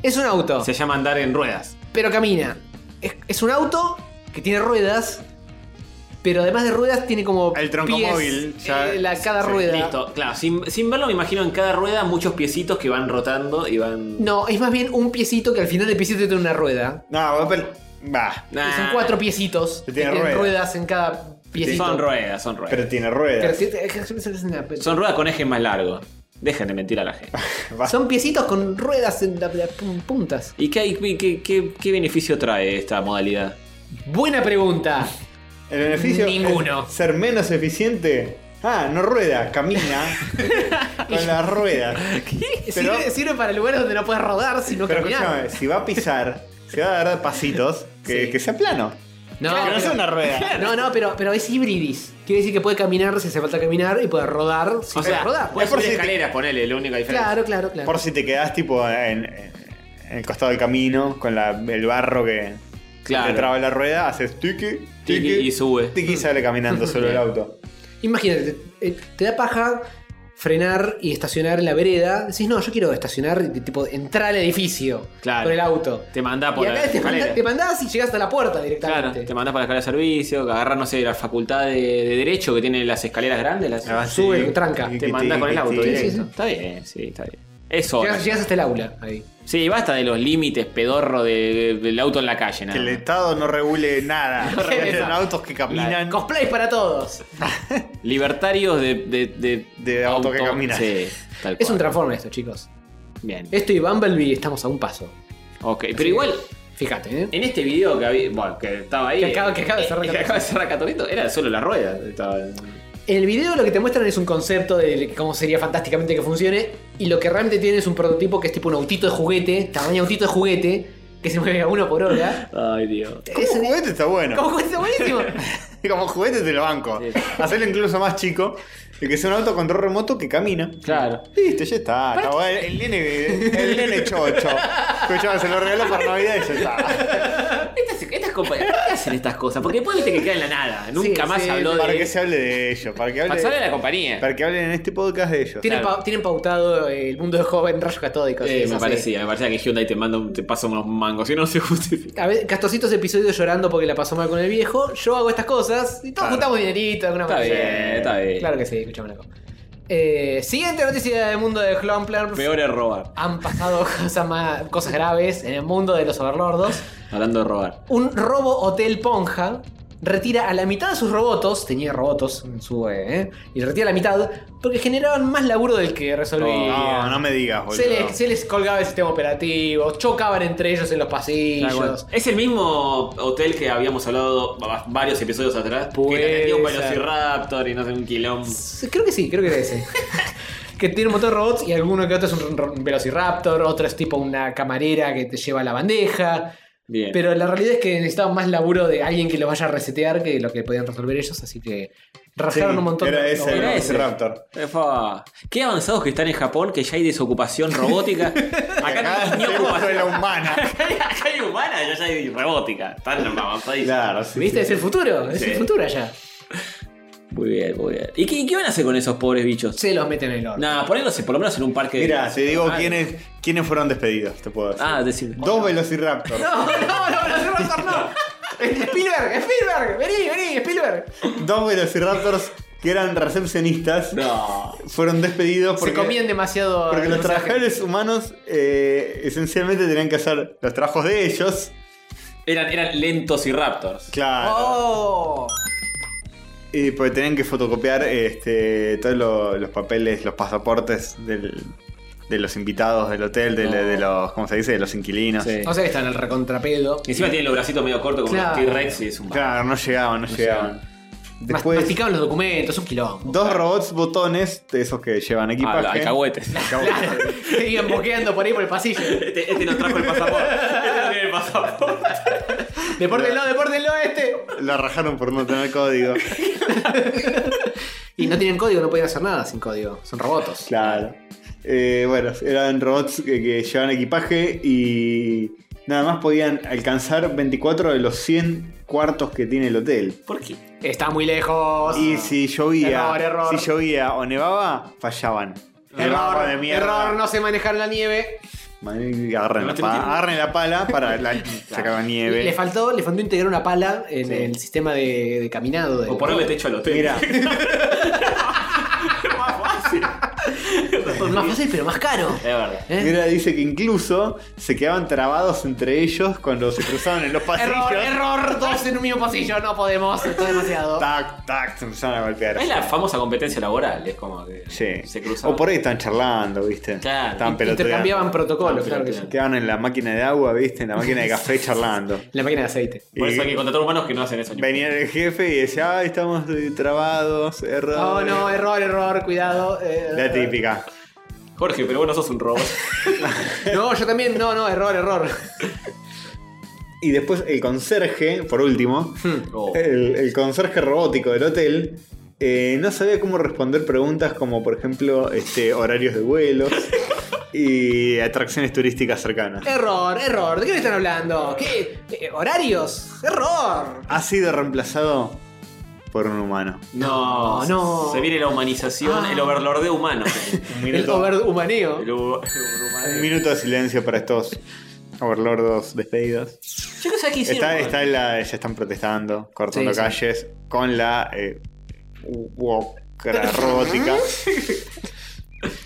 Es un auto,
Se llama andar en ruedas.
pero camina. Es, es un auto que tiene ruedas, pero además de ruedas tiene como
El tronco móvil, ya-
eh, la, cada
sí,
rueda.
Listo, claro. Sin, sin verlo, me imagino en cada rueda muchos piecitos que van rotando y van.
No, es más bien un piecito que al final del piecito tiene una rueda.
No, pero- va.
Nah,
Y son cuatro piecitos.
Ah. Que tiene
que tienen
ruedas.
ruedas en cada piecito.
Son ruedas, son ruedas.
Pero tiene
Pero
ruedas.
tiene-
Son ruedas con ejes más largos. Dejen de mentir a la gente.
Va.
Son piecitos con ruedas en la- la- pun- puntas.
¿Y qué, hay- qué- qué- qué beneficio trae esta modalidad?
Buena pregunta.
El beneficio.
Ninguno.
es Ser menos eficiente. Ah, no rueda, camina. con las ruedas. Pero-
sirve, sirve para lugares donde no puedes rodar, sino
Pero
caminar.
escúchame, si va a pisar, si va a dar pasitos, que,
Sí.
que sea plano.
No,
que no sea una rueda.
no, no, pero, pero es hibridis. Quiere decir que puede caminar si hace falta caminar y puede rodar si
O
puede
sea,
rodar.
puedes
Es por
subir
si te-
escaleras, ponele, la única diferencia.
Claro, claro, claro.
Por si te quedás tipo en, en- en el costado del camino, con la- el barro que
Claro.
te traba la rueda, haces tiki,
Tiki
tiki,
y sube.
Tiki y sale caminando solo el auto.
Imagínate, eh, te da paja frenar y estacionar en la vereda. Decís, no, yo quiero estacionar, y, tipo, entrar al edificio
Claro.
con el auto.
Te mandás
Y
por la
acá te, manda-
escalera.
te mandás y llegás hasta la puerta
Claro,
directamente.
te mandás por la escalera de servicio, que agarrás, no sé, la facultad de, de Derecho que tiene las escaleras grandes. las-
Ah, sí.
Sube, tranca.
Tiki,
te mandás con el
tiki,
auto
tiki.
directo.
Sí, sí, sí.
Está bien, sí, está bien. Eso.
Llegas, llegas hasta el aula ahí.
Sí, basta de los límites pedorro de- del auto en la calle, nada
Que el
más.
Estado no regule nada.
regule
Son
nada.
autos que caminan.
Cosplays para todos.
Libertarios de. De, de,
De auto que camina.
Sí, tal
Es un
cual.
transforme esto, chicos.
Bien.
Esto y Bumblebee estamos a un paso.
Ok, pero igual,
Fíjate, ¿eh?
en este video que había. Bueno, que estaba ahí.
Que acaba- que acaba de cerrar
eh, que acaba de cerrar Catorito, era solo la rueda. Estaba en-
En el video lo que te muestran es un concepto de cómo sería fantásticamente que funcione. Y lo que realmente tiene es un prototipo que es tipo un autito de juguete, tamaño autito de juguete, que se mueve a uno por hora.
Ay, Dios.
Como juguete está bueno.
Como juguete buenísimo.
Como juguete te lo banco. Hacerlo incluso más chico. Y que sea un auto control remoto que camina.
Claro.
Listo, ya está. está bueno. el, nene, el nene chocho. Escuchaba, se lo regaló para Navidad y ya está.
Estas, estas compañías, ¿por qué hacen estas cosas? Porque después viste que queda en la nada. Nunca
Sí,
más
sí,
habló
Para
de.
que se hable de ellos. Para que hable,
Para que se hable de la compañía.
Para que hablen en este podcast de ellos.
Tienen,
Claro.
pau- tienen pautado el mundo de joven rayos catódicos.
Eh,
es
me
así.
parecía, me parecía que Hyundai te manda, un- te pasa unos mangos. Si no, no se justifica.
A ver, Castorcito es episodio llorando porque la pasó mal con el viejo. Yo hago estas cosas y todos
Claro.
juntamos dinerito de alguna
Está
manera.
bien, está bien.
Claro que sí, escuchame una cosa. Eh, siguiente noticia del mundo de Clonplans.
Peor es robar.
Han pasado cosas, más, cosas graves en el mundo de los overlordos.
Hablando de robar.
Un robo hotel Ponja retira a la mitad de sus robotos, tenía robotos en su... eh, y retira la mitad porque generaban más laburo del que resolvían.
No, no me digas, boludo.
Se les, se les colgaba el sistema operativo, chocaban entre ellos en los pasillos.
Es el mismo hotel que habíamos hablado va- varios episodios atrás.
Puede
que tenía un
ser.
Velociraptor y no sé, un quilombo.
Creo que sí, creo que era ese. que tiene un motor de robots y alguno que otro es un ro- velociraptor, otro es tipo una camarera que te lleva la bandeja.
Bien.
Pero la realidad es que necesitaban más laburo de alguien que los vaya a resetear que lo que podían resolver ellos, así que
Sí,
rajaron un montón
Era
de
ese,
era
el
ese.
Raptor.
Efa. Qué avanzados que están en Japón, que ya hay desocupación robótica. Acá
Acá
no hay ni
tenemos
ocupación.
la humana.
Acá hay humana, ya hay robótica. Están avanzadísimos.
Claro, sí.
¿Viste?
sí.
Es el futuro, es el
Sí.
futuro allá.
Muy bien, muy bien. ¿Y qué, y qué van a hacer con esos pobres bichos?
Se los meten en el horno.
Nada, ponerlos por lo menos en un parque de-
Mira, te digo
Ah,
quiénes, quiénes fueron despedidos, te puedo decir.
Ah, decime.
Dos Velociraptor.
No, no, no, no, no, no, no. Spielberg, Spielberg, vení, vení, Spielberg.
Dos Velociraptors que eran recepcionistas
No.
fueron despedidos porque,
Se comían demasiado.
porque los
mensaje.
trabajadores humanos eh, esencialmente tenían que hacer los trabajos de ellos.
Eran, eran lentos y raptors.
Claro.
Oh.
Y porque tenían que fotocopiar este, todos lo- los papeles, los pasaportes del- de los invitados del hotel, de, de los, ¿cómo se dice? De los inquilinos.
Sí.
O sea que están al recontrapedo.
Encima tienen los bracitos medio cortos como
Claro.
los T-Rex y es un
Claro, no llegaban, no, llegaban. Después,
Masticaban los documentos, un quilombo.
dos robots botones de esos que llevan
Ah,
equipaje.
la- alcahuetes.
Alcahuetes.
Seguían boqueando por ahí por el pasillo.
Este, este nos trajo el pasaporte. Este no tiene el pasaporte.
Depórtenlo, depórtenlo a este.
Lo rajaron por no tener código.
Y no tienen código, no podían hacer nada sin código. Son robots.
Claro. Eh, bueno, eran robots que, que llevaban equipaje y nada más podían alcanzar 24 de los 100 cuartos que tiene el hotel.
¿Por qué?
Está muy lejos.
Y si llovía,
Error, error.
si llovía o nevaba, fallaban.
Error,
Nevaba de mierda.
error, no sé manejar la nieve.
Madre mía, Agarren, la
No te
pala,
metieron.
agarren la pala para la, sacar nieve.
Le faltó, le faltó integrar una pala en el sistema de, de caminado. del-
O ponerle techo al hotel.
Mira,
Más fácil, pero más caro.
Es verdad.
¿Eh?
mira, dice que incluso se quedaban trabados entre ellos cuando se cruzaban en los pasillos.
Error, error, dos en un mismo pasillo, no podemos, está demasiado.
Tac, tac, se empezaron a golpear.
Es la famosa competencia laboral. Es como que
Sí.
se cruzan.
O por ahí están charlando, ¿viste?
Claro.
Estaban peloteando.
Intercambiaban protocolos,
Ah,
claro que sí.
peloteando.
Quedaban en la máquina de agua, ¿viste? En la máquina de café charlando.
La máquina de aceite.
Por
Y
eso hay que contratar humanos que no hacen eso. ni-
venía el jefe y decía, ay, estamos eh, trabados, error.
No, Oh, no, error, error, cuidado. eh,
La típica.
Jorge, pero vos no sos un robot.
No, yo también, no, no, error, error.
Y después el conserje, por último,
Oh.
el, el conserje robótico del hotel, eh, no sabía cómo responder preguntas como, por ejemplo, este, horarios de vuelos y atracciones turísticas cercanas.
Error, error, ¿de qué me están hablando? ¿Qué? Eh, ¿Horarios? ¡Error!
Ha sido reemplazado por un humano.
No, Ah.
No, no.
Se viene la humanización, el overlord de humano.
Un
El overhumaneo.
El u-
Un minuto de silencio para estos overlordos despedidos.
Yo qué sé qué hicieron.
Está, está la, ya están protestando, cortando
Sí, sí.
calles con la eh, walkera robótica.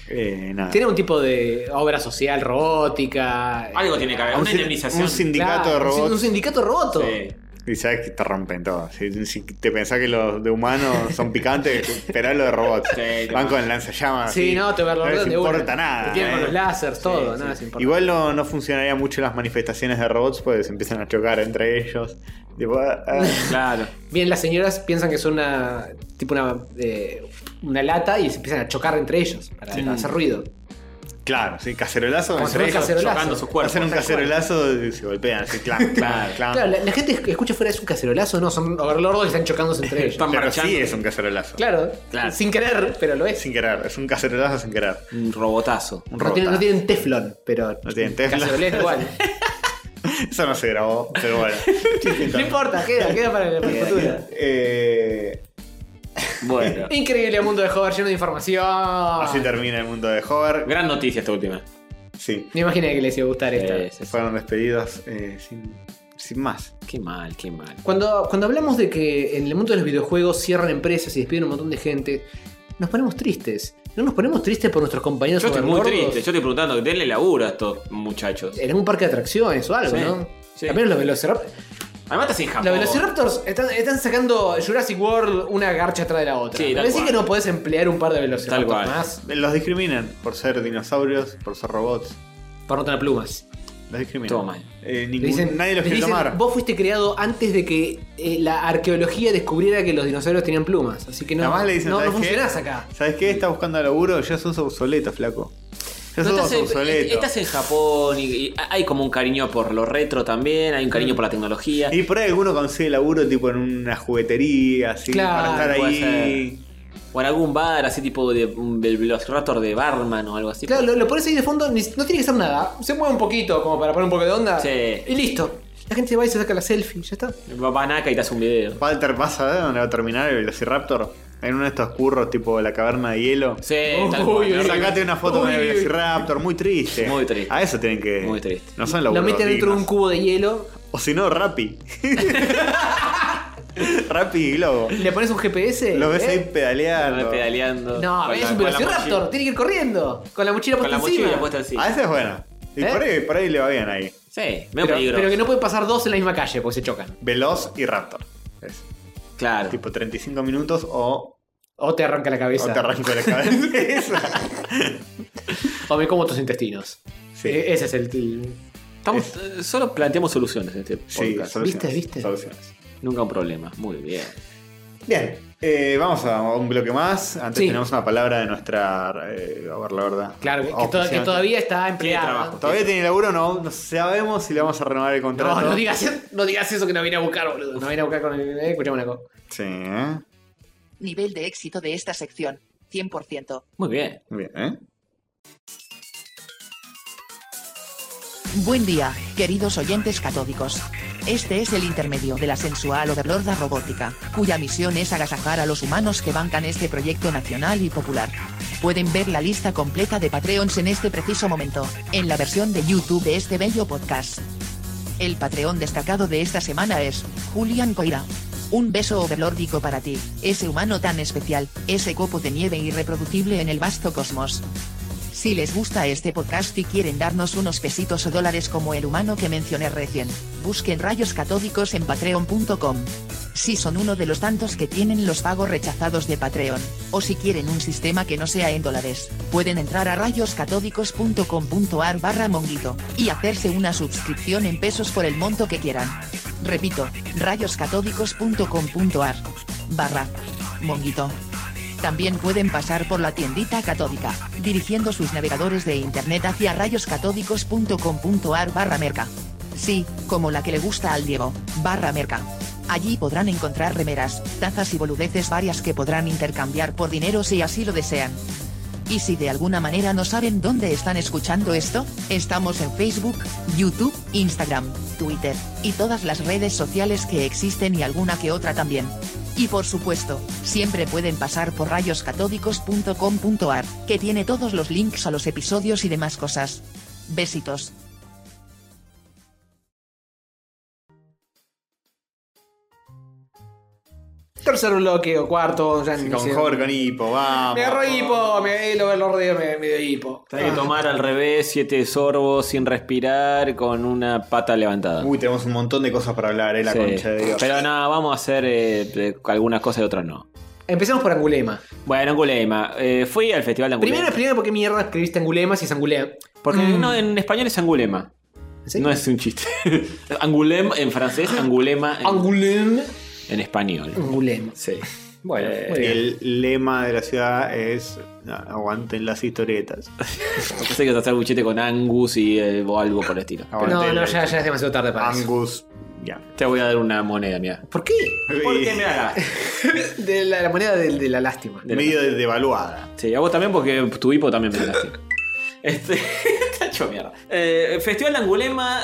Eh, nada.
Tiene un tipo de obra social robótica.
Algo tiene que haber,
Ah, Un
una
sin-
indemnización.
un sindicato
Claro,
de
un sin-
robots.
Un sindicato roboto.
Sí.
Y sabes que te rompen todo. Si, si te pensás que los de humanos son picantes, esperá lo de robots.
Sí,
Van con lanzallamas.
Sí,
y
no, te verlo
Ah, No les
de
importa
una.
nada.
Te tiran con
eh.
los lásers, todo, nada, es importante.
Igual no, no funcionaría mucho las manifestaciones de robots porque se empiezan a chocar entre ellos. Tipo, ah, ah.
Claro.
Bien, las señoras piensan que son una. tipo una. eh, una lata y se empiezan a chocar entre ellos para hacer ruido.
Claro, sí, cacerolazo.
Como
entre
si fuera
ellos,
cacerolazo.
Chocando sus cuerpos.
Hacen un cacerolazo y se golpean así, clan, clan, clan.
Claro, la, la gente que escucha fuera es un cacerolazo, no, son overlordos que están chocándose entre ellos.
Están
Pero
marchando.
sí es un cacerolazo.
Claro,
Claro.
sin querer, pero lo es.
Sin querer, es un cacerolazo sin querer.
Un robotazo.
Un
no,
rota.
tienen, no tienen teflon, pero
No tienen teflon.
cacerolea igual.
Eso no se grabó, pero bueno.
no importa, queda, queda para la para el futuro.
Eh,
Bueno.
Increíble mundo de Hover, lleno de información. Ah.
Así termina el mundo de Hover.
Gran noticia esta última.
Sí,
Me imaginé que les iba a gustar esto.
Eh, sí, sí.
fueron despedidos eh, sin, sin más.
Qué mal, qué mal.
Cuando, cuando hablamos de que en el mundo de los videojuegos cierran empresas y despiden un montón de gente, nos ponemos tristes. No nos ponemos tristes por nuestros compañeros
Yo estoy muy
overlordos
triste. Yo estoy preguntando, denle laburo a estos muchachos.
En un parque de atracciones o algo,
Sí,
¿no?
sí.
Al menos los Velociraptors.
Además estás en Japón.
Los Velociraptors están, están sacando Jurassic World una garcha atrás de la otra.
Sí, tal
Parece
cual.
que no podés emplear un par de Velociraptors
cual.
más
Los discriminan por ser dinosaurios, por ser robots.
para no tener plumas.
Los discriminan.
Todo mal.
Eh,
Le
ningún- nadie los
les
quiere
dicen,
tomar.
Vos fuiste creado antes de que eh, la arqueología descubriera que los dinosaurios tenían plumas. Así que no,
Además le dicen,
no, no
"¿Sabes qué?
funcionás acá.
¿Sabes qué? Estás buscando laburo, ya sos obsoleto, flaco. Ya
No,
sos
estás, en,
obsoleto.
estás en Japón y, y hay como un cariño por lo retro también, hay un cariño por la tecnología.
Y por ahí alguno consigue laburo tipo en una juguetería, así,
Claro,
para estar
puede
ahí.
O en algún bar, así tipo de un del Velociraptor de barman o algo así.
Claro, lo, lo pones ahí de fondo, ni- no tiene que ser nada. Se mueve un poquito como para poner un poco de onda.
Sí.
Y listo. La gente va y se saca la selfie, ya está.
Va- Van acá y te hace un video.
Walter pasa, ¿eh? ¿Dónde va a terminar el Velociraptor? En uno de estos curros tipo la caverna de hielo.
Sí,
Uy,
tal cual,
uy,
¿no?
Sacate una foto con el
Uy, uy.
Velociraptor, muy triste.
Muy triste.
A eso tienen que.
Muy triste.
No son
Lo
laburos
meten dentro de un
dignos.
cubo de hielo,
O si no, Rappi. Rappi y Globo.
le pones un GPS.
Lo ves
¿eh?
ahí pedaleando.
pedaleando.
No,
Con
es
la-
un
con la
velociraptor,
mochila-
tiene que ir corriendo. Con la mochila
Con
puesta
la
encima.
mochila puesta encima.
A veces es bueno. Y
¿Eh?
por, ahí, por ahí le va bien ahí.
Sí, medio
pero,
peligro.
pero que no pueden pasar dos en la misma calle porque se chocan.
Veloz y Raptor. Es
Claro.
tipo 35 minutos o,
O te arranca la
o
cabeza.
te arranco la cabeza.
O me como tus intestinos.
sí.
E- Ese es el. el-
Estamos, eh, solo planteamos soluciones en este
Sí,
podcast.
soluciones,
¿Viste?
soluciones.
Nunca un problema. Muy bien.
Bien, eh, vamos a un bloque más. Antes
Sí.
tenemos una palabra de nuestra. eh, a ver, la verdad.
Claro, que,
Oh,
to- que
sí,
todavía está empleado.
trabajo.
Todavía tiene laburo, no, no sabemos si le vamos a renovar el contrato.
No, no digas, no digas eso que nos viene a buscar, boludo. Nos viene a buscar con el. eh, escuchame una cosa.
Sí, ¿eh?
Nivel de éxito de esta sección, 100%.
Muy bien.
Bien, ¿eh?
Buen día, queridos oyentes catódicos. Este es el intermedio de la sensual overlorda robótica, cuya misión es agasajar a los humanos que bancan este proyecto nacional y popular. Pueden ver la lista completa de Patreons en este preciso momento, en la versión de YouTube de este bello podcast. El Patreon destacado de esta semana es Julián Coira. Un beso overlórdico para ti, ese humano tan especial, ese copo de nieve irreproducible en el vasto cosmos. Si les gusta este podcast y quieren darnos unos pesitos o dólares como el humano que mencioné recién, busquen rayos catódicos en patreon.com. Si son uno de los tantos que tienen los pagos rechazados de Patreon, o si quieren un sistema que no sea en dólares, pueden entrar a rayoscatódicos.com.ar barra monguito, y hacerse una suscripción en pesos por el monto que quieran. Repito, rayoscatódicos.com.ar barra monguito. También pueden pasar por la tiendita catódica, dirigiendo sus navegadores de internet hacia rayoscatódicos.com.ar barra merca. Sí, como la que le gusta al Diego, barra merca. Allí podrán encontrar remeras, tazas y boludeces varias que podrán intercambiar por dinero si así lo desean. Y si de alguna manera no saben dónde están escuchando esto, estamos en Facebook, YouTube, Instagram, Twitter, y todas las redes sociales que existen y alguna que otra también. Y por supuesto, siempre pueden pasar por rayoscatódicos.com.ar, que tiene todos los links a los episodios y demás cosas. Besitos.
Tercer bloque o cuarto, ya ni
Con
sé.
Hover, con Hipo, vamos.
Me agarró hipo, me, eh, el overlord me, me dio hipo.
Hay que tomar al revés, siete sorbos sin respirar, con una pata levantada.
Uy, tenemos un montón de cosas para hablar, ¿eh? La
Sí.
concha de Dios.
Pero no, vamos a hacer eh, eh, algunas cosas y otras no.
Empezamos por Angulema.
Bueno, Angulema. eh, fui al festival de Angulema.
Primero, primero, ¿por qué mierda escribiste Angulema si es Angulema?
Porque
mm.
no, en español es Angulema.
¿En serio?
No es un chiste. Angulem en francés, Angulema en,
Angulem.
en español.
Angulema.
Sí.
Bueno,
Eh,
muy bien.
el lema de la ciudad es "No, aguanten las historietas.
No pensé que ibas a hacer buchete con Angus y eh, o algo por el estilo.
No,
Aguanten
no,
la-
ya, ya es demasiado tarde para eso.
Angus. Ya.
Te voy a dar una moneda, mira.
¿Por qué?
Y-
De la, la moneda de, de la lástima.
Medio devaluada.
Sí, a vos también porque tu hipo también me la lastima. Este, está hecho mierda. Eh, festival de Angulema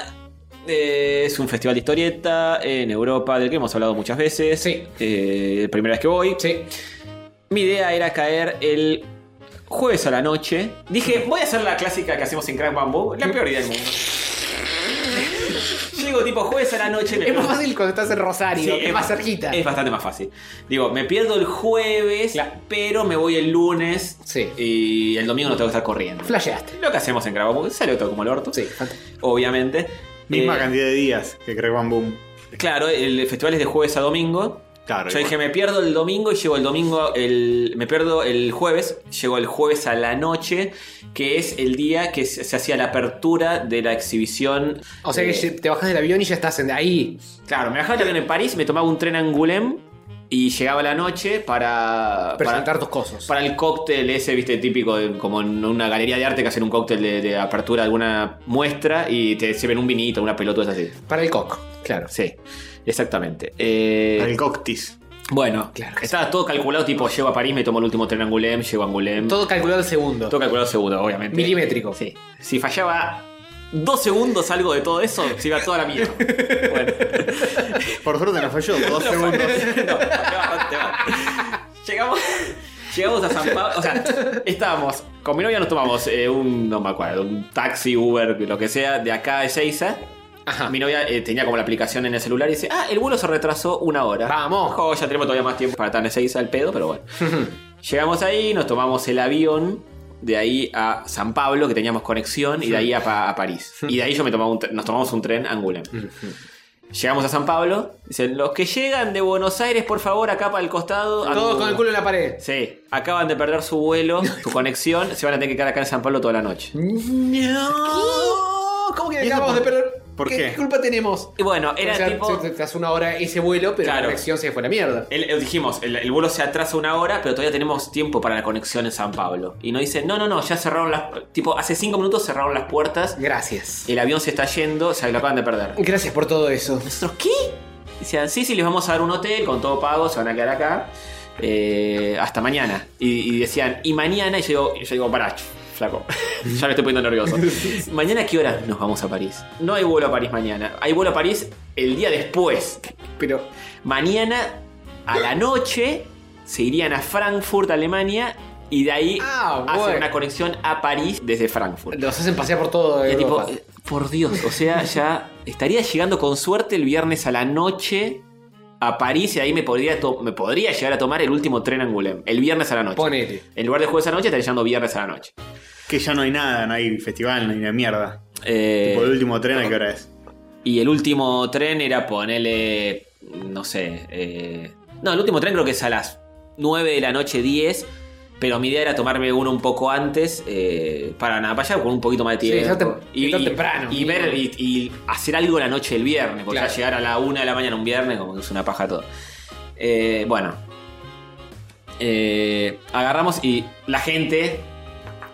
eh, es un festival de historieta en Europa del que hemos hablado muchas veces.
Sí.
Eh, primera vez que voy.
Sí.
Mi idea era caer el jueves a la noche. Dije, voy a hacer la clásica que hacemos en Crack Bamboo, la peor idea del mundo. Llego tipo jueves a la noche. me
Es más
pierdo-
fácil cuando estás en Rosario,
Sí,
que es más cerquita.
Es bastante más fácil. Digo, me pierdo el jueves,
Claro.
pero me voy el lunes.
Sí.
Y el domingo no tengo que estar corriendo.
Flasheaste.
Lo que hacemos en Grabamo, salió todo como el orto.
Sí, fantástico.
Obviamente.
Misma
Eh,
cantidad de días que Craig Van Boom.
Claro, el festival es de jueves a domingo.
Claro.
Yo
igual.
dije, me pierdo el domingo y llego el domingo, el, me pierdo el jueves, llego el jueves a la noche, que es el día que se, se hacía la apertura de la exhibición.
O sea que
Eh,
te bajas del avión y ya estás en- ahí.
Claro, me bajaba el avión en París, me tomaba un tren a Angoulême y llegaba la noche para... para-
Presentar tus cosas.
Para el cóctel ese, viste, típico, de- como en una galería de arte que hacen un cóctel de, de apertura de alguna muestra y te sirven un vinito, una pelota, así.
Para el coco, claro.
Sí, exactamente. Eh,
El Coctis.
Bueno,
Claro que
estaba todo calculado, tipo, llego a París, me tomo el último tren a Angoulême, llego a Angoulême. Todo,
Todo calculado al segundo.
calculado seguro, obviamente.
Milimétrico.
Sí. Si fallaba dos segundos algo de todo eso, se iba toda la mierda. bueno.
Por suerte no falló. Dos segundos.
No, acá bastante mal. Llegamos. Llegamos a San Pablo, o sea, estábamos, con mi novia nos tomamos eh, un, no me acuerdo, un taxi, Uber, lo que sea, de acá a Ezeiza.
Ajá.
Mi novia eh, tenía como la aplicación en el celular y dice, ah, el vuelo se retrasó una hora.
Vamos.
Ojo, ya tenemos todavía más tiempo para estar en Ezeiza al pedo, pero bueno. Llegamos ahí, nos tomamos el avión, de ahí a San Pablo, que teníamos conexión, y de ahí a, Pa- a París. Y de ahí yo me tomaba un tre- nos tomamos un tren a Angoulême. Llegamos a San Pablo, dicen, los que llegan de Buenos Aires, por favor, acá para el costado.
Todos
Angoulême".
con el culo en la pared.
Sí, acaban de perder su vuelo, su conexión, se van a tener que quedar acá en San Pablo toda la noche.
No. ¿Cómo que
¿Y eso
acabamos de
por-
perder?
por qué?
culpa tenemos?
Y bueno,
Era
era tipo...
te, te hace una hora ese vuelo, pero
Claro.
la conexión se fue a la mierda.
El- el- dijimos, el, el vuelo se atrasa una hora, pero todavía tenemos tiempo para la conexión en San Pablo. Y nos dicen, no, no, no, ya cerraron las... Tipo, hace cinco minutos cerraron las puertas,
Gracias.
el avión se está yendo, se lo acaban de perder.
Gracias por todo eso.
¿Nosotros qué? Decían, sí, sí, les vamos a dar un hotel con todo pago, se van a quedar acá eh, hasta mañana. Y, y decían, y mañana, y yo digo, y yo digo pará, ch- flaco, ya me estoy poniendo nervioso. ¿Mañana a qué hora nos vamos a París? No hay vuelo a París mañana, hay vuelo a París el día después.
Pero
Mañana a la noche se irían a Frankfurt, Alemania, y de ahí
Ah,
hacen
bueno.
una conexión a París desde Frankfurt.
los hacen pasear por todo.
Ya, tipo,
Europa.
eh, por Dios, o sea, ya estaría llegando con suerte el viernes a la noche a París y ahí me podría, to- me podría llegar a tomar el último tren a Angoulême, el viernes a la noche.
Ponele.
En lugar de jueves a la noche, estaría llegando viernes a la noche.
Que ya no hay nada, no hay festival, no hay una mierda.
Eh, este-
Tipo, el último tren, ¿a qué hora es?
y el último tren era ponerle, no sé, eh, no, el último tren creo que es a las 9 de la noche 10. Pero mi idea era tomarme uno un poco antes eh, para nada, para allá con un poquito más de
Sí,
tiempo.
ya tem- ya temprano.
y ver y, y hacer algo la noche del viernes, porque
Claro.
ya llegar a la una de la mañana un viernes, como que es una paja todo. Eh, bueno. Eh, agarramos y la gente,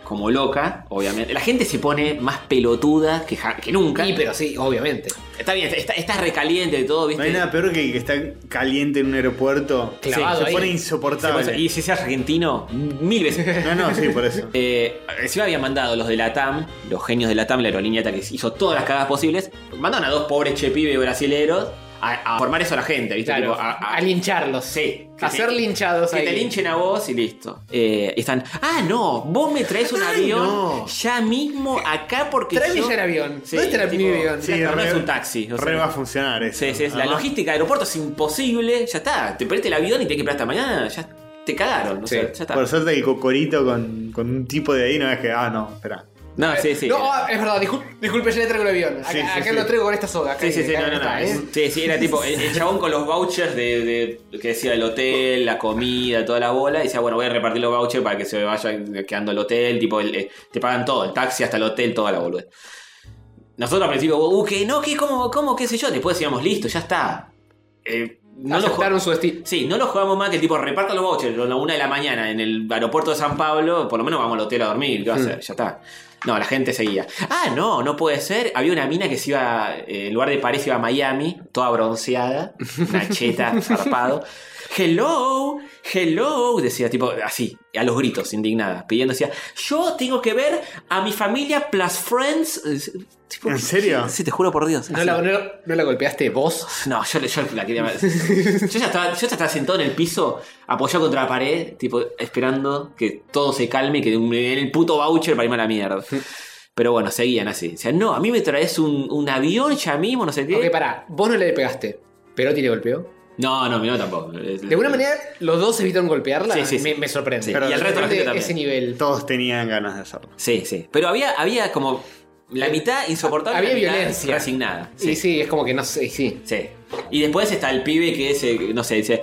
como loca, obviamente. La gente se pone más pelotuda que, ja- que nunca. Este
Sí, pero sí, obviamente.
Está bien, está, está recaliente de todo,
No
¿viste?
hay nada peor que el que está caliente en un aeropuerto.
Clavado
se
ahí.
pone
Se
insoportable.
puede- y si seas argentino, mil veces.
No, no, sí, por eso.
Eh, encima habían mandado los de la TAM, los genios de la TAM, la aerolínea esta que hizo todas las cagadas posibles. Mandaron a dos pobres chepibes brasileros a, a formar eso a la gente, ¿viste?
Claro.
Tipo, a- a-
a lincharlos.
sí, que
A
te-
ser linchados
Que
ahí.
te linchen a vos y listo. Eh, y están, ah, no, vos me traes un avión
no.
ya mismo acá porque.
Tráeme
yo-
ya el avión.
Sí,
¿Dónde está el-
tipo,
mi avión?
sí, no, no es un taxi. o
Re
sea.
va a funcionar eso.
Sí, sí, es la
Además,
logística de aeropuerto es imposible. Ya está. Te perdiste el avión y tenés que esperar hasta mañana. Ya te cagaron. o
Sí.
sea, ya está.
Por suerte el cocorito con, con un tipo de ahí no es que, ah, no, espera.
No, sí, sí.
No, ah, es verdad, discul- disculpe, yo le traigo el avión. Acá,
Sí, sí,
acá
sí.
lo traigo con esta soga. acá-
Sí, sí, sí,
acá
no, no, no.
está, ¿eh?
es- Sí, sí, era tipo el, el chabón con los vouchers de, de- que decía el hotel, la comida, toda la bola. Y decía, bueno, voy a repartir los vouchers para que se vaya quedando el hotel. Tipo, el- eh, te pagan todo, el taxi hasta el hotel, toda la boluda. Nosotros al principio, uh, que no, que, cómo, cómo, qué sé yo. Después decíamos, listo, ya está. Eh, No lo
aceptaron
jugamos.
su estilo.
Sí, no lo jugamos más que el tipo reparta los vouchers a la una de la mañana en el aeropuerto de San Pablo. Por lo menos vamos al hotel a dormir.
Hmm.
¿Qué va a hacer? Ya está. No, la gente seguía. Ah, no, no puede ser. Había una mina que se iba, eh, en lugar de París, iba a Miami, toda bronceada, una cheta, zarpado. Hello, hello, decía tipo así, a los gritos, indignada, pidiendo, decía, yo tengo que ver a mi familia plus friends. Eh, tipo,
¿En serio?
Sí, te juro por Dios.
¿No
Así.
la, no la- no la golpeaste vos?
No, yo, yo la quería ver. Yo ya, estaba, yo ya estaba sentado en el piso, apoyado contra la pared, tipo, esperando que todo se calme y que me den el puto voucher para irme a la mierda. Pero bueno, seguían así. O sea, no, a mí me traes un, un avión ya mismo, no sé qué.
Ok, pará, vos no le pegaste, Perotti le golpeó.
No, no, no tampoco.
De alguna manera, los dos evitaron golpearla.
Sí, sí, sí.
Me, me sorprende.
Sí,
Pero
y al resto de la gente
sorprende Ese nivel.
Todos tenían ganas de hacerlo.
Sí, sí. Pero había, había como la mitad insoportable.
Eh, Había
la mitad
violencia.
Resignada.
Sí, sí, es como que no sé, y sí.
Sí. Y después está el pibe que es, eh, no sé, dice.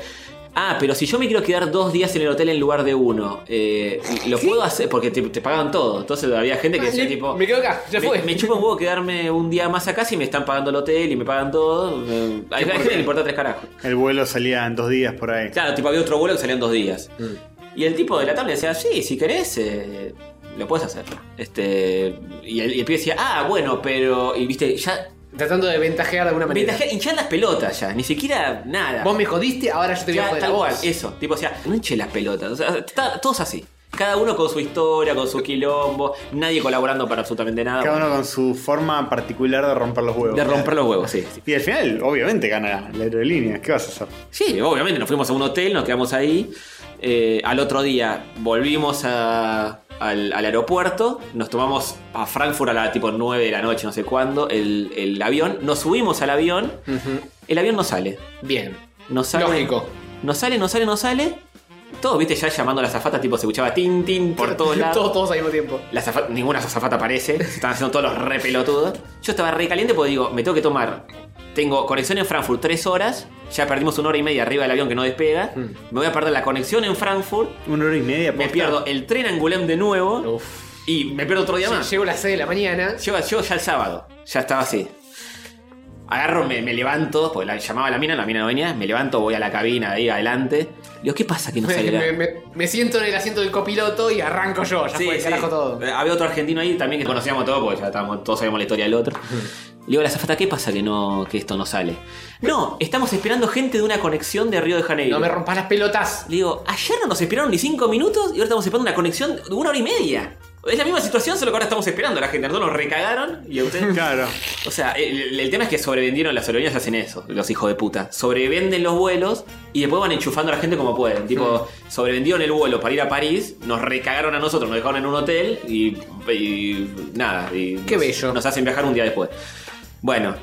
Ah, pero si yo me quiero quedar dos días en el hotel en lugar de uno, eh, lo puedo hacer porque te, te pagaban todo. Entonces había gente que decía
Ah,
tipo.
me quedo acá, ya
me,
fue.
me chupa un huevo quedarme un día más acá si me están pagando el hotel y me pagan todo. Eh, Hay, hay gente que le importa tres carajos.
El vuelo salía en dos días por ahí.
Claro, tipo había otro vuelo que salía en dos días. Y el tipo de la tabla decía, sí, si querés, eh, lo puedes hacer. Este, y, el, y el pibe decía, ah, bueno, pero. Y viste, ya.
Tratando de ventajear de alguna manera.
Ventajea, hinchar las pelotas ya, ni siquiera nada.
Vos me jodiste, ahora yo te voy a
Ya,
joder a
tal
vos.
cual, eso. Tipo, o sea, no hinche las pelotas. O sea, está- todos así. Cada uno con su historia, con su quilombo. Nadie colaborando para absolutamente nada.
Cada uno con su forma particular de romper los huevos.
De romper los huevos, sí.
Y al final, obviamente, gana la aerolínea. ¿Qué vas a hacer?
Sí, obviamente, nos fuimos a un hotel, nos quedamos ahí. Eh, al otro día volvimos a- al, al aeropuerto, nos tomamos a Frankfurt a la tipo 9 de la noche, no sé cuándo, el, el avión, nos subimos al avión,
Ujú.
el avión no sale.
Bien.
No sale.
Lógico.
No sale, no sale, no sale. Todo, viste, ya llamando a la zafata, tipo, se escuchaba tin, tin por todos lados.
Todos, todos al mismo tiempo.
La azafa- ninguna azafata aparece. Se están haciendo todos los re pelotudos. Yo estaba re caliente porque digo, me tengo que tomar. Tengo conexión en Frankfurt tres horas. Ya perdimos una hora y media arriba del avión que no despega.
Mm.
Me voy a perder la conexión en Frankfurt.
Una hora y media.
Me
posta.
pierdo el tren a Angulem de nuevo.
Uf.
Y me pierdo otro día más.
Llego a las 6 de la mañana.
Yo, yo ya el sábado. Ya estaba así. Agarro, me, me levanto, porque la, llamaba a la mina, la mina no venía, me levanto, voy a la cabina de ahí adelante. Digo, ¿qué pasa que no sale la-
me, me- me siento en el asiento del copiloto y arranco yo. Ya
Sí,
fue,
sí.
carajo todo.
Eh, Había otro argentino ahí también que conocíamos todo porque ya estábamos, todos sabíamos la historia del otro. Le digo a la zafata, ¿qué pasa que no que esto no sale? No, estamos esperando gente de una conexión de Río de Janeiro.
No me rompas las pelotas.
Le digo, ayer no nos esperaron ni cinco minutos y ahora estamos esperando una conexión de una hora y media. Es la misma situación, solo que ahora estamos esperando. La gente, nosotros nos recagaron y a ustedes.
Claro.
O sea, el, el tema es que sobrevendieron las aerolíneas, hacen eso, los hijos de puta. Sobrevenden los vuelos y después van enchufando a la gente como pueden. Tipo, sobrevendieron el vuelo para ir a París, nos recagaron a nosotros, nos dejaron en un hotel y. y nada. Y
Qué
nos-
bello.
Nos hacen viajar un día después. Bueno.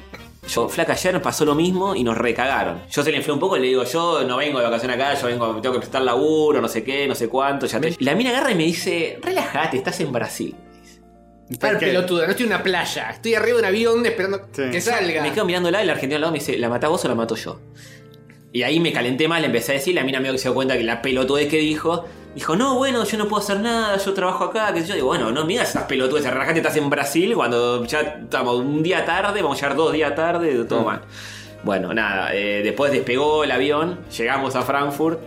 Yo, flaca, ayer pasó lo mismo y nos recagaron. Yo se le inflé un poco y le digo, yo no vengo de vacaciones acá, yo vengo, tengo que prestar laburo, no sé qué, no sé cuánto. Ya te- La mina agarra y me dice, relájate, estás en Brasil.
Para
¿Qué?
pelotuda, no estoy en una playa. Estoy arriba de un avión esperando
Sí.
que salga.
Me quedo mirándola y el argentino al lado me dice, ¿la matás vos o la mato yo? Y ahí me calenté mal, le empecé a decir, la mina medio que se dio cuenta que la pelotudez que dijo, dijo, no, bueno, yo no puedo hacer nada, yo trabajo acá, que yo digo, bueno, no mira esas pelotudes, relajate, estás en Brasil, cuando ya estamos un día tarde, vamos a llegar dos días tarde, todo mal. Bueno, nada, eh, después despegó el avión, llegamos a Frankfurt,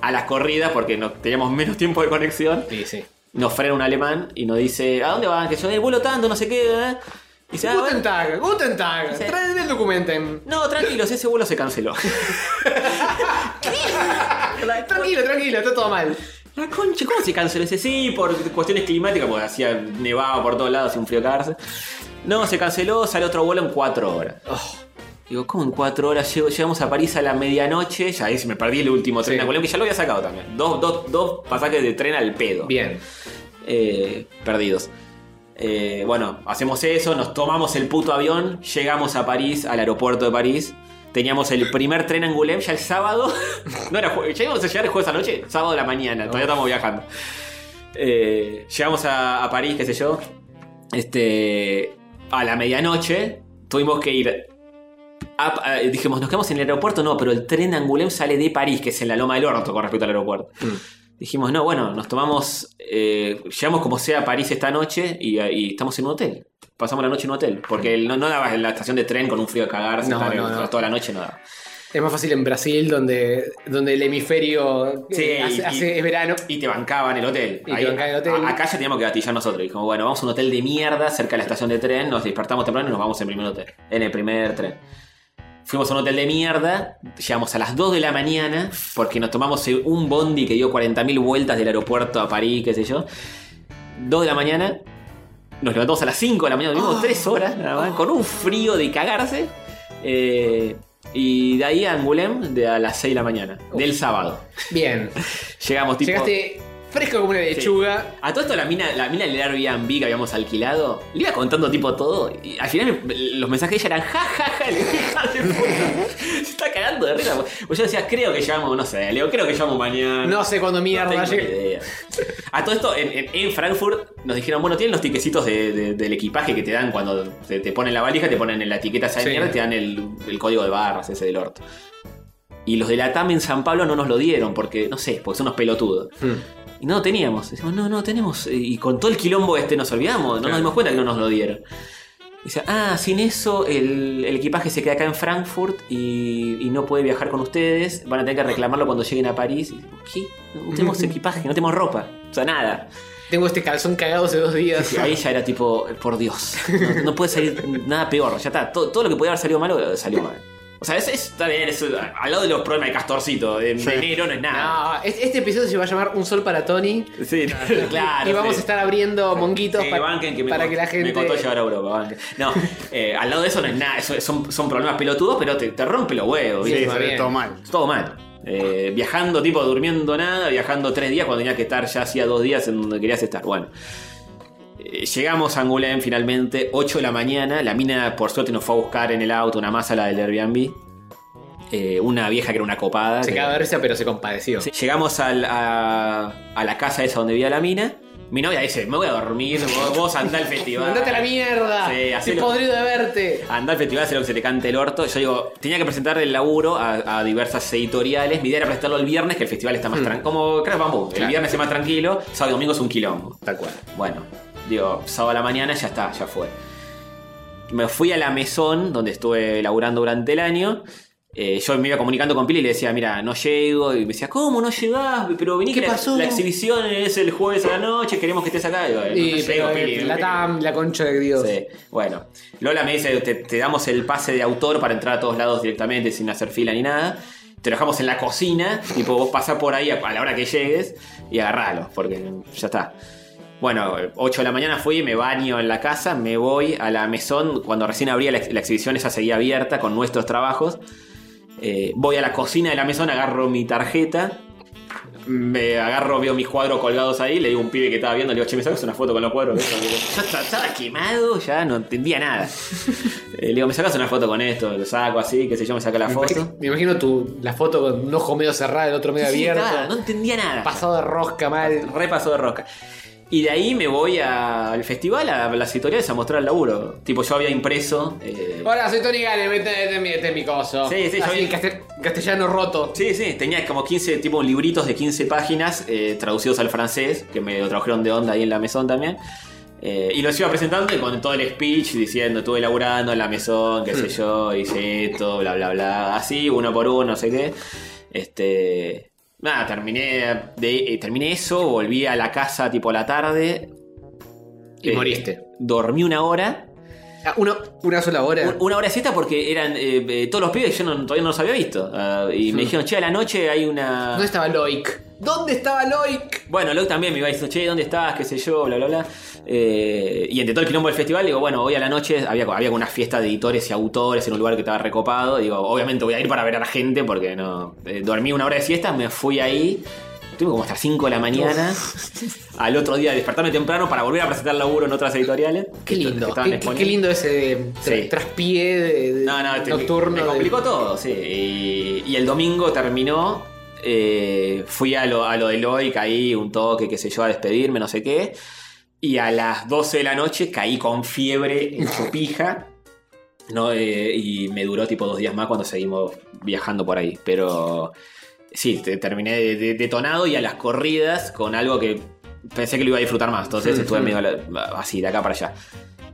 a las corridas, porque no, teníamos menos tiempo de conexión
Sí, sí.
nos frena un alemán y nos dice, ¿a dónde van? Que yo el vuelo tanto, no sé qué. ¿eh?". Y dice, "Ah, bueno".
Guten Tag, Guten Tag.
Sí.
Tráeme el documenten.
No, tranquilos, ese vuelo se canceló.
Tranquilo, tranquilo, está todo mal.
La concha, ¿cómo se canceló ese? Sí, por cuestiones climáticas, porque hacía nevado por todos lados, sin frío cagarse. No, se canceló, sale otro vuelo en cuatro horas. Oh, Digo, ¿cómo en cuatro horas? Llego- llegamos a París a la medianoche, ya ahí se me perdí el último tren
Sí.
a Colombia, que ya lo había sacado también. Dos, dos, dos pasajes de tren al pedo.
Bien.
eh, perdidos. Eh, bueno, hacemos eso, nos tomamos el puto avión, llegamos a París, al aeropuerto de París. Teníamos el primer tren a Angoulême ya el sábado. no era jue- ya íbamos a llegar el jueves a la noche, sábado de la mañana, todavía estamos viajando. Eh, llegamos a, a París, qué sé yo. Este. A la medianoche tuvimos que ir. a- a- dijimos, nos quedamos en el aeropuerto, no, pero el tren a Angoulême sale de París, que es en la Loma del Orto con respecto al aeropuerto.
Mm.
Dijimos, no, bueno, nos tomamos, eh, llegamos como sea a París esta noche y, y estamos en un hotel. Pasamos la noche en un hotel, porque no, no daba en la estación de tren con un frío a cagarse,
Mm. No,
estar
no,
en-
no.
toda la noche no daba.
Es más fácil en Brasil, donde, donde el hemisferio eh,
Sí,
hace,
y-
hace- es verano.
Y te bancaban el hotel.
Y te bancaban el hotel.
a- acá ya teníamos que gatillar nosotros. Dijimos, bueno, vamos a un hotel de mierda cerca de la estación de tren, nos despertamos temprano y nos vamos en primer hotel, en el primer tren. Fuimos a un hotel de mierda, llegamos a las 2 de la mañana, porque nos tomamos un bondi que dio 40.000 vueltas del aeropuerto a París, qué sé yo. 2 de la mañana, nos levantamos a las 5 de la mañana,
Ah.
dormimos 3 horas nada más, con un frío de cagarse. eh, y de ahí a Angulem de a las 6 de la mañana, del sábado.
Bien.
Llegamos tipo...
Llegaste fresco como una lechuga.
A todo esto la mina, la mina del Airbnb que habíamos alquilado, le iba contando tipo todo. Y al final me- los mensajes de ella eran ja ja ja, le dije, "Ja, de puta". Se está cagando de risa. Pues yo decía, creo que llegamos, no sé, Leo, creo que llegamos mañana.
No sé cuándo mierda
No tengo
llegué.
ni idea. A todo esto, en, en- en Frankfurt nos dijeron, bueno, tienen los tiquecitos de- de- del equipaje que te dan cuando te, te ponen la valija, te ponen en la etiqueta esa de
Sí.
mierda y te dan el, el código de barras ese del orto. Y los de la TAM en San Pablo no nos lo dieron porque, no sé, porque son unos pelotudos.
Hmm.
Y no lo teníamos. Decimos, no, no, tenemos. eh, Y con todo el quilombo este nos olvidamos, no nos dimos cuenta que no nos lo dieron. Dice, ah, sin eso el, el equipaje se queda acá en Frankfurt y, y no puede viajar con ustedes. Van a tener que reclamarlo cuando lleguen a París. Y digo, ¿Qué? No tenemos equipaje, no tenemos ropa. O sea, nada.
Tengo este calzón cagado hace dos días.
Y ahí ya era tipo, por Dios, no, no puede salir nada peor. Ya está, todo, todo lo que podía haber salido malo salió mal. O sea, eso es- está bien, eso- al lado de los problemas de Castorcito, de, de enero no es nada.
No, es- este episodio se va a llamar Un Sol para Tony.
Sí, claro.
y vamos
sí.
a estar abriendo monguitos
Sí,
pa-
Eh, banquen que me
para
cost-
que la gente.
Me costó llegar a Europa, banquen. No, eh, al lado de eso no es nada. eso- son, son problemas pelotudos, pero te, te rompe los huevos.
Sí,
Sí,
¿viste?
va
salió
bien.
todo mal.
Todo mal. Eh, viajando, tipo, durmiendo nada, viajando tres días cuando tenías que estar ya hacía dos días en donde querías estar. Bueno. Eh, Llegamos a Angoulême finalmente, 8 de la mañana. La mina, por suerte, nos fue a buscar en el auto una masa, la del Airbnb. Eh, una vieja que era una copada.
Se
que-
cagaba de risa, pero se compadeció.
este Sí, Llegamos al- a, a la casa esa donde vivía la mina. Mi novia dice, me voy a dormir, vos, vos andá al festival.
¡Mandate a la mierda!
Sí,
¡Estoy
hacelo.
podrido de verte!
Andá al festival, hacer lo que se te cante el orto. Yo digo, tenía que presentar el laburo a, a diversas editoriales. Mi idea era presentarlo el viernes, que el festival está más
Hmm.
tranquilo. Como Crash Bamboo. El viernes es más tranquilo, sábado y domingo es un quilombo.
Tal cual.
Bueno, digo, sábado a la mañana ya está, ya fue. Me fui a la mesón donde estuve laburando durante el año. Eh, yo me iba comunicando con Pili y le decía, mira, no llego. Y me decía, ¿cómo no llegás? Pero vení
¿Qué
que la-
pasó?
La, exhibición es el jueves a la noche, queremos que estés acá. Digo, no,
Y,
no
pero
llego, Pili,
eh,
no
la
me-
TAM, la concha de Dios.
Sí, Bueno, Lola me dice, te, te damos el pase de autor para entrar a todos lados directamente sin hacer fila ni nada. Te lo dejamos en la cocina, tipo vos pasá por ahí a, a la hora que llegues y agarralo, porque ya está. Bueno, 8 de la mañana fui, me baño en la casa, me voy a la mesón. Cuando recién abría la, ex- la exhibición, esa seguía abierta con nuestros trabajos. Eh, voy a la cocina de la mesón, agarro mi tarjeta, me agarro, veo mis cuadros colgados ahí, le digo a un pibe que estaba viendo, le digo, che, me sacas una foto con los cuadros. Yo estaba, estaba quemado, ya no entendía nada. Eh, le digo, me sacas una foto con esto, lo saco así, qué sé yo, me saca la
Me imagino,
foto.
me imagino tu, la foto con un ojo medio cerrado, el otro medio
Sí,
abierto.
estaba- no entendía nada.
Pasado de rosca mal.
Repaso de rosca. Y de ahí me voy a- al festival, a las editoriales, a mostrar el laburo. Tipo, yo había impreso. eh,
Hola, soy Tony Gale, mete, mete, mete mi coso.
Sí, sí, yo-
Así, en castel- castellano roto.
Sí, sí, tenía como 15, tipo libritos de 15 páginas eh, traducidos al francés, que me lo tradujeron de onda ahí en la mesón también. Eh, y los iba presentando y con todo el speech diciendo, estuve laburando en la mesón,
Mm.
qué sé yo, hice esto, bla, bla, bla, así, uno por uno, no sé qué. Este. Nada, terminé, de, eh, terminé eso, volví a la casa tipo a la tarde.
Y
Eh,
moriste.
Dormí una hora.
Ah, uno- una sola hora.
Un- Una hora de siesta porque eran eh, eh, todos los pibes, yo no- todavía no los había visto. Ah, y
Mm.
me dijeron, che, a la noche hay una.
¿Dónde estaba Loic? ¿Dónde estaba Loic?
Bueno, luego también me iba diciendo, che, ¿dónde estás? ¿Qué sé yo? Bla, bla, bla. Eh, y entre todo el quilombo del festival, digo, bueno, hoy a la noche había, había una fiesta de editores y autores en un lugar que estaba recopado. Digo, obviamente voy a ir para ver a la gente porque no. eh, dormí una hora de siesta, me fui ahí. Estuve como hasta 5 de la mañana. Al otro día despertarme temprano para volver a presentar laburo en otras editoriales.
Qué
que- que
lindo.
estaban
Qué, qué- qué
disponibles.
lindo ese eh, tra-
Sí.
traspié de, de-
No, no, te-
nocturno.
Me
de-
complicó todo, sí. Y, y el domingo terminó. eh, fui a lo, a lo de Loic ahí, un toque, qué sé yo, a despedirme, no sé qué. Y a las 12 de la noche caí con fiebre en su pija. No, Eh, y me duró tipo dos días más cuando seguimos viajando por ahí. Pero sí, te- terminé de- de- detonado y a las corridas con algo que pensé que lo iba a disfrutar más. Entonces estuve medio la- así, de acá para allá.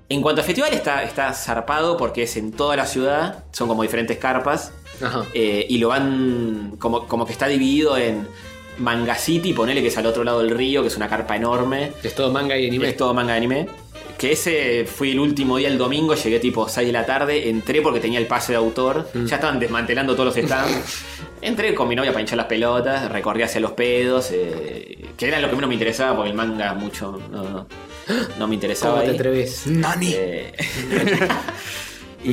En cuanto al festival, está, está zarpado porque es en toda la ciudad, son como diferentes carpas.
Ajá.
eh, y lo van como, como que está dividido en Manga City, ponele que es al otro lado del río, que es una carpa enorme,
Es todo manga y
y
anime.
es todo manga de anime. Que ese fui el último día, el domingo, llegué tipo 6 de la tarde, entré porque tenía el pase de autor,
Mm.
ya estaban desmantelando todos los stands. entré con mi novia para hinchar las pelotas, recorrí hacia los pedos, eh, que era lo que menos me interesaba porque el manga mucho no, no, no me interesaba.
¿Cómo te
ahí.
atreves?
Nani.
Eh,
Mm,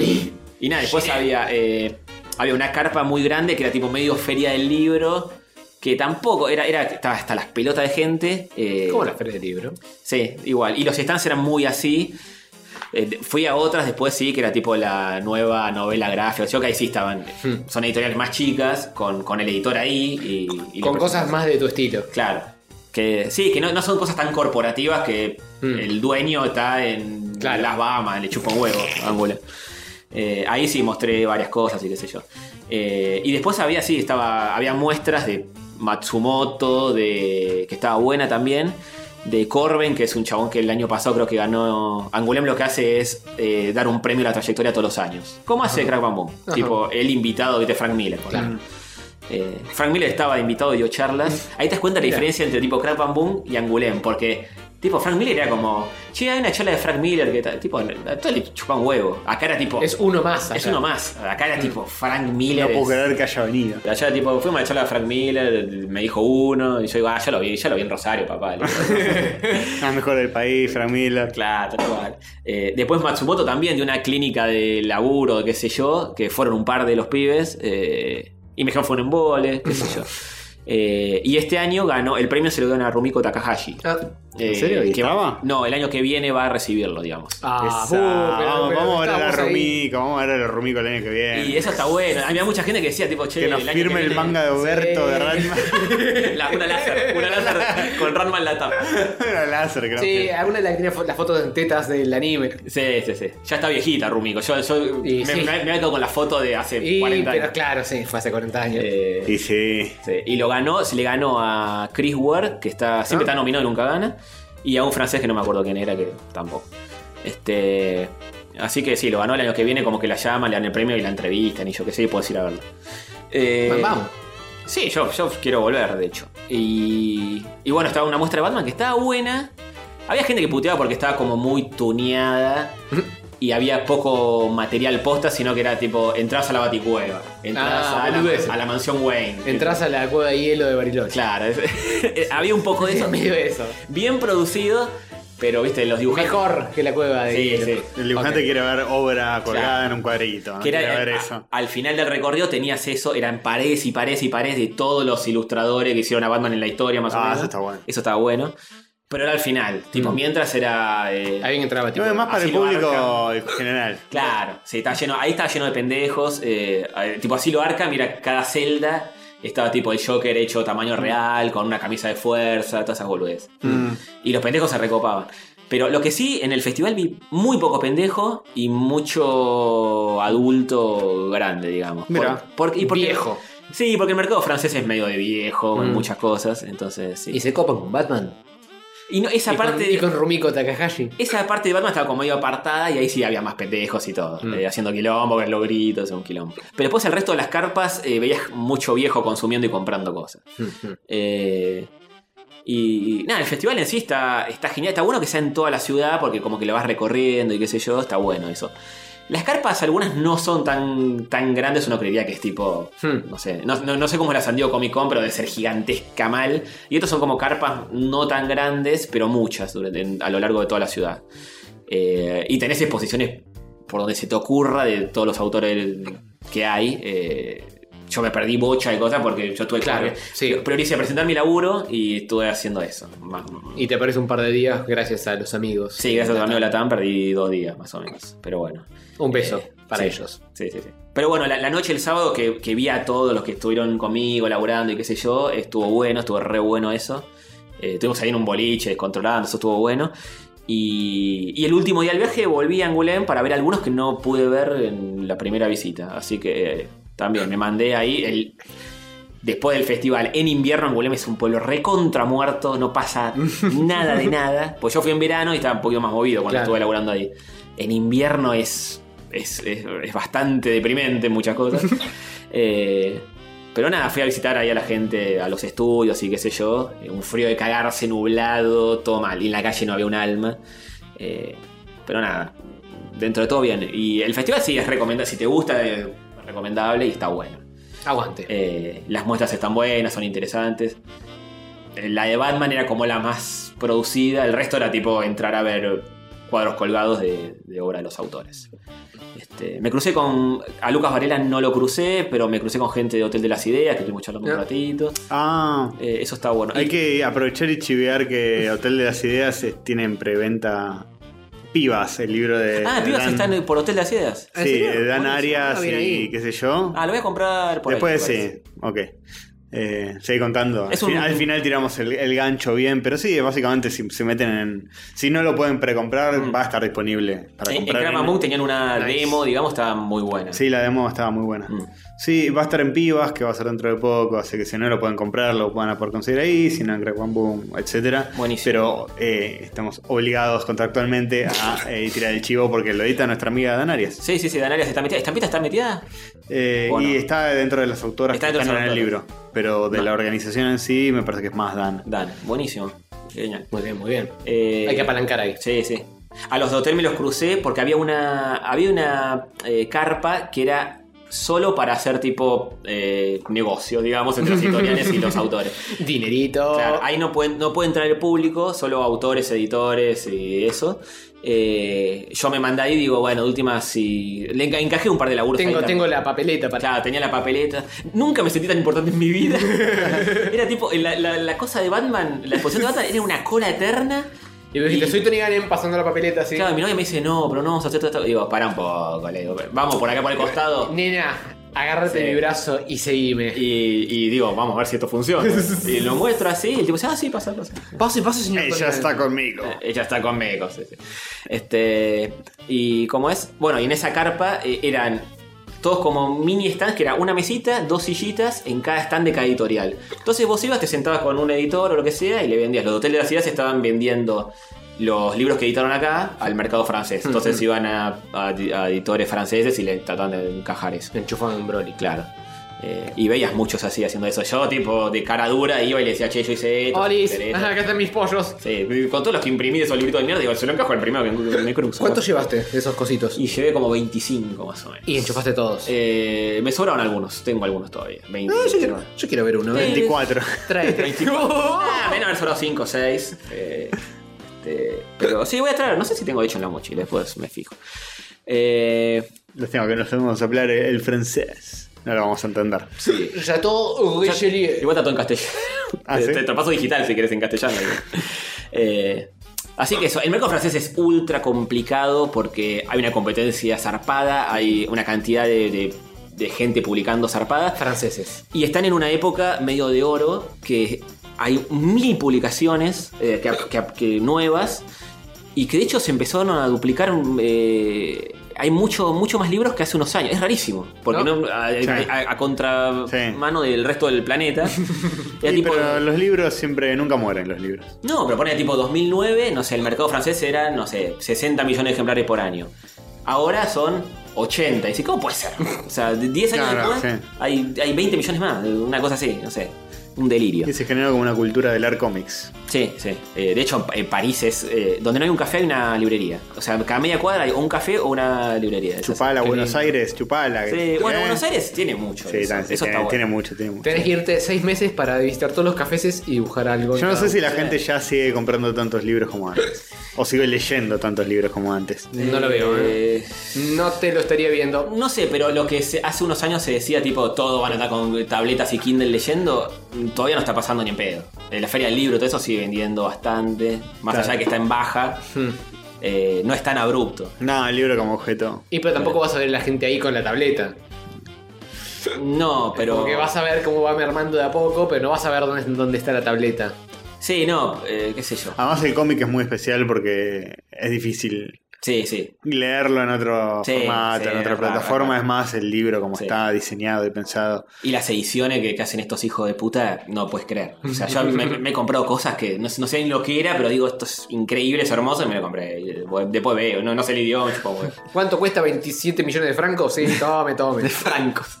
y, y nada, después había, eh, había una carpa muy grande que era tipo medio feria del libro. Que tampoco, era, era, estaba hasta las pelotas de gente. eh,
¿Cómo la feria de libro?
Sí, igual. Y los stands eran muy así. Eh, de- fui a otras después, sí, que era tipo la nueva novela gráfica. Yo que ahí sí estaban.
Hmm.
Son editoriales más chicas, con, con el editor ahí. Y, y
Con
la
cosas más de tu estilo.
Claro. Que sí, que no, no son cosas tan corporativas que
Mm.
el dueño está en
Claro.
las Bahamas, le chupa un huevo, ángulo. Eh, ahí sí mostré varias cosas y qué sé yo. Eh, y después había, sí, estaba, había muestras de Matsumoto, de que estaba buena también, de Corben, que es un chabón que el año pasado creo que ganó. Angulem lo que hace es eh, dar un premio a la trayectoria todos los años. ¿Cómo hace Crack Bamboo?
Ajá.
Tipo, el invitado de Frank Miller. por
Claro.
ejemplo. Eh, Frank Miller estaba de invitado y dio charlas. Ahí te das cuenta la diferencia entre tipo Crap and Boom y Angulem, porque tipo Frank Miller era como, che, hay una charla de Frank Miller que tal, tipo, a todos le chupan huevo. Acá era tipo,
Es uno más.
Oh. es
acá.
uno más. Acá era tipo Frank Miller.
No puedo
es-
creer que haya venido.
Allá tipo, fuimos a la charla de Frank Miller, me dijo uno, y yo digo, ah, ya lo vi, ya lo vi en Rosario, papá. Le digo,
La mejor del país, Frank Miller.
Claro, tal cual. Eh, después Matsumoto también de una clínica de laburo, qué sé yo, que fueron un par de los pibes. eh, y me dijeron fueron en vole, qué sé yo. Eh, y este año ganó, el premio se lo dieron a Rumiko Takahashi.
Ah,
Eh,
serio? ¿Y
que-
estaba?
No, el año que viene va a recibirlo, digamos.
Esa.
ah, uh, pero-
vamos,
pero
vamos a ver a la
estamos ahí.
Rumico, vamos a ver a la Rumico el año que viene.
Y eso está bueno. Había mucha gente que decía, tipo, che,
que nos
el año
firme
que
el
viene-
manga de Oberto
Sí.
de Ranma.
La- una láser, una láser con Ranma en la tapa.
Era láser, creo.
Sí, alguna de las que tenía fo- las fotos en tetas del anime.
Sí, sí, sí. Ya está viejita, Rumiko. Yo, yo me,
Y sí.
me- me quedo con la foto de hace
Y,
40 años.
pero claro, sí, fue hace 40 años.
Eh,
Y sí.
Sí, Y lo ganó, se le ganó a Chris Ward, que está,
Ah.
siempre está nominado y nunca gana. Y a un francés que no me acuerdo quién era, que tampoco. Este. Así que sí, lo ganó el año que viene, como que la llaman, le dan el premio y la entrevistan, y yo qué sé, y puedes ir a verlo. Eh,
Bueno, vamos.
Sí, yo, yo quiero volver, de hecho. Y, y bueno, estaba una muestra de Batman que estaba buena. Había gente que puteaba porque estaba como muy tuneada. Y había poco material posta, sino que era tipo, entras a la baticueva, entras
Ah,
a, la,
boludeces.
a la mansión Wayne.
Entrás a la cueva de hielo de Bariloche.
Claro, es- eh, había un poco de eso.
medio eso.
Bien producido, pero viste, los dibujantes.
Mejor que la cueva de
Sí,
hielo.
sí.
El dibujante
Ok.
quiere ver obra colgada
Claro.
en un cuadrito. ¿no?
Que era- ah,
quiere ver
a-
eso.
al final del recorrido tenías eso, eran paredes y paredes y paredes de todos los ilustradores que hicieron a Batman en la historia, más o
Ah,
menos.
eso está bueno. Mm.
Eso estaba bueno. Pero era al final. Tipo, mientras era. eh,
Ahí entraba
Yo
tipo.
además para
así
el
lo
público en general.
Claro, sí, estaba lleno, ahí estaba lleno de pendejos. eh, eh, tipo así lo arca, mira, cada celda estaba tipo el Joker hecho
Mm.
tamaño real, con una camisa de fuerza, todas esas boludeces. Y los pendejos se recopaban. Pero lo que sí, en el festival vi muy poco pendejo y mucho adulto grande, digamos.
Mira.
Por- por- y porque-
Viejo.
Sí, porque el mercado francés es medio de viejo en
Mm.
muchas cosas, entonces sí.
Y se copan con Batman.
Y no, esa
y
parte...
con,
de-
y con Rumiko Takahashi.
esa parte de Batman estaba como medio apartada y ahí sí había más pendejos y todo.
Mm.
eh, haciendo quilombo, ver los gritos, un quilombo. Pero después el resto de las carpas eh, veías mucho viejo consumiendo y comprando cosas.
Hmm.
Eh, y, y nada, el festival en sí está, está genial. Está bueno que sea en toda la ciudad porque como que lo vas recorriendo y qué sé yo, está bueno eso. Las carpas algunas no son tan, tan grandes, uno creería que es tipo,
Hmm.
no sé, no, no- no sé cómo es la San Diego Comic Con, pero debe ser gigantesca mal. Y estos son como carpas no tan grandes, pero muchas durante- en- a lo largo de toda la ciudad. Eh, y tenés exposiciones por donde se te ocurra de todos los autores que hay. Eh, yo me perdí bocha de cosas porque yo tuve
Claro,
que
sí.
prioricé presentar mi laburo y estuve haciendo eso. Más-
Y te aparece un par de días gracias a los amigos.
Sí, gracias a tu amigo Latam perdí dos días más o menos. Pero bueno.
Un beso
Eh,
para
sí,
ellos.
Sí, sí, sí. Pero bueno, la, la noche el sábado que, que vi a todos los que estuvieron conmigo laburando y qué sé yo, estuvo bueno, estuvo re bueno eso. Eh, estuvimos ahí en un boliche descontrolando, eso estuvo bueno. Y, y el último día del viaje volví a Angulem para ver algunos que no pude ver en la primera visita. Así que eh, también me mandé ahí. El, después del festival en invierno, Angulem es un pueblo recontra muerto, no pasa nada de nada. Pues yo fui en verano y estaba un poquito más movido cuando
Claro.
estuve laburando ahí. En invierno es es, es- es bastante deprimente en muchas cosas. Eh, pero nada, fui a visitar ahí a la gente, a los estudios y qué sé yo. Eh, Un frío de cagarse, nublado, todo mal. Y en la calle no había un alma. Eh, pero nada, dentro de todo bien. Y el festival sí es recomendable, si te gusta, es recomendable y está bueno.
Aguante.
Eh, las muestras están buenas, son interesantes. Eh, La de Batman era como la más producida, el resto era tipo entrar a ver cuadros colgados de, de obra de los autores. Este, me crucé con. A Lucas Varela no lo crucé, pero me crucé con gente de Hotel de las Ideas, que estuvimos charlando un
Ya.
ratito.
Ah,
Eh, eso está bueno.
hay que aprovechar y chivear que Hotel de las Ideas eh, tiene en preventa Pibas, el libro de.
Ah,
de
Pibas
Dan-
está en el- por Hotel de las Ideas.
¿En
Sí,
serio?
de Dan
Buenísimo. Ah,
Arias
bien ahí.
y qué sé yo.
Ah, lo voy a comprar por ahí,
Después
me parece.
sí, ok. Eh, seguí contando. Al,
Es un-
fin- al final tiramos el, el gancho bien, pero sí, básicamente si se meten en. Si no lo pueden precomprar, va a estar disponible para
Mm. En- En,
comprar. en-
Kramamu tenían una
Nice.
demo, digamos, estaba muy buena.
Sí, la demo estaba muy buena.
Mm.
Sí, va a estar en Pibas, que va a ser dentro de poco, así que si no lo pueden comprar, lo van a poder conseguir ahí, si no en Crack One Boom, etcétera.
Buenísimo.
Pero eh, estamos obligados contractualmente a eh, tirar el chivo porque lo edita nuestra amiga Danarias.
Sí, sí, sí, Danarias está metida. ¿Estampita está metida?
Eh,
Bueno.
Y está dentro de las autoras
Está
que
dentro
están
de
en
las
el libro. Pero de
No.
la organización en sí, me parece que es más Dan.
Dan, buenísimo. Genial.
Muy bien, muy bien.
Eh,
Hay que apalancar ahí.
Sí, sí. A los de hotel me los crucé porque había una, había una eh, carpa que era solo para hacer tipo eh, negocio, digamos, entre los editoriales y los autores.
Dinerito.
Claro, ahí no puede, no puede entrar el público, solo autores, editores y eso. Eh, yo me mandé ahí y digo, bueno, de última, si. Le enca- encajé un par de laburos ahí
tengo,
también.
tengo la papeleta para.
Claro, tenía la papeleta. Nunca me sentí tan importante en mi vida. Era tipo, la, la- la cosa de Batman, la exposición de Batman era una cola eterna.
Y vos dijiste, soy Tony Gannem pasando la papeleta así.
Claro, mi novia me dice, no, pero no vamos a hacer todo esto. Digo, para un poco, le digo, vamos por acá por el costado.
Nena, agárrate
Sí.
mi brazo y seguime.
Y, y digo, vamos a ver si esto funciona. Y lo muestro así, y el tipo dice, ah, sí, pasa, pasa.
Pase, pase, señor.
Ella
Tony
está conmigo.
Eh, Ella está conmigo, sí, sí. Este. Y como es. Bueno, y en esa carpa eh, eran todos como mini stands, que era una mesita, dos sillitas en cada stand de cada editorial. Entonces vos ibas, te sentabas con un editor o lo que sea y le vendías. Los de hoteles de las Ideas estaban vendiendo los libros que editaron acá al mercado francés. Entonces iban a, a- a editores franceses y le trataban de encajar eso.
Gannem. Enchufado en Broly.
Claro. Eh, y veías muchos así haciendo eso. Yo, tipo, de cara dura, iba y le decía, che, yo hice esto.
Olis,
hice esto".
ajá, acá están mis pollos.
Sí, con todos los que imprimí de esos libritos de mierda, digo, se lo encajo el primero que me cruzo.
¿Cuántos llevaste de esos cositos?
Y llevé como 25 más o menos.
Y enchufaste todos.
Eh, me sobraron algunos, tengo algunos todavía. 20.
No, Ah, yo, quiero, yo quiero ver uno. ¿eh?
24.
Trae.
Ah, menos haber sobrado 5 o 6. este, pero sí, voy a traer, no sé si tengo de hecho en la mochila, después me fijo. Eh,
Los tengo que nos vamos a hablar eh, el francés. No lo vamos a entender.
sí.
Ya todo Richelieu.
Igual está todo en castellano.
Ah,
te,
¿sí?
te- te paso digital si quieres en castellano. digo. Eh, así que eso, el mercado francés es ultra complicado porque hay una competencia zarpada, hay una cantidad de, de- de gente publicando zarpada.
Franceses.
Y están en una época medio de oro que hay mil publicaciones eh, que- que- que nuevas y que de hecho se empezaron a duplicar. eh, hay mucho, mucho más libros que hace unos años. Es rarísimo. Porque
¿No?
no, a,
Sí.
a- a contramano del resto del planeta. Era
Sí,
tipo-
pero los libros siempre, nunca mueren los libros.
no, pero pone tipo 2009, no sé, el mercado francés era, no sé, 60 millones de ejemplares por año. Ahora son 80. Y dice, ¿cómo puede ser? O sea, de 10 años
Claro,
después
sí.
hay, hay 20 millones más, una cosa así, no sé. Un delirio.
Y se generó como una cultura de leer cómics.
Sí, sí. Eh, de hecho, en París es. eh, donde no hay un café, hay una librería. O sea, cada media cuadra hay o un café o una librería. Es
Chupala,
así.
Buenos Aires, chupala.
Sí,
¿eh?
bueno, Buenos Aires tiene mucho.
Sí,
de eso.
también, sí,
Eso
tiene,
está bueno.
tiene mucho, tiene mucho.
Tenés que irte seis meses para visitar todos los cafés y dibujar algo. en
Yo no
cada
sé si la
uno.
gente ya sigue comprando tantos libros como antes. O sigue leyendo tantos libros como antes.
No lo veo, ¿eh?
Eh,
No te lo estaría viendo.
No sé, pero lo que se- hace unos años se decía, tipo, todo van a estar con tabletas y Kindle leyendo, mm, todavía no está pasando ni en pedo. En la Feria del Libro, todo eso sigue vendiendo bastante. Más allá de que está en baja,
mm.
eh, no es tan abrupto.
No, el libro como objeto.
Y pero tampoco vas a ver a la gente ahí con la tableta.
No, pero.
Porque vas a ver cómo va mermando de a poco, pero no vas a ver dónde, dónde está la tableta.
Sí, no, eh, qué sé yo.
Además el cómic es muy especial porque es difícil
Sí, sí.
Y Leerlo en otro
Sí,
formato,
sí,
en otra
es verdad,
plataforma,
verdad.
es más el libro como
Sí.
está diseñado y pensado.
Y las ediciones que, que hacen estos hijos de puta, no puedes creer. O sea, yo me, me he comprado cosas que no, sé- no sé ni lo que era, pero digo, esto es increíble, es hermoso, y me lo compré. Y después- Después veo, no, no sé el idioma, me chupa un huevo.
¿Cuánto cuesta 27 millones de francos? Sí, tome, tome.
francos.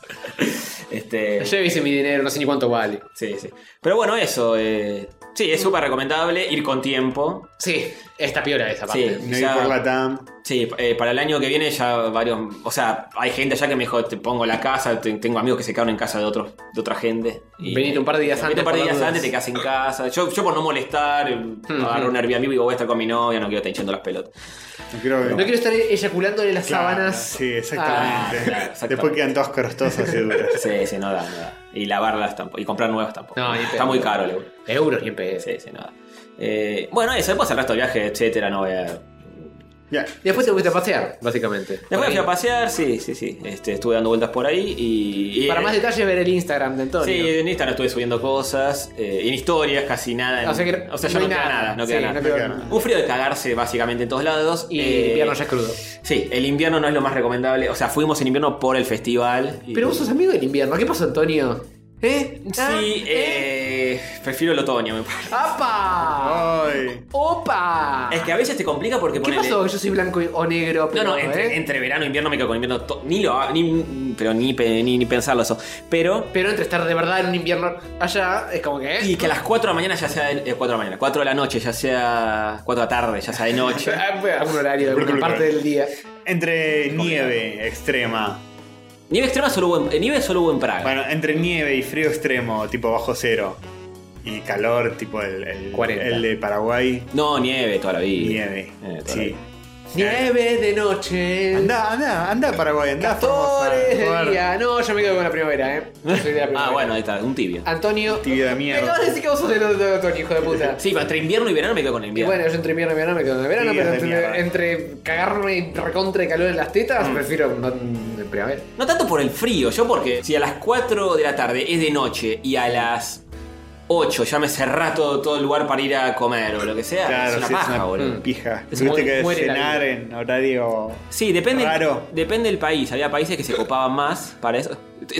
Este,
Llévese mi dinero, no sé ni cuánto vale.
sí, sí. Pero bueno, eso. eh, sí, es súper recomendable ir con tiempo.
Sí, está peor esa parte.
Sí,
No ir
ya-
por la TAM.
Sí, eh, para el año que viene ya varios. O sea, hay gente allá que me dijo, te pongo la casa, te- tengo amigos que se quedaron en casa de otros, de otra gente. Y-
Venite un par de días
Venite
antes
un par de
por
días
las dudas. Hmm,
antes, te quedas en casa. Yo, yo por no molestar, eh, agarro un Airbnb y digo, voy a estar con mi novia, no quiero estar hinchando las pelotas.
No quiero
No quiero estar eyaculándole las
Claro,
sábanas.
Sí,
Ah,
exactamente.
Ah, claro, exactamente.
Después quedan todos corostosas y duras.
Sí, sí, no da, no da. Y lavarlas tampoco. Y comprar nuevas tampoco.
No, ni
Está
pedo.
muy caro, Leo.
euros y en pedo.
Sí, sí, no da. Eh, bueno, eso, después el resto de viaje, etcétera, no voy a.
Bien.
Después te fuiste a pasear, básicamente.
Después fui a
Por ahí.
pasear, sí, sí, sí. Este, estuve dando vueltas por ahí y. y-
Para más detalles, ver el Instagram de Antonio.
Sí, en Instagram estuve subiendo cosas, eh, en historias casi nada. en-
O sea que-
ya
no
no,
hay
queda
nada.
nada, no queda
Sí,
nada.
no queda
No queda
nada.
Un frío de cagarse básicamente en todos lados.
Y
eh,
invierno ya es crudo.
Sí, el invierno no es lo más recomendable. O sea, fuimos en invierno por el festival. y-
Pero vos sos amigo del invierno. ¿Qué pasó, Antonio? ¿Eh? ¿Ah?
Sí, eh, prefiero el otoño, me parece.
¡Apa!
Ay.
¡Opa!
Es que a veces te complica porque
Ah. ¿Qué
ponele-
pasó? Yo soy blanco y- o negro,
No,
pero.
no, entre,
¿eh?
entre verano e invierno me quedo con invierno. to- Ni lo. Ni, pero ni, pe- ni, ni pensarlo eso. Pero.
Pero entre estar de verdad en un invierno allá, es como que. ¿eh?
Y que a las 4 de la mañana ya sea. De, eh, 4 de la mañana, 4 de la noche, ya sea. 4 de la tarde, ya sea de noche.
A un horario, de alguna parte del día.
Entre nieve extrema.
nieve extrema solo hubo en, eh, nieve solo hubo en Praga.
Bueno, entre nieve y frío extremo, tipo bajo cero. Y calor, tipo el, el,
40.
el de Paraguay.
No, nieve toda la vida.
Nieve.
Eh, toda la
sí.
vida.
Nieve de noche.
Anda, anda, anda Paraguay, anda. Formosa.
Flores de
Joder,
día. No, yo me quedo con la primavera, ¿eh? Yo soy de la primavera.
Ah, bueno, ahí está, un tibio.
Antonio.
Tibio de
Me
mierda.
acabas de decir que vos sos del otro de otoño, hijo de puta.
Sí, pero entre invierno y verano me quedo con el
Y
invierno.
bueno, yo entre invierno y verano me quedo en el verano,
Tibios
pero
de
entre,
mierda. Mm.
entre cagarme y recontra de calor en las tetas, prefiero no, en primavera.
No tanto por el frío, yo porque si a las 4 de la tarde es de noche y a las 8 ya me cerrá todo, todo el lugar para ir a comer o lo que sea,
Claro,
es una
sí,
paja,
es una
boludo.
pija.
Es
Tuviste
muy-
que
muere la
cenar en horario.
Sí, depende,
Raro.
depende del país. Había países que se copaban más para eso.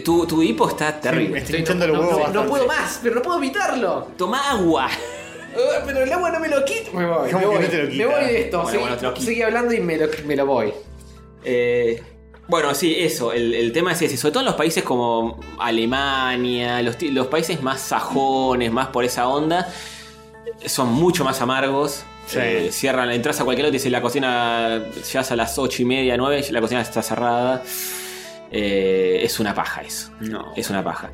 Tu, tu hipo está
Me
terrible.
estoy hinchando los
no,
huevos
no- no
bastante.
puedo más, pero no puedo evitarlo.
Toma agua.
Ah, Pero el agua no me lo quito. Me voy,
¿Cómo
me
que
voy,
no te lo
me
quita?
voy de esto.
Bueno,
seguí,
bueno, te lo quito.
seguí hablando y me lo, me lo voy.
Eh, bueno, sí, eso. El, el tema es ese. Sobre todo en los países como Alemania, los, ti- los países más sajones, más por esa onda, son mucho más amargos.
Sí.
Eh, cierran, entras a cualquier lado y te dice la cocina llegas a las ocho y media, 9, la cocina está cerrada. Eh, es una paja eso.
No.
Es una paja.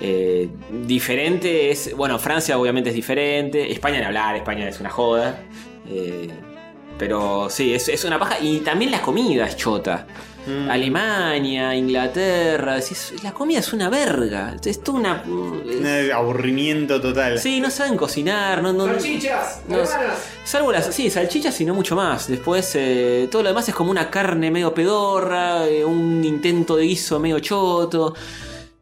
Eh, diferente es. Bueno, Francia obviamente es diferente. España ni hablar, España es una joda. Eh, pero sí, es, es una paja. Y también la comida es chota. Alemania, Inglaterra, decís, la comida es una verga. Es toda una.
Un aburrimiento total.
Sí, no saben cocinar, no, no,
¡Salchichas!
no-
hermanas.
Salvo las, sí, salchichas y no mucho más. Después eh, todo lo demás es como una carne medio pedorra, eh, un intento de guiso medio choto.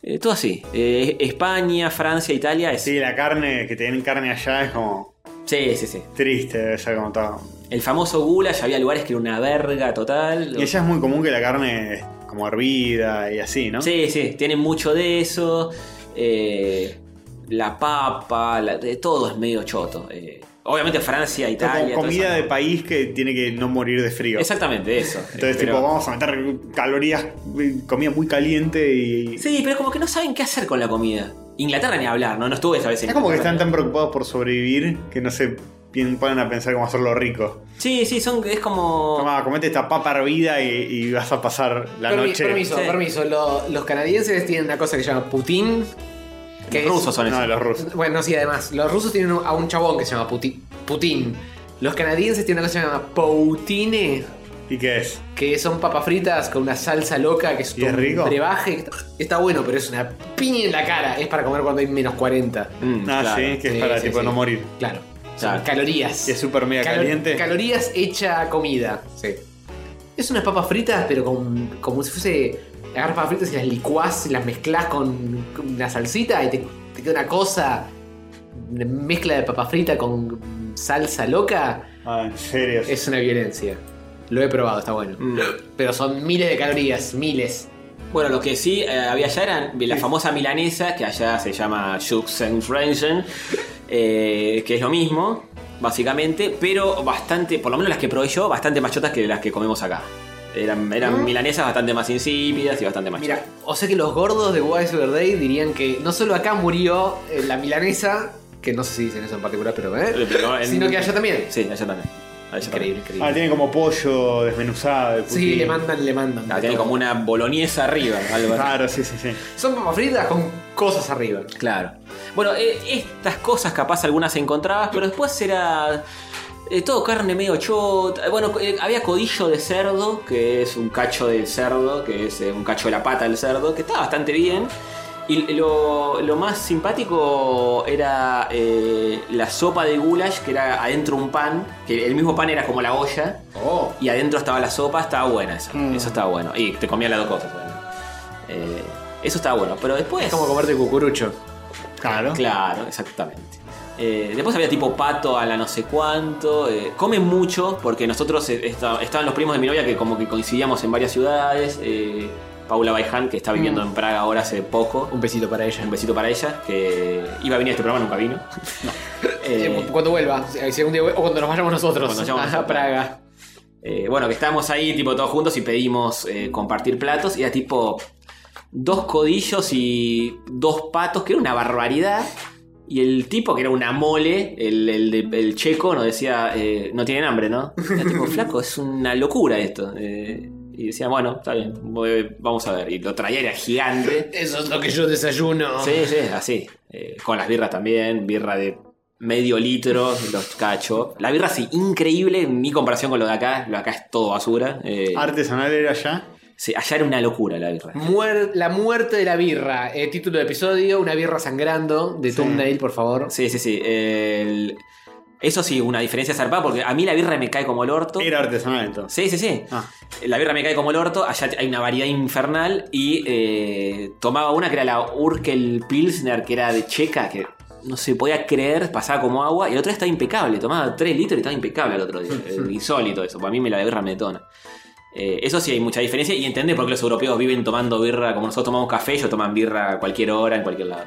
eh, todo así. Eh, España, Francia, Italia. Es, sí.
Sí, la carne, que tienen carne allá es como
sí, sí, sí.
triste, debe ser como todo.
El famoso gula, ya había lugares que era una verga total.
Y allá es muy común que la carne es como hervida y así, ¿no?
Sí, sí, tienen mucho de eso. eh, la papa, la- de todo es medio choto. eh. obviamente Francia,
Como
Italia. todo
comida
eso,
de
¿no?
país que tiene que no morir de frío.
Exactamente, eso.
Entonces,
Pero-
tipo, vamos a meter calorías, comida muy caliente y.
Sí, pero como que no saben qué hacer con la comida. Inglaterra ni hablar, ¿no? No estuve esa vez en
Es como que están
Inglaterra.
tan preocupados por sobrevivir que no se pien- ponen a pensar cómo hacerlo rico.
Sí, sí, son, es como...
Toma, comete esta papa hervida y, y vas a pasar la
Permi-
noche.
Permiso,
Sí.
permiso. Lo- los canadienses tienen una cosa que se llama Putin. Que
Los
es-
rusos son
No,
esos.
de los rusos.
Bueno, sí, además, los rusos tienen a un chabón que se llama Putin. Putin. Los canadienses tienen una cosa que se llama poutine,
¿Y qué es?
que son papas fritas con una salsa loca que es,
¿Y es
un
rico?
brebaje. que Está, está bueno, pero es una piña en la cara. Es para comer cuando hay menos 40.
Mm,
Ah,
claro.
sí, que
Sí,
es para
sí,
tipo
sí.
no morir.
Claro. Son
Claro.
calorías.
Y es súper mega
Calo-
caliente.
Calorías hecha comida. Sí. Es unas papas fritas, pero con, como si fuese. Agarras papas fritas y las licuás y las mezclas con, con una salsita y te, te queda una cosa. una mezcla de papa frita con salsa loca.
Ah, en serio.
Es una violencia. Lo he probado, está bueno.
Mm.
Pero son miles de calorías, miles.
Bueno, lo que sí eh, había allá eran la famosa milanesa, que allá se llama Juxenfrenchen, eh, que es lo mismo, básicamente, pero bastante, por lo menos las que probé yo, bastante más chotas que las que comemos acá. Eran, eran milanesas bastante más insípidas y bastante más
Mira,
chotas.
o sea que los gordos de Wise Over Day dirían que no solo acá murió eh, la milanesa, que no sé si dicen eso en particular, pero
Eh,
¿eh?
pero en-
sino que allá también.
Sí, allá también. Allá
Increíble,
Ah,
increíble.
tiene como pollo desmenuzado. de
Sí,
putín.
le mandan, le mandan.
Ah, tiene como una boloñesa arriba, algo así.
Claro, sí, sí, sí.
Son papas fritas con cosas arriba.
Claro. Bueno, eh, estas cosas capaz algunas encontrabas, pero después era eh, todo carne medio chota. Eh, Bueno, eh, había codillo de cerdo, que es un cacho del cerdo, que es eh, un cacho de la pata del cerdo, que está bastante bien. Y lo, lo más simpático era eh, la sopa de goulash, que era adentro un pan, que el mismo pan era como la olla,
Oh.
y adentro estaba la sopa, estaba buena eso.
Mm.
Eso estaba bueno. Y te comía las dos cosas. bueno. Eh, eso estaba bueno, pero después...
Es como comerte cucurucho.
Claro.
Claro, exactamente. Eh, después había tipo pato a la no sé cuánto. eh, comen mucho, porque nosotros eh, esta- estaban los primos de mi novia que como que coincidíamos en varias ciudades. eh, Paula Baiján, que está viviendo en Praga ahora hace poco.
Un besito para ella.
Un besito para ella, que iba a venir a este programa, nunca vino. Eh,
Eh, cuando vuelva, si algún día vuel- o cuando nos vayamos nosotros
Cuando nos vayamos
a
nosotros.
Praga.
Eh, bueno, que estábamos ahí, tipo, todos juntos y pedimos eh, compartir platos. Y era tipo dos codillos y dos patos, que era una barbaridad. Y el tipo, que era una mole, el, el de- el checo, nos decía, eh, no tienen hambre, ¿no? Era tipo, flaco, es una locura esto. Eh, y decía, bueno, está bien, voy- vamos a ver. Y lo traía, era gigante.
Eso es lo que yo desayuno.
Sí, sí, así. Eh, con las birras también, birra de medio litro, los cacho. La birra sí, increíble, ni comparación con lo de acá, lo de acá es todo basura. Eh,
Artesanal era allá.
sí, allá era una locura la birra.
Muer- la muerte de la birra. eh, título de episodio, una birra sangrando de thumbnail, por favor.
Sí, sí, sí. eh, el- Eso sí, una diferencia zarpada, porque a mí la birra me cae como el orto.
Era artesanal
Sí,
entonces.
sí, sí.
Ah.
La birra me cae como el orto, allá hay una variedad infernal y eh, tomaba una que era la Urkel Pilsner, que era de checa, que no se podía creer, pasaba como agua, y el otro día estaba impecable, tomaba 3 litros y estaba impecable el otro día, eh, insólito eso, para mí me la birra me detona. Eh, eso sí hay mucha diferencia y entender por qué los europeos viven tomando birra, como nosotros tomamos café, ellos toman birra a cualquier hora, en cualquier lado.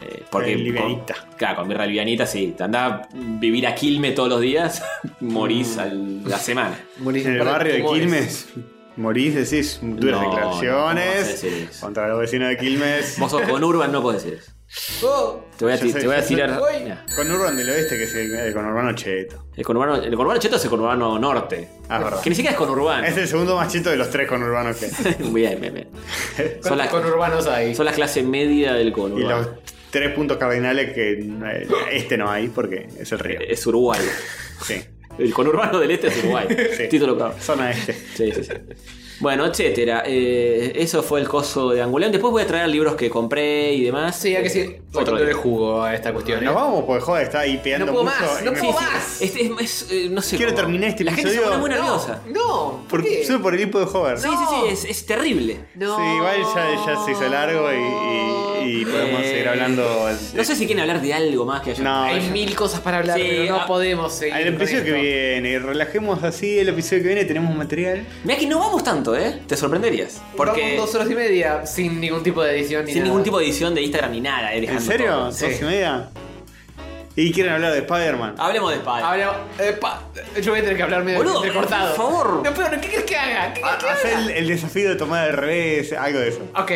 Eh, porque
Eh, livianita.
con- claro, con birra livianita sí, te andás a vivir a Quilme todos los días, morís a la semana.
Morís
En el
par de
barrio de
tumores.
Quilmes. Morís, decís duras
No, no, no
declaraciones
sé decir eso.
contra los vecinos de Quilmes.
Vos sos con Urban, no podés decir eso.
Oh,
Te voy a,
Ya
ti-
sé,
te voy a
ya sé.
tirar.
Voy.
Mirá,
Con Urban del Oeste, que es el, el conurbano cheto.
El conurbano, el conurbano cheto es el conurbano norte.
Ah, es verdad.
Que ni siquiera es conurbano.
Es el segundo más cheto de los tres conurbanos que hay.
bien, bien, bien. Son las,
con urbanos ahí.
son las clases media del
Y los
conurbano.
tres puntos cardinales que eh, este no hay porque es el río.
Eh.
Es Uruguay.
Sí.
El conurbano del este es Uruguay.
Sí.
Título claro.
Zona este.
Eh.
Sí, sí, sí. Bueno, etcétera. Eh, eso fue el coso de Angulán. Después voy a traer libros que compré y demás. Eh,
Sí, hay que sí.
Otro
Otro
día.
le jugo a esta cuestión.
Nos
¿eh?
vamos porque joder, está ahí
No
pegando
puedo
mucho
más,
y
no
me-
puedo más.
Este es, es, eh, no sé.
Quiero
cómo-
terminar este
La gente se pone
episodio.
muy nerviosa.
No, ¿por
Por-
qué?
solo por el hipo de joder.
Sí, sí, sí. Es, es terrible.
No.
Sí, igual ya, ya se hizo largo y, y- y podemos
Eh,
seguir hablando.
No sé si quieren hablar de algo más que haya.
No,
Hay
ya-
mil cosas para hablar,
Sí,
pero no
ah,
podemos seguir.
al
con
episodio que
esto.
viene, relajemos así el episodio que viene, tenemos material.
Mira que no vamos tanto, ¿eh? Te sorprenderías. Porque
Vamos dos horas y media sin ningún tipo de edición ni
sin
nada.
ningún tipo de edición de Instagram ni nada. eh,
¿En
dejando
serio?
todo.
¿Dos
sí.
y media? ¿Y quieren hablar de Spider-Man?
Hablemos de Spider.
Habla- epa, yo voy a tener que hablar medio
Boludo,
entrecortado.
por favor.
No, pero ¿qué quieres que haga? ah, ¿Qué
Ha-
querés que
Haz
haga?
el, el desafío de tomar al revés, algo de eso.
Ok,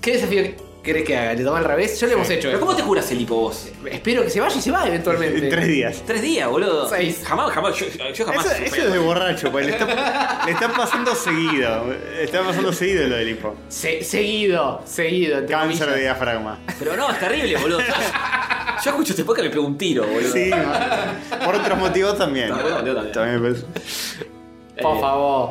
¿qué desafío querés que haga? ¿Le toma al revés? Yo le hemos hecho.
¿Pero
eh.
cómo te juras el hipo vos?
Espero que se vaya y se va eventualmente.
En tres días.
Tres días, boludo.
Seis.
Jamás, jamás. Yo, yo jamás.
Eso,
supe.
eso es de borracho, pues, le, está, le está pasando seguido. Está pasando seguido lo del hipo.
Se- seguido, seguido. entre
Cáncer de
comillas.
diafragma.
Pero no, es terrible, boludo. Yo, yo escucho este podcast y me pego un tiro, boludo.
Sí, por otros motivos también. pues.
No, por otros motivos también.
me parece.
Por
Eh,
favor.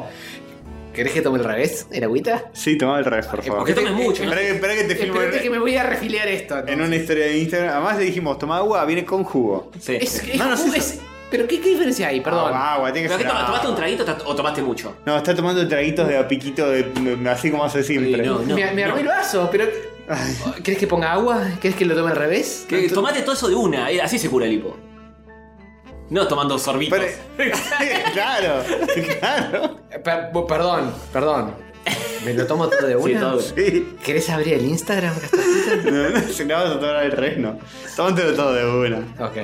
¿Querés que tome el revés? ¿El agüita?
Sí, toma el revés, por favor.
Porque tomes mucho, ¿no?
Espera que, esperá que te filmo
Espérate Eh, que
en,
me voy a refiliar esto.
en una historia de Instagram. Además le dijimos, toma agua, viene con jugo.
Sí. Ah,
Es, es-
No, no sé
es- ¿Pero qué, qué diferencia hay? Perdón.
Agua, agua, tiene que
¿Pero qué
ser
toma-
agua.
tomaste un traguito o ta- o tomaste mucho?
No, está tomando traguitos de a piquito, de, de- así como hace siempre.
Sí, no, no.
me me arruiné el vaso, pero. ¿Querés que ponga agua? ¿Querés que lo tome al revés?
Que tomate todo eso de una, eh, así se cura el hipo. No tomando sorbitos.
Pero- claro, claro.
Per- perdón, perdón. ¿Me lo tomo todo de una?
todo.
Sí.
¿Querés abrir el Instagram?
No, no, si no vas a tomar el reino. Tómatelo todo de una.
ok.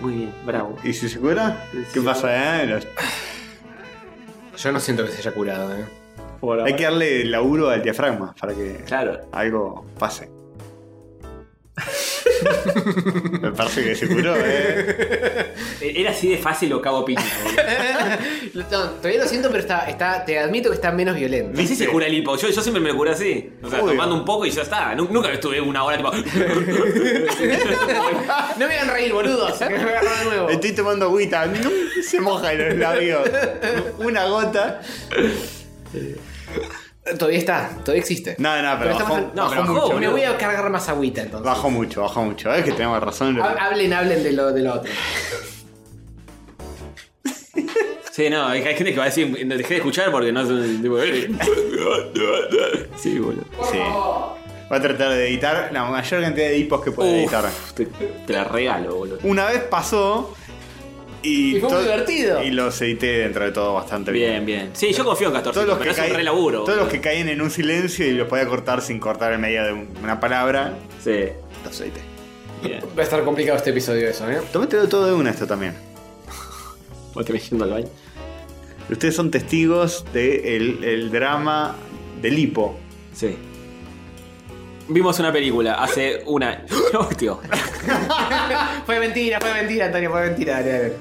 Muy bien, bravo.
¿Y si se cura? ¿Qué pasa? eh? Los-
Yo no siento que se haya curado, ¿eh?
Por ahora.
Hay que darle laburo al diafragma para que
Claro.
algo pase. Me parece que se curó, eh.
E-, Era así de fácil lo cago piña, boludo.
No, todavía lo siento, pero está, está, te admito que está menos violento.
Así se cura el hipo. Yo, yo siempre me lo curé así. O sea,
Obvio.
tomando un poco y ya está. Nu- Nunca estuve una hora tipo.
No me hagan reír, boludos. Me voy a agarrar de nuevo.
Estoy tomando agüita. Se moja en los labios. Una gota.
Todavía está, todavía existe.
No, no, pero,
Pero estamos
bajó,
en-
no,
bajó
pero
mucho.
bajó,
me
boludo.
voy a cargar más agüita entonces.
Bajó mucho, bajó mucho. Es que tenemos razón.
Ha- Hablen, hablen de lo, de lo otro.
Sí, no, hay hay gente que va a decir, dejé de escuchar porque no es tipo. eh". Sí, boludo.
Sí. Va a tratar de editar la mayor cantidad de hipos que pueda
Uf,
editar.
te, te la regalo, boludo.
Una vez pasó. Y,
Y fue muy
to-
divertido.
Y los edité dentro de todo bastante bien.
Bien, bien. Sí, yo confío en Castor.
Todos los, que
pero hace un
caen-
re laburo.
todos los
boludo.
que caen en un silencio y los podía cortar sin cortar en medio de un- una palabra,
Sí,
los edité.
bien.
Va a estar complicado este episodio eso, ¿eh?
Tómatelo todo de una esto también.
Vos te ves yendo al baño.
Ustedes son testigos del drama del hipo.
Sí. Vimos una película hace un año. Hostia.
Ah, Fue mentira, fue mentira, Antonio, fue mentira. Dale, dale.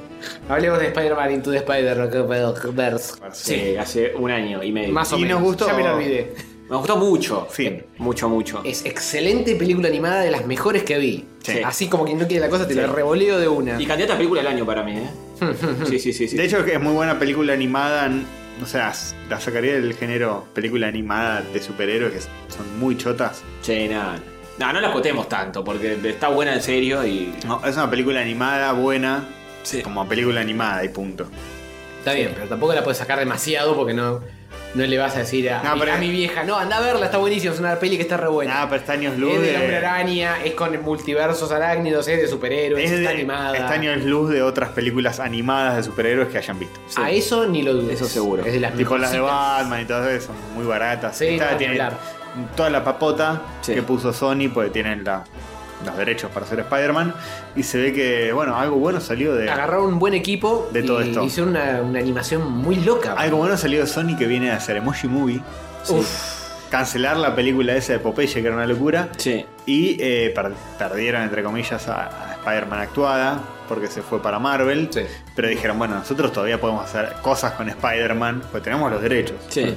Hablemos de Spider-Man Into the Spider-Verse.
Sí, hace un año y medio.
Más o
Y
menos.
nos gustó.
Ya me lo olvidé.
Me gustó mucho.
Fin.
Mucho, mucho.
Es excelente película animada de las mejores que vi.
Sí.
Así como quien no quiere la cosa, te la revoleo de una.
Y candidata a película del año para mí, ¿eh? sí, sí, sí. sí.
De hecho, que es muy buena película animada. n- O sea, s- la sacaría del género película animada de superhéroes que s- son muy chotas.
Sí, nada. No, no la cotemos tanto porque está buena en serio y.
No, es una película animada buena.
Sí.
Como película animada y punto.
Está bien, pero tampoco la puedes sacar demasiado porque no, no le vas a decir a,
No,
mi,
pero-
a mi vieja, no, anda a verla, está buenísima, es una peli que está re buena.
Nada, Ah, pero está años luz
es de la hombre
de.
araña, es con multiversos arácnidos, es de superhéroes,
es de-
está animada.
está años luz de otras películas animadas de superhéroes que hayan visto.
A eso ni lo dudes.
Eso seguro.
Es de las
Tipo las de
mejorcitas.
Batman y todas esas son muy baratas.
Sí, no,
Esta
ni
tiene
hablar.
toda la papota
Sí.
que puso Sony porque tienen la- los derechos para hacer Spider-Man. Y se ve que, bueno, algo bueno salió de.
Agarraron un buen equipo
De todo
y
esto.
hicieron una, una animación muy loca.
Algo bueno salió de Sony que viene a hacer Emoji Movie.
Uf,
Cancelar la película esa de Popeye, que era una locura.
Sí.
Y eh, per- perdieron, entre comillas, a, a Spider-Man actuada porque se fue para Marvel.
Sí.
Pero dijeron, bueno, nosotros todavía podemos hacer cosas con Spider-Man porque tenemos los derechos.
Sí.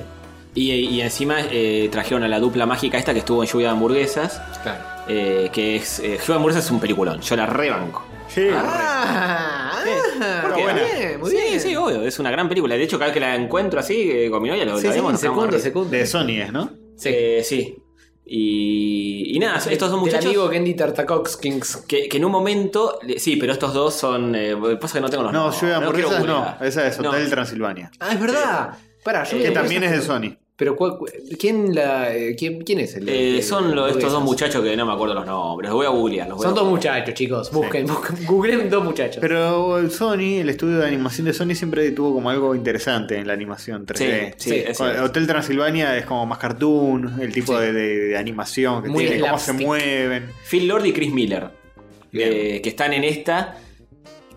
Y, y encima eh, trajeron a la dupla mágica esta que estuvo en Lluvia de Hamburguesas.
claro.
eh, que es. eh, Lluvia de Hamburguesas es un peliculón. Yo la rebanco.
Sí.
Ah, ah,
Porque
muy
buena.
bien, muy
eh, sí,
bien.
sí, obvio. Es una gran película. De hecho, cada vez que la encuentro así eh, con mi novia, lo,
Sí,
lo
sí,
vemos. nos cagamos
secundo,
de risa.
secundo.
De Sony es, ¿no?
Sí. Eh, sí. Y, y nada, estos dos
Ah, Del
muchachos.
amigo Gendy Tartakovskins.
Que, que en un momento. Sí, pero estos dos son. eh, pasa que no tengo los
No,
nombres.
yo de
quiero
hamburguesas no.
googlear.
Esa es Hotel
No,
Transilvania.
Ah, es verdad. Pará, yo
Que
me-
también es de Sony.
Pero ¿cuál- cu- ¿quién, la, eh, quién, quién es el?
eh,
el-
son lo-
el-
estos dos muchachos que no me acuerdo los nombres. Los voy a googlear. Los voy a
Son dos
googlear.
muchachos, chicos. Busquen, busquen. Googleen dos muchachos.
Pero el Sony, el estudio de animación de Sony siempre tuvo como algo interesante en la animación 3D.
Sí, sí,
Sí,
es
Con-
cierto.
Hotel Transilvania es como más cartoon, el tipo de, de- de animación que
Muy
tiene, cómo se
slapstick.
mueven.
Phil Lord y Chris Miller.
Bien.
eh, que están en esta.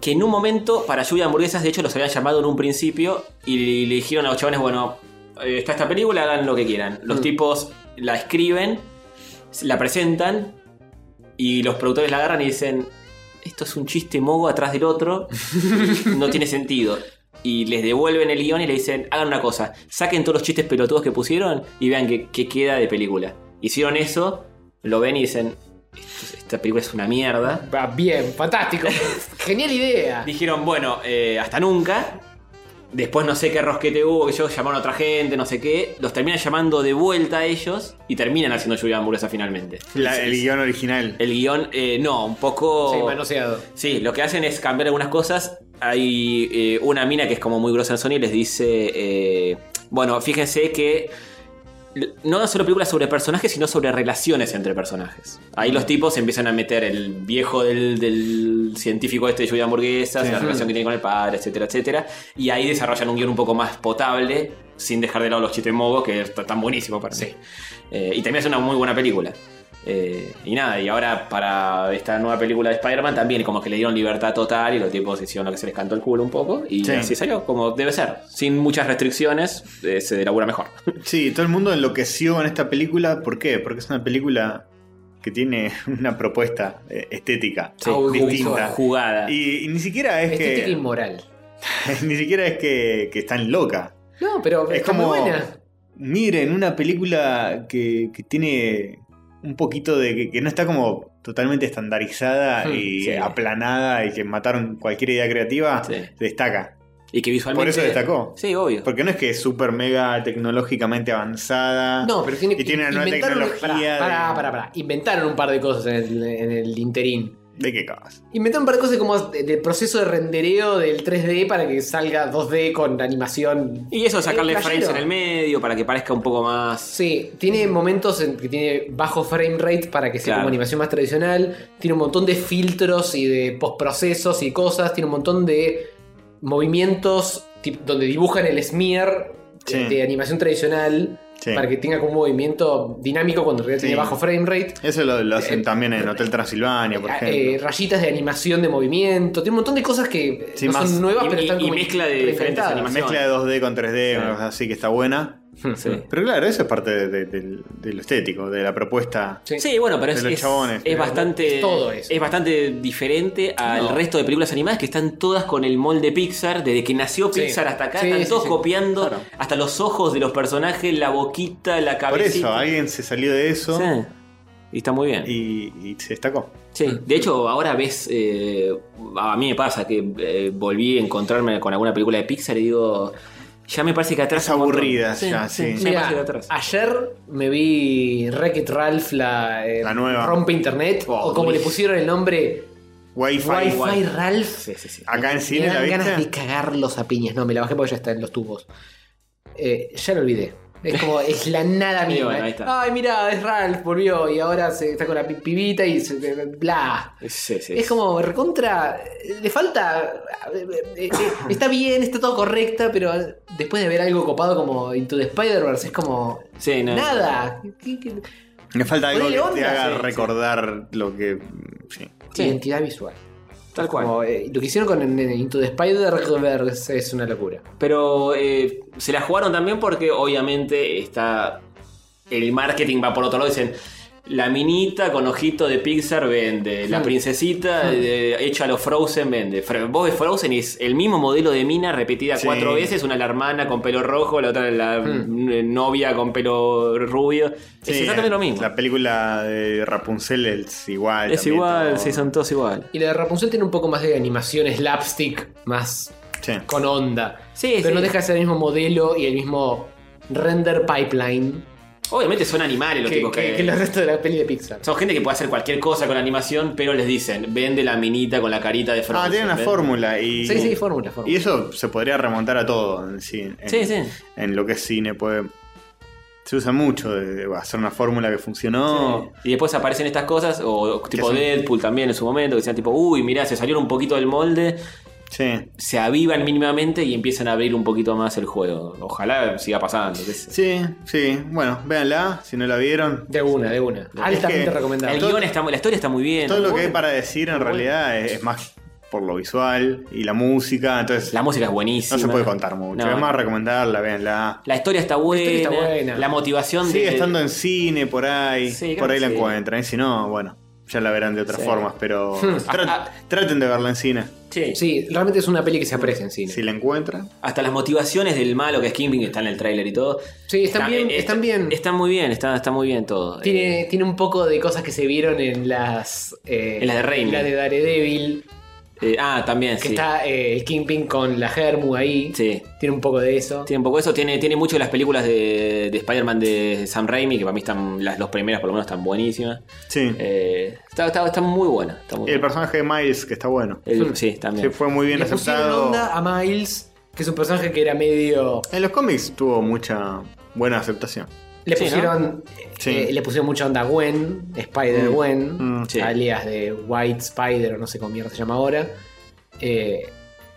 Que en un momento, para lluvia de hamburguesas, de hecho los habían llamado en un principio. Y le dijeron a los chavales, bueno, eh, está esta película, hagan lo que quieran. Los
Mm.
tipos la escriben, la presentan. Y los productores la agarran y dicen. Esto es un chiste mogo atrás del otro. no tiene sentido. Y les devuelven el guión y le dicen, hagan una cosa, saquen todos los chistes pelotudos que pusieron y vean qué, qué queda de película. Hicieron eso, lo ven y dicen, "Esto- esta película es una mierda.
Va Ah, bien, fantástico. Genial idea.
Dijeron, bueno, eh, hasta nunca. Después no sé qué rosquete hubo, que ellos llamaron a otra gente, no sé qué. Los terminan llamando de vuelta a ellos y terminan haciendo lluvia de hamburguesa finalmente.
La- el guión original.
El guión, eh, no, un poco...
Sí, manoseado.
Sí, lo que hacen es cambiar algunas cosas. Hay eh, una mina que es como muy grosa en Sony y les dice, eh, bueno, fíjense que no solo películas sobre personajes, sino sobre relaciones entre personajes. Ahí los tipos empiezan a meter el viejo del, del científico este de lluvia de hamburguesas, la relación que tiene con el padre, etcétera, etcétera. Y ahí desarrollan un guión un poco más potable, sin dejar de lado los chistes mogos, que están buenísimos para sí. y también es una muy buena película. Eh, y nada, y ahora para esta nueva película de Spider-Man también como que le dieron libertad total y los tipos hicieron lo que se les cantó el culo un poco y
Sí.
así salió, como debe ser. Sin muchas restricciones, eh, se elabora mejor.
Sí, todo el mundo enloqueció con esta película. ¿Por qué? Porque es una película que tiene una propuesta eh, estética
Sí,
distinta.
jugada.
Y, y ni siquiera es
Estética
que
inmoral.
ni siquiera es que, que están loca.
No, pero
Es
está muy
como
buena.
miren una película que, que tiene un poquito de que, que no está como totalmente estandarizada
Hmm,
y
sí.
aplanada y que mataron cualquier idea creativa,
Sí.
destaca.
Y que visualmente...
Por eso destacó.
Sí, obvio.
Porque no es que es súper mega tecnológicamente avanzada.
No, pero tiene
Ah, y tiene una nueva
inventaron-
tecnología
Pará,
de-
pará, pará, pará. Inventaron un par de cosas en el, en el interín.
¿De qué cosas?
Inventaron un par de cosas como de- del proceso de rendereo del 3D para que salga 2D con animación.
Y eso, sacarle
Eh,
frames
flashero.
en el medio para que parezca un poco más...
Sí, tiene momentos en que tiene bajo frame rate para que sea
Claro.
como animación más tradicional. Tiene un montón de filtros y de postprocesos y cosas. Tiene un montón de movimientos tip- donde dibujan el smear eh,
Sí.
de, de animación tradicional
Sí.
para que tenga como un movimiento dinámico cuando en realidad
Sí.
tiene bajo frame rate.
Eso lo, lo hacen también en Hotel Transilvania, por
Ah,
ejemplo.
eh, rayitas de animación de movimiento. Tiene un montón de cosas que
Sí,
no
más-
son nuevas,
y-
pero
y-
están
y
como
mezcla de diferentes
reinventadas.
Una
animaciones.
mezcla de 2D con 3D, una
Sí.
cosa así que está buena.
Sí.
Pero claro, eso es parte de, de- del- de lo estético, de la propuesta.
Sí.
Sí, bueno, pero
De
es,
los
es-
chabones,
es
pero
bastante.
es todo eso.
es bastante diferente al resto de películas animadas que están todas con el molde Pixar. Desde que nació
Sí.
Pixar hasta acá,
Sí,
están
sí,
todos
sí.
copiando
Claro.
hasta los ojos de los personajes, la boquita, la
Por eso,
cabecita.
alguien se salió de eso
Sí. Y está muy bien.
y, y se destacó.
Sí, de hecho ahora ves, eh, a mí me pasa que eh, volví a encontrarme con alguna película de Pixar y digo, ya me parece que atrás
Es aburrida ya, sí.
me
Mirá, ah,
parece que atrás.
ayer me vi Wreck-It Ralph, la, eh,
La nueva. Oh,
Rompe Internet, o como le pusieron el nombre
Wi-Fi.
Wi-Fi
Wi-Fi.
Ralph.
Sí, sí,
ah,
sí.
Acá en
me
cine la
dan ganas de
viste.
cagarlos a piñas. No, me la bajé porque ya está en los tubos. Eh, ya lo olvidé. Es como, es la nada
Y
misma.
bueno, ahí
eh.
está.
Ay, mira, es Ralph, volvió y ahora se está con la pi- pibita y se, eh, bla.
Sí, sí.
Es como recontra. Le falta. eh, eh, Está bien, está todo correcta, pero después de ver algo copado como Into the Spider-Verse, es como.
Sí, no.
Nada. ¿Qué- qué-
Me falta algo
Ponele
que te
onda,
haga
sí, sí.
recordar lo que. mm, Sí.
Sí.
Identidad visual.
Tal cual.
Como, eh, lo que hicieron con eh, Into the Spider-Verse es una locura.
Pero eh, se la jugaron también porque obviamente está. El marketing va por otro lado. Dicen. La minita con ojito de Pixar vende. La
Sí. Hmm.
princesita de- hecha a los Frozen vende. Fro- Vos ves Frozen y es el mismo modelo de mina repetida
Sí.
cuatro veces. Una la hermana con pelo rojo, la otra la
Hmm.
eh, novia con pelo rubio.
Sí,
es exactamente lo mismo.
La película de Rapunzel es igual.
Es
también,
igual,
todo.
sí, son todos igual.
Y la de Rapunzel tiene un poco más de animación slapstick, más
Sí. Ah,
con onda.
Sí,
pero
sí.
no deja de ser el mismo modelo y el mismo render pipeline
Obviamente son animales los
que,
tipos
que- que el resto de la peli de Pixar.
Son gente que puede hacer cualquier cosa con la animación, pero les dicen, vende la minita con la carita de Frozen.
Ah, tiene una
¿ven?
fórmula y.
Sí, sí, fórmula, fórmula.
Y eso se podría remontar a todo en, sí, en,
Sí, sí.
en lo que es cine. Puede, se usa mucho de de hacer una fórmula que funcionó.
Y después aparecen estas cosas, o tipo
son-
Deadpool también en su momento, que decían tipo, uy, mirá, se salieron un poquito del molde,
Sí.
se avivan mínimamente y empiezan a abrir un poquito más el juego. Ojalá siga pasando. qué sé.
sí, sí. Bueno, véanla si no la vieron.
De una, de una. Altamente
que
recomendable.
El
todo-
guión está, la historia está muy bien.
Todo lo que hay para decir en realidad es, es más por lo visual y la música. Entonces,
La música es buenísima.
no se puede contar mucho.
No.
es más recomendarla, véanla.
La historia está buena. La,
historia está buena.
motivación
Sigue
de...
estando en cine por ahí.
Sí, creo
por ahí
que
la
sí.
encuentran. Y si no, bueno, ya la verán de otras
Sí.
formas. Pero tra-
Ah,
traten de verla en cine.
Sí.
Sí, realmente es una peli que se aprecia en cine.
Si
Sí,
la encuentran.
Hasta las motivaciones del malo que es Kingpin, que está en el tráiler y todo.
están
Está-
bien,
eh,
están bien.
Está muy bien, está, está muy bien todo. Eh,
Tiene, tiene un poco de cosas que se vieron en las. eh,
En las de Raimi.
La de Daredevil,
Eh, ah, también, sí.
que está eh, el Kingpin con la Germu ahí.
Sí.
Tiene un poco de eso.
Tiene un poco eso, tiene, tiene mucho de las películas de, de Spider-Man de Sam Raimi, que para mí están las dos primeras por lo menos están buenísimas.
Sí.
Eh, está, está, está muy buena. Está muy
Y el
buena.
personaje de Miles, que está bueno.
El- sí, también.
Sí, fue muy bien
Le pusieron
aceptado.
onda a Miles, que es un personaje que era medio.
En los cómics tuvo mucha buena aceptación.
Le
Sí, ¿no?
pusieron.
Sí.
eh, le pusieron mucha onda a Gwen, Spider Gwen,
Mm,
sí.
alias de White Spider, o no sé cómo mierda se llama ahora. eh,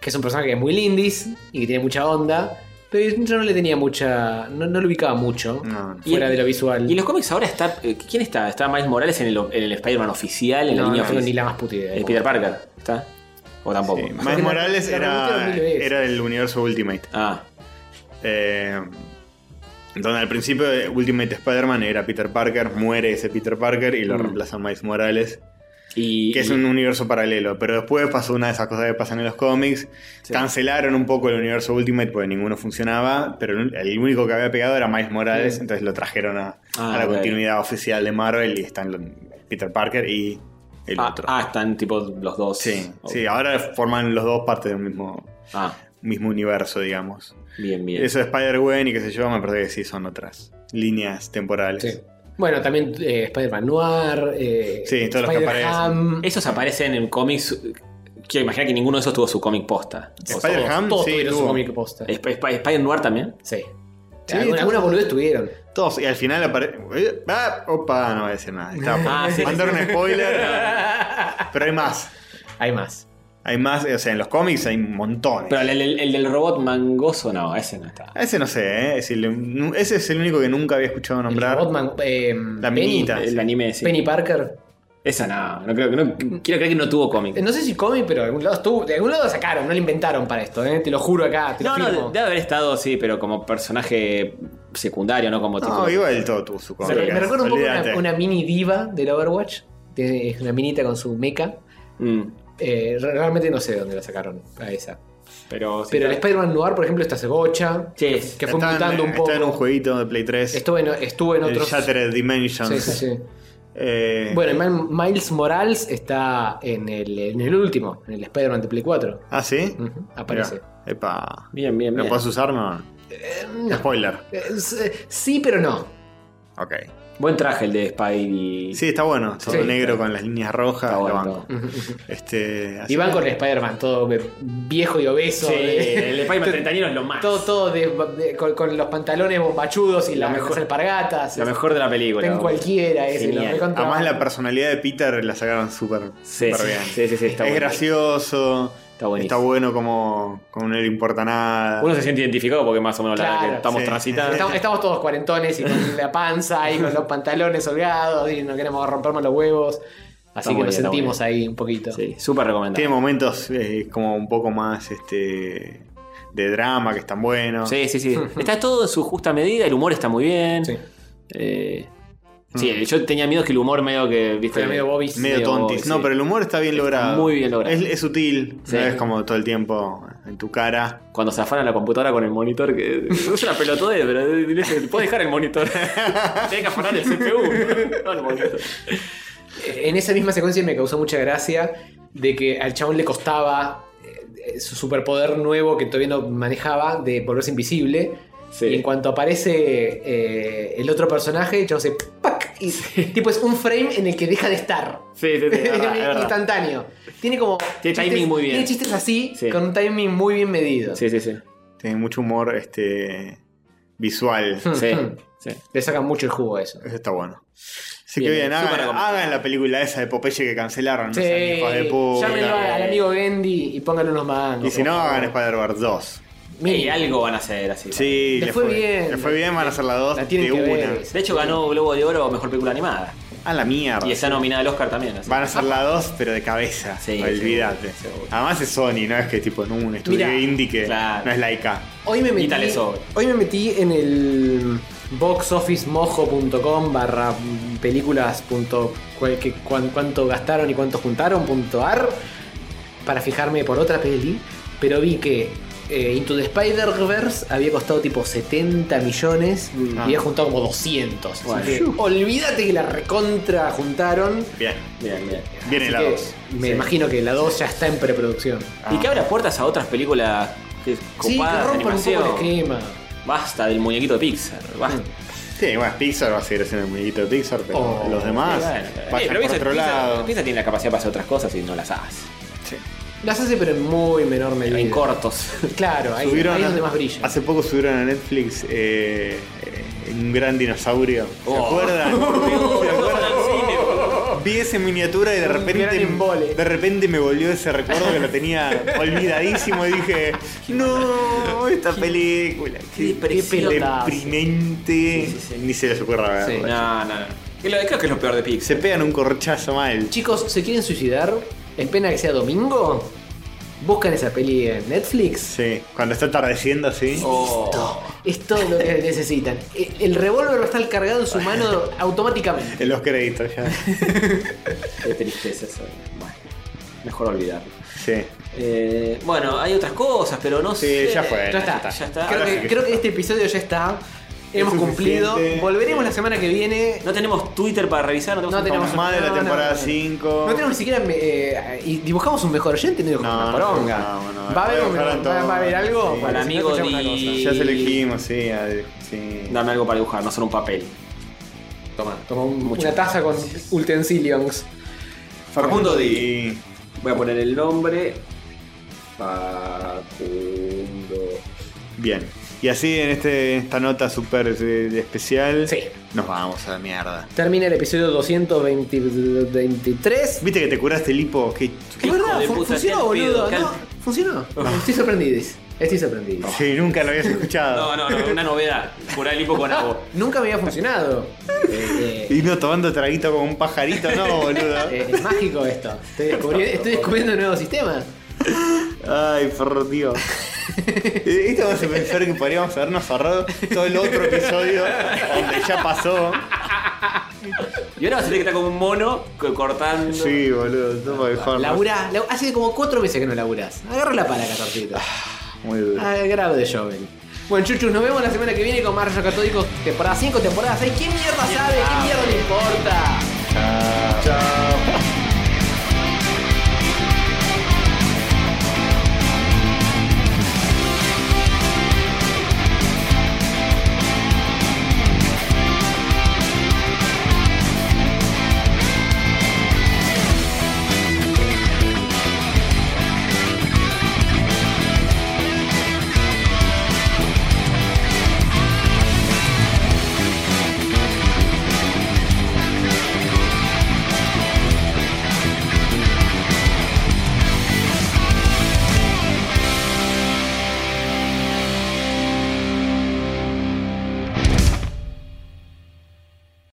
que es un personaje que es muy lindis y que tiene mucha onda. Pero yo no le tenía mucha. No, no lo ubicaba mucho.
No.
Fuera
Y-
de lo visual.
Y en los cómics ahora está. eh, ¿Quién está? ¿Está Miles Morales en el, en el Spider-man oficial? En
no,
la línea
no tengo ni
oficial.
la más puta idea.
Eh, Peter Parker. ¿Está? ¿O tampoco?
Sí,
que
Miles
la-
Morales
la repitieron
era,
mil veces.
era del universo Ultimate.
Ah,
Eh, donde al principio de Ultimate Spider-Man era Peter Parker, muere ese Peter Parker y lo
Mm.
reemplaza Miles Morales,
y,
que es
y-
un universo paralelo. Pero después pasó una de esas cosas que pasan en los cómics.
Sí.
Cancelaron un poco el universo Ultimate porque ninguno funcionaba, pero el el único que había pegado era Miles Morales, entonces lo trajeron a,
Ah,
a la
ok.
continuidad oficial de Marvel y están lo- Peter Parker y el
ah,
otro.
ah, están tipo los dos.
sí,
Ok.
sí, ahora forman los dos parte del mismo,
Ah,
mismo universo, digamos.
bien, bien.
Eso de Spider-Gwen y qué sé yo, me parece que sí son otras líneas temporales.
Sí. Bueno, también eh, Spider-Man Noir. eh,
Sí, todos los que aparecen.
Spider-Ham,
Esos aparecen en cómics. eh, Quiero imaginar que ninguno de esos tuvo su cómic posta. O sea,
Spider-Ham,
Todos
sí,
tuvieron su
tuvo.
cómic posta.
Sp- Sp- Spider-Noir también.
Sí.
Sí,
Alguna-
todo.
Algunas boludez tuvieron.
Todos, y al final aparece. Ah, opa, no voy a decir nada. Está,
Ah, sí.
mandar un spoiler. pero hay más.
Hay más.
Hay más, o sea, en los cómics hay montones.
Pero el, el- el del robot mangoso no, ese no está.
Ese no sé, ¿eh? Es el- ese es el único que nunca había escuchado nombrar.
El Robotman, eh,
La
Penny,
minita.
El anime sí.
Penny Parker.
Esa no, no creo que no. Quiero creer que no tuvo cómic.
Eh, No sé si cómic, pero de algún lado estuvo. De algún lado lo sacaron, no lo inventaron para esto, ¿eh? Te lo juro acá, te lo
No, no,
firmo.
de- debe haber estado, sí, pero como personaje secundario, no como
No, igual todo tuvo su
me,
cómic.
me recuerda un poco a
olvídate.
una, una mini diva del Overwatch. Tiene- Es una minita con su mecha.
Mm,
Eh, re- realmente no sé de dónde la sacaron a esa.
pero sí,
Pero el
está-
Spider-Man Noir, por ejemplo, está hace bocha.
Sí,
que-
sí.
que fue
Está en-
mutando un poco.
Está en un jueguito de Play 3.
Estuvo en, estuvo en
el
otros.
Shattered Dimensions.
Sí, sí, sí.
Eh,
Bueno, y Mil- Miles Morales está en el, en el último, en el Spider-Man de Play 4.
¿Ah, sí?
Ujú, Mm, aparece.
Mirá. Epa.
Bien, bien,
¿Lo
bien.
puedes usar? No.
Eh, no.
Spoiler.
Eh, s- Sí, pero no.
Ok.
Buen traje el de Spidey.
Sí, está bueno. Todo
Sí,
negro
está.
con las líneas rojas.
Está
lo
bueno,
banco.
está bueno.
Ujú, ujú.
Este, así
Y van
que-
con el Spider-Man, todo ve- viejo y obeso.
Sí,
de-
el Spider-Man treintañero es lo más.
todo todo de- de- con, con los pantalones bombachudos y
Lo
las
mejor.
las alpargatas.
Lo mejor de la película.
Ten cualquiera, ese, lo
Genial.
recontra-
Además, la personalidad de Peter la sacaron súper
Sí,
súper
sí,
bien.
sí, sí, sí, está
es
bueno.
gracioso.
Está buenísimo.
Está bueno como, como no le importa nada.
Eh.
Uno se siente identificado porque más o menos la edad que
Claro,
estamos
sí.
transitando.
Estamos, estamos todos cuarentones y con la panza y con los pantalones holgados y no queremos rompernos los huevos. Así
Está
que
muy
nos
bien, está muy
sentimos ahí un poquito.
Sí, súper
Tiene
recomendable.
momentos eh, como un poco más este de drama que están buenos.
Sí, sí, sí. Está todo en su justa medida, el humor está muy bien.
Sí.
Eh, sí, yo tenía miedo que el humor medio que, viste,
Pero medio bobis.
Medio
medio
tontis.
sí.
No, pero el humor está bien logrado.
muy bien logrado.
Es, es sutil.
Sí.
No es como todo el tiempo en tu cara.
cuando se afana la computadora con el monitor, que es una pelotudez, pero dice, puedes dejar el monitor. Tienes que afanar el CPU, no el monitor.
En esa misma secuencia me causó mucha gracia de que al chabón le costaba eh, su superpoder nuevo que todavía no manejaba de volverse invisible.
Sí.
Y en cuanto aparece eh, el otro personaje, el chabón se... ¡pac! Y tipo es un frame en el que deja de estar.
Sí, sí, sí, es verdad, es verdad.
Instantáneo. Tiene como...
Tiene timing muy bien.
Tiene chistes así,
Sí.
con un timing muy bien medido.
Sí, sí, sí.
Tiene mucho humor este visual.
Hmm,
Sí,
hmm.
sí.
Le sacan mucho el jugo a eso.
Eso está bueno. Así
Bien,
que bien,
bien, súper
hagan,
recomendado.
hagan la película esa de Popeye que cancelaron. no sean hijos de puta.
llámenlo al amigo Gendy y pónganle unos mangos.
Y si no,
por favor.
hagan Spider-Verse 2.
Y algo van a hacer así.
Sí,
Le fue bien.
Le fue bien, van a hacer la 2
La tienen
de
que
una.
ver.
De hecho, ganó Globo de Oro Mejor Película Animada.
A la
Ah,
mierda.
Y está nominada al Oscar también. así.
Van a hacer la 2, pero de cabeza.
Sí,
Olvídate.
seguro, seguro.
Además es Sony, no es que tipo en un estudio
Mirá,
indie que
claro.
no es laica.
Hoy me metí,
Quítale sobre.
hoy me metí en el boxofficemojo.com barra películas punto cual- que cuan- cuánto gastaron y cuánto juntaron punto ar para fijarme por otra peli, pero vi que eh, Into the Spider-Verse había costado tipo 70 millones y
Ah.
había juntado como 200. Así
Bueno.
que olvídate que la recontra juntaron.
Bien.
Bien, bien.
Viene
Así
la
que
2.
Me imagino que la 2 ya está en preproducción.
Y que abra puertas a otras películas que
sí, que
copadas de
rompan un poco el
animación.
esquema.
Basta del muñequito de Pixar. Basta.
Sí, bueno, Pixar va a seguir siendo el muñequito de Pixar, pero
Oh,
los demás
Bueno, eh,
vayan
pero
por
Pixar-
otro
Pixar-
lado.
Pixar tiene la capacidad para hacer otras cosas y no las hace.
Las hace pero en muy menor medida.
En cortos.
Claro, ahí, ahí
Subieron
es
a-
donde más brilla.
Hace poco subieron a Netflix eh, eh, un gran dinosaurio. ¿Se
Oh.
acuerdan? ¿Se acuerdan? Vi esa miniatura y de
gran
repente,
embole.
de repente me volvió ese recuerdo que lo tenía olvidadísimo y dije, no, esta película, qué,
qué
qué
pelotazo".
deprimente. Ni se les ocurra verla.
Sí.
No, no, no.
Que lo- Creo que es lo peor de Pixar.
Se pegan un corchazo mal.
Chicos, ¿se quieren suicidar? ¿Es pena que sea domingo? ¿Buscan esa peli en Netflix?
Sí, cuando está atardeciendo, sí.
Oh.
Es todo lo que necesitan. El, el revólver va a estar cargado en su mano automáticamente.
En los créditos ya.
Qué tristeza eso. Bueno, mejor olvidarlo.
Sí.
Eh, bueno, hay otras cosas, pero no
Sí,
sé.
ya fue.
Ya está.
Ya está.
Creo
Ahora sí
que,
que
creo
ya
que
está.
este episodio ya está. Hemos
suficiente.
cumplido. Volveremos la semana que viene.
No tenemos Twitter para revisar, no tenemos
No tenemos-
Más de
no,
la
no,
temporada
no.
5.
No tenemos ni siquiera. eh, y dibujamos un mejor oyente, no dibujamos
No,
una
no,
poronga.
no, no, no.
¿Va, a haber
Voy a
un-
dejar en
va-
todo.
va a haber algo?
Sí.
Bueno,
Al
si no,
amigo
escuchamos una
Di-
cosa.
Ya se elegimos, sí. al- sí.
Dame algo para dibujar, no solo un papel. Toma.
Como un- una taza con utensilios.
Facundo Di.
Sí.
Voy a poner el nombre. Facundo.
Bien. Y así en este, esta nota súper eh, especial
Sí.
nos vamos a la mierda.
Termina el episodio 223.
¿Viste que te curaste el hipo? ¿Qué?
Es
Hijo
verdad,
de
fu-
puta,
funcionó,
qué al
boludo.
pedo,
No,
qué
funcionó. Estoy sorprendido. Estoy sorprendido.
Sí, nunca lo habías escuchado.
No, no, no, una novedad. Curar el hipo con agua.
Nunca me había funcionado. Eh, eh,
Y no tomando traguito como un pajarito, no, boludo.
eh, es mágico esto. Estoy descubriendo, estoy descubriendo un nuevo sistema.
Ay, por Dios. Eh, Esto me hace pensar que podríamos habernos ahorrado todo el otro episodio donde ya pasó.
Y ahora vas a tener que estar como un mono co- cortando.
Sí, boludo, todo mejor.
Laburá, labu- hace como cuatro meses que no laburás. Agarra la pala, Catorcito.
Muy duro.
Ah, grave de Joven. Bueno, chuchus, nos vemos la semana que viene con más Rayos Catódicos, temporada 5, temporada 6. ¿Quién mierda sabe? ¿Qué mierda le importa?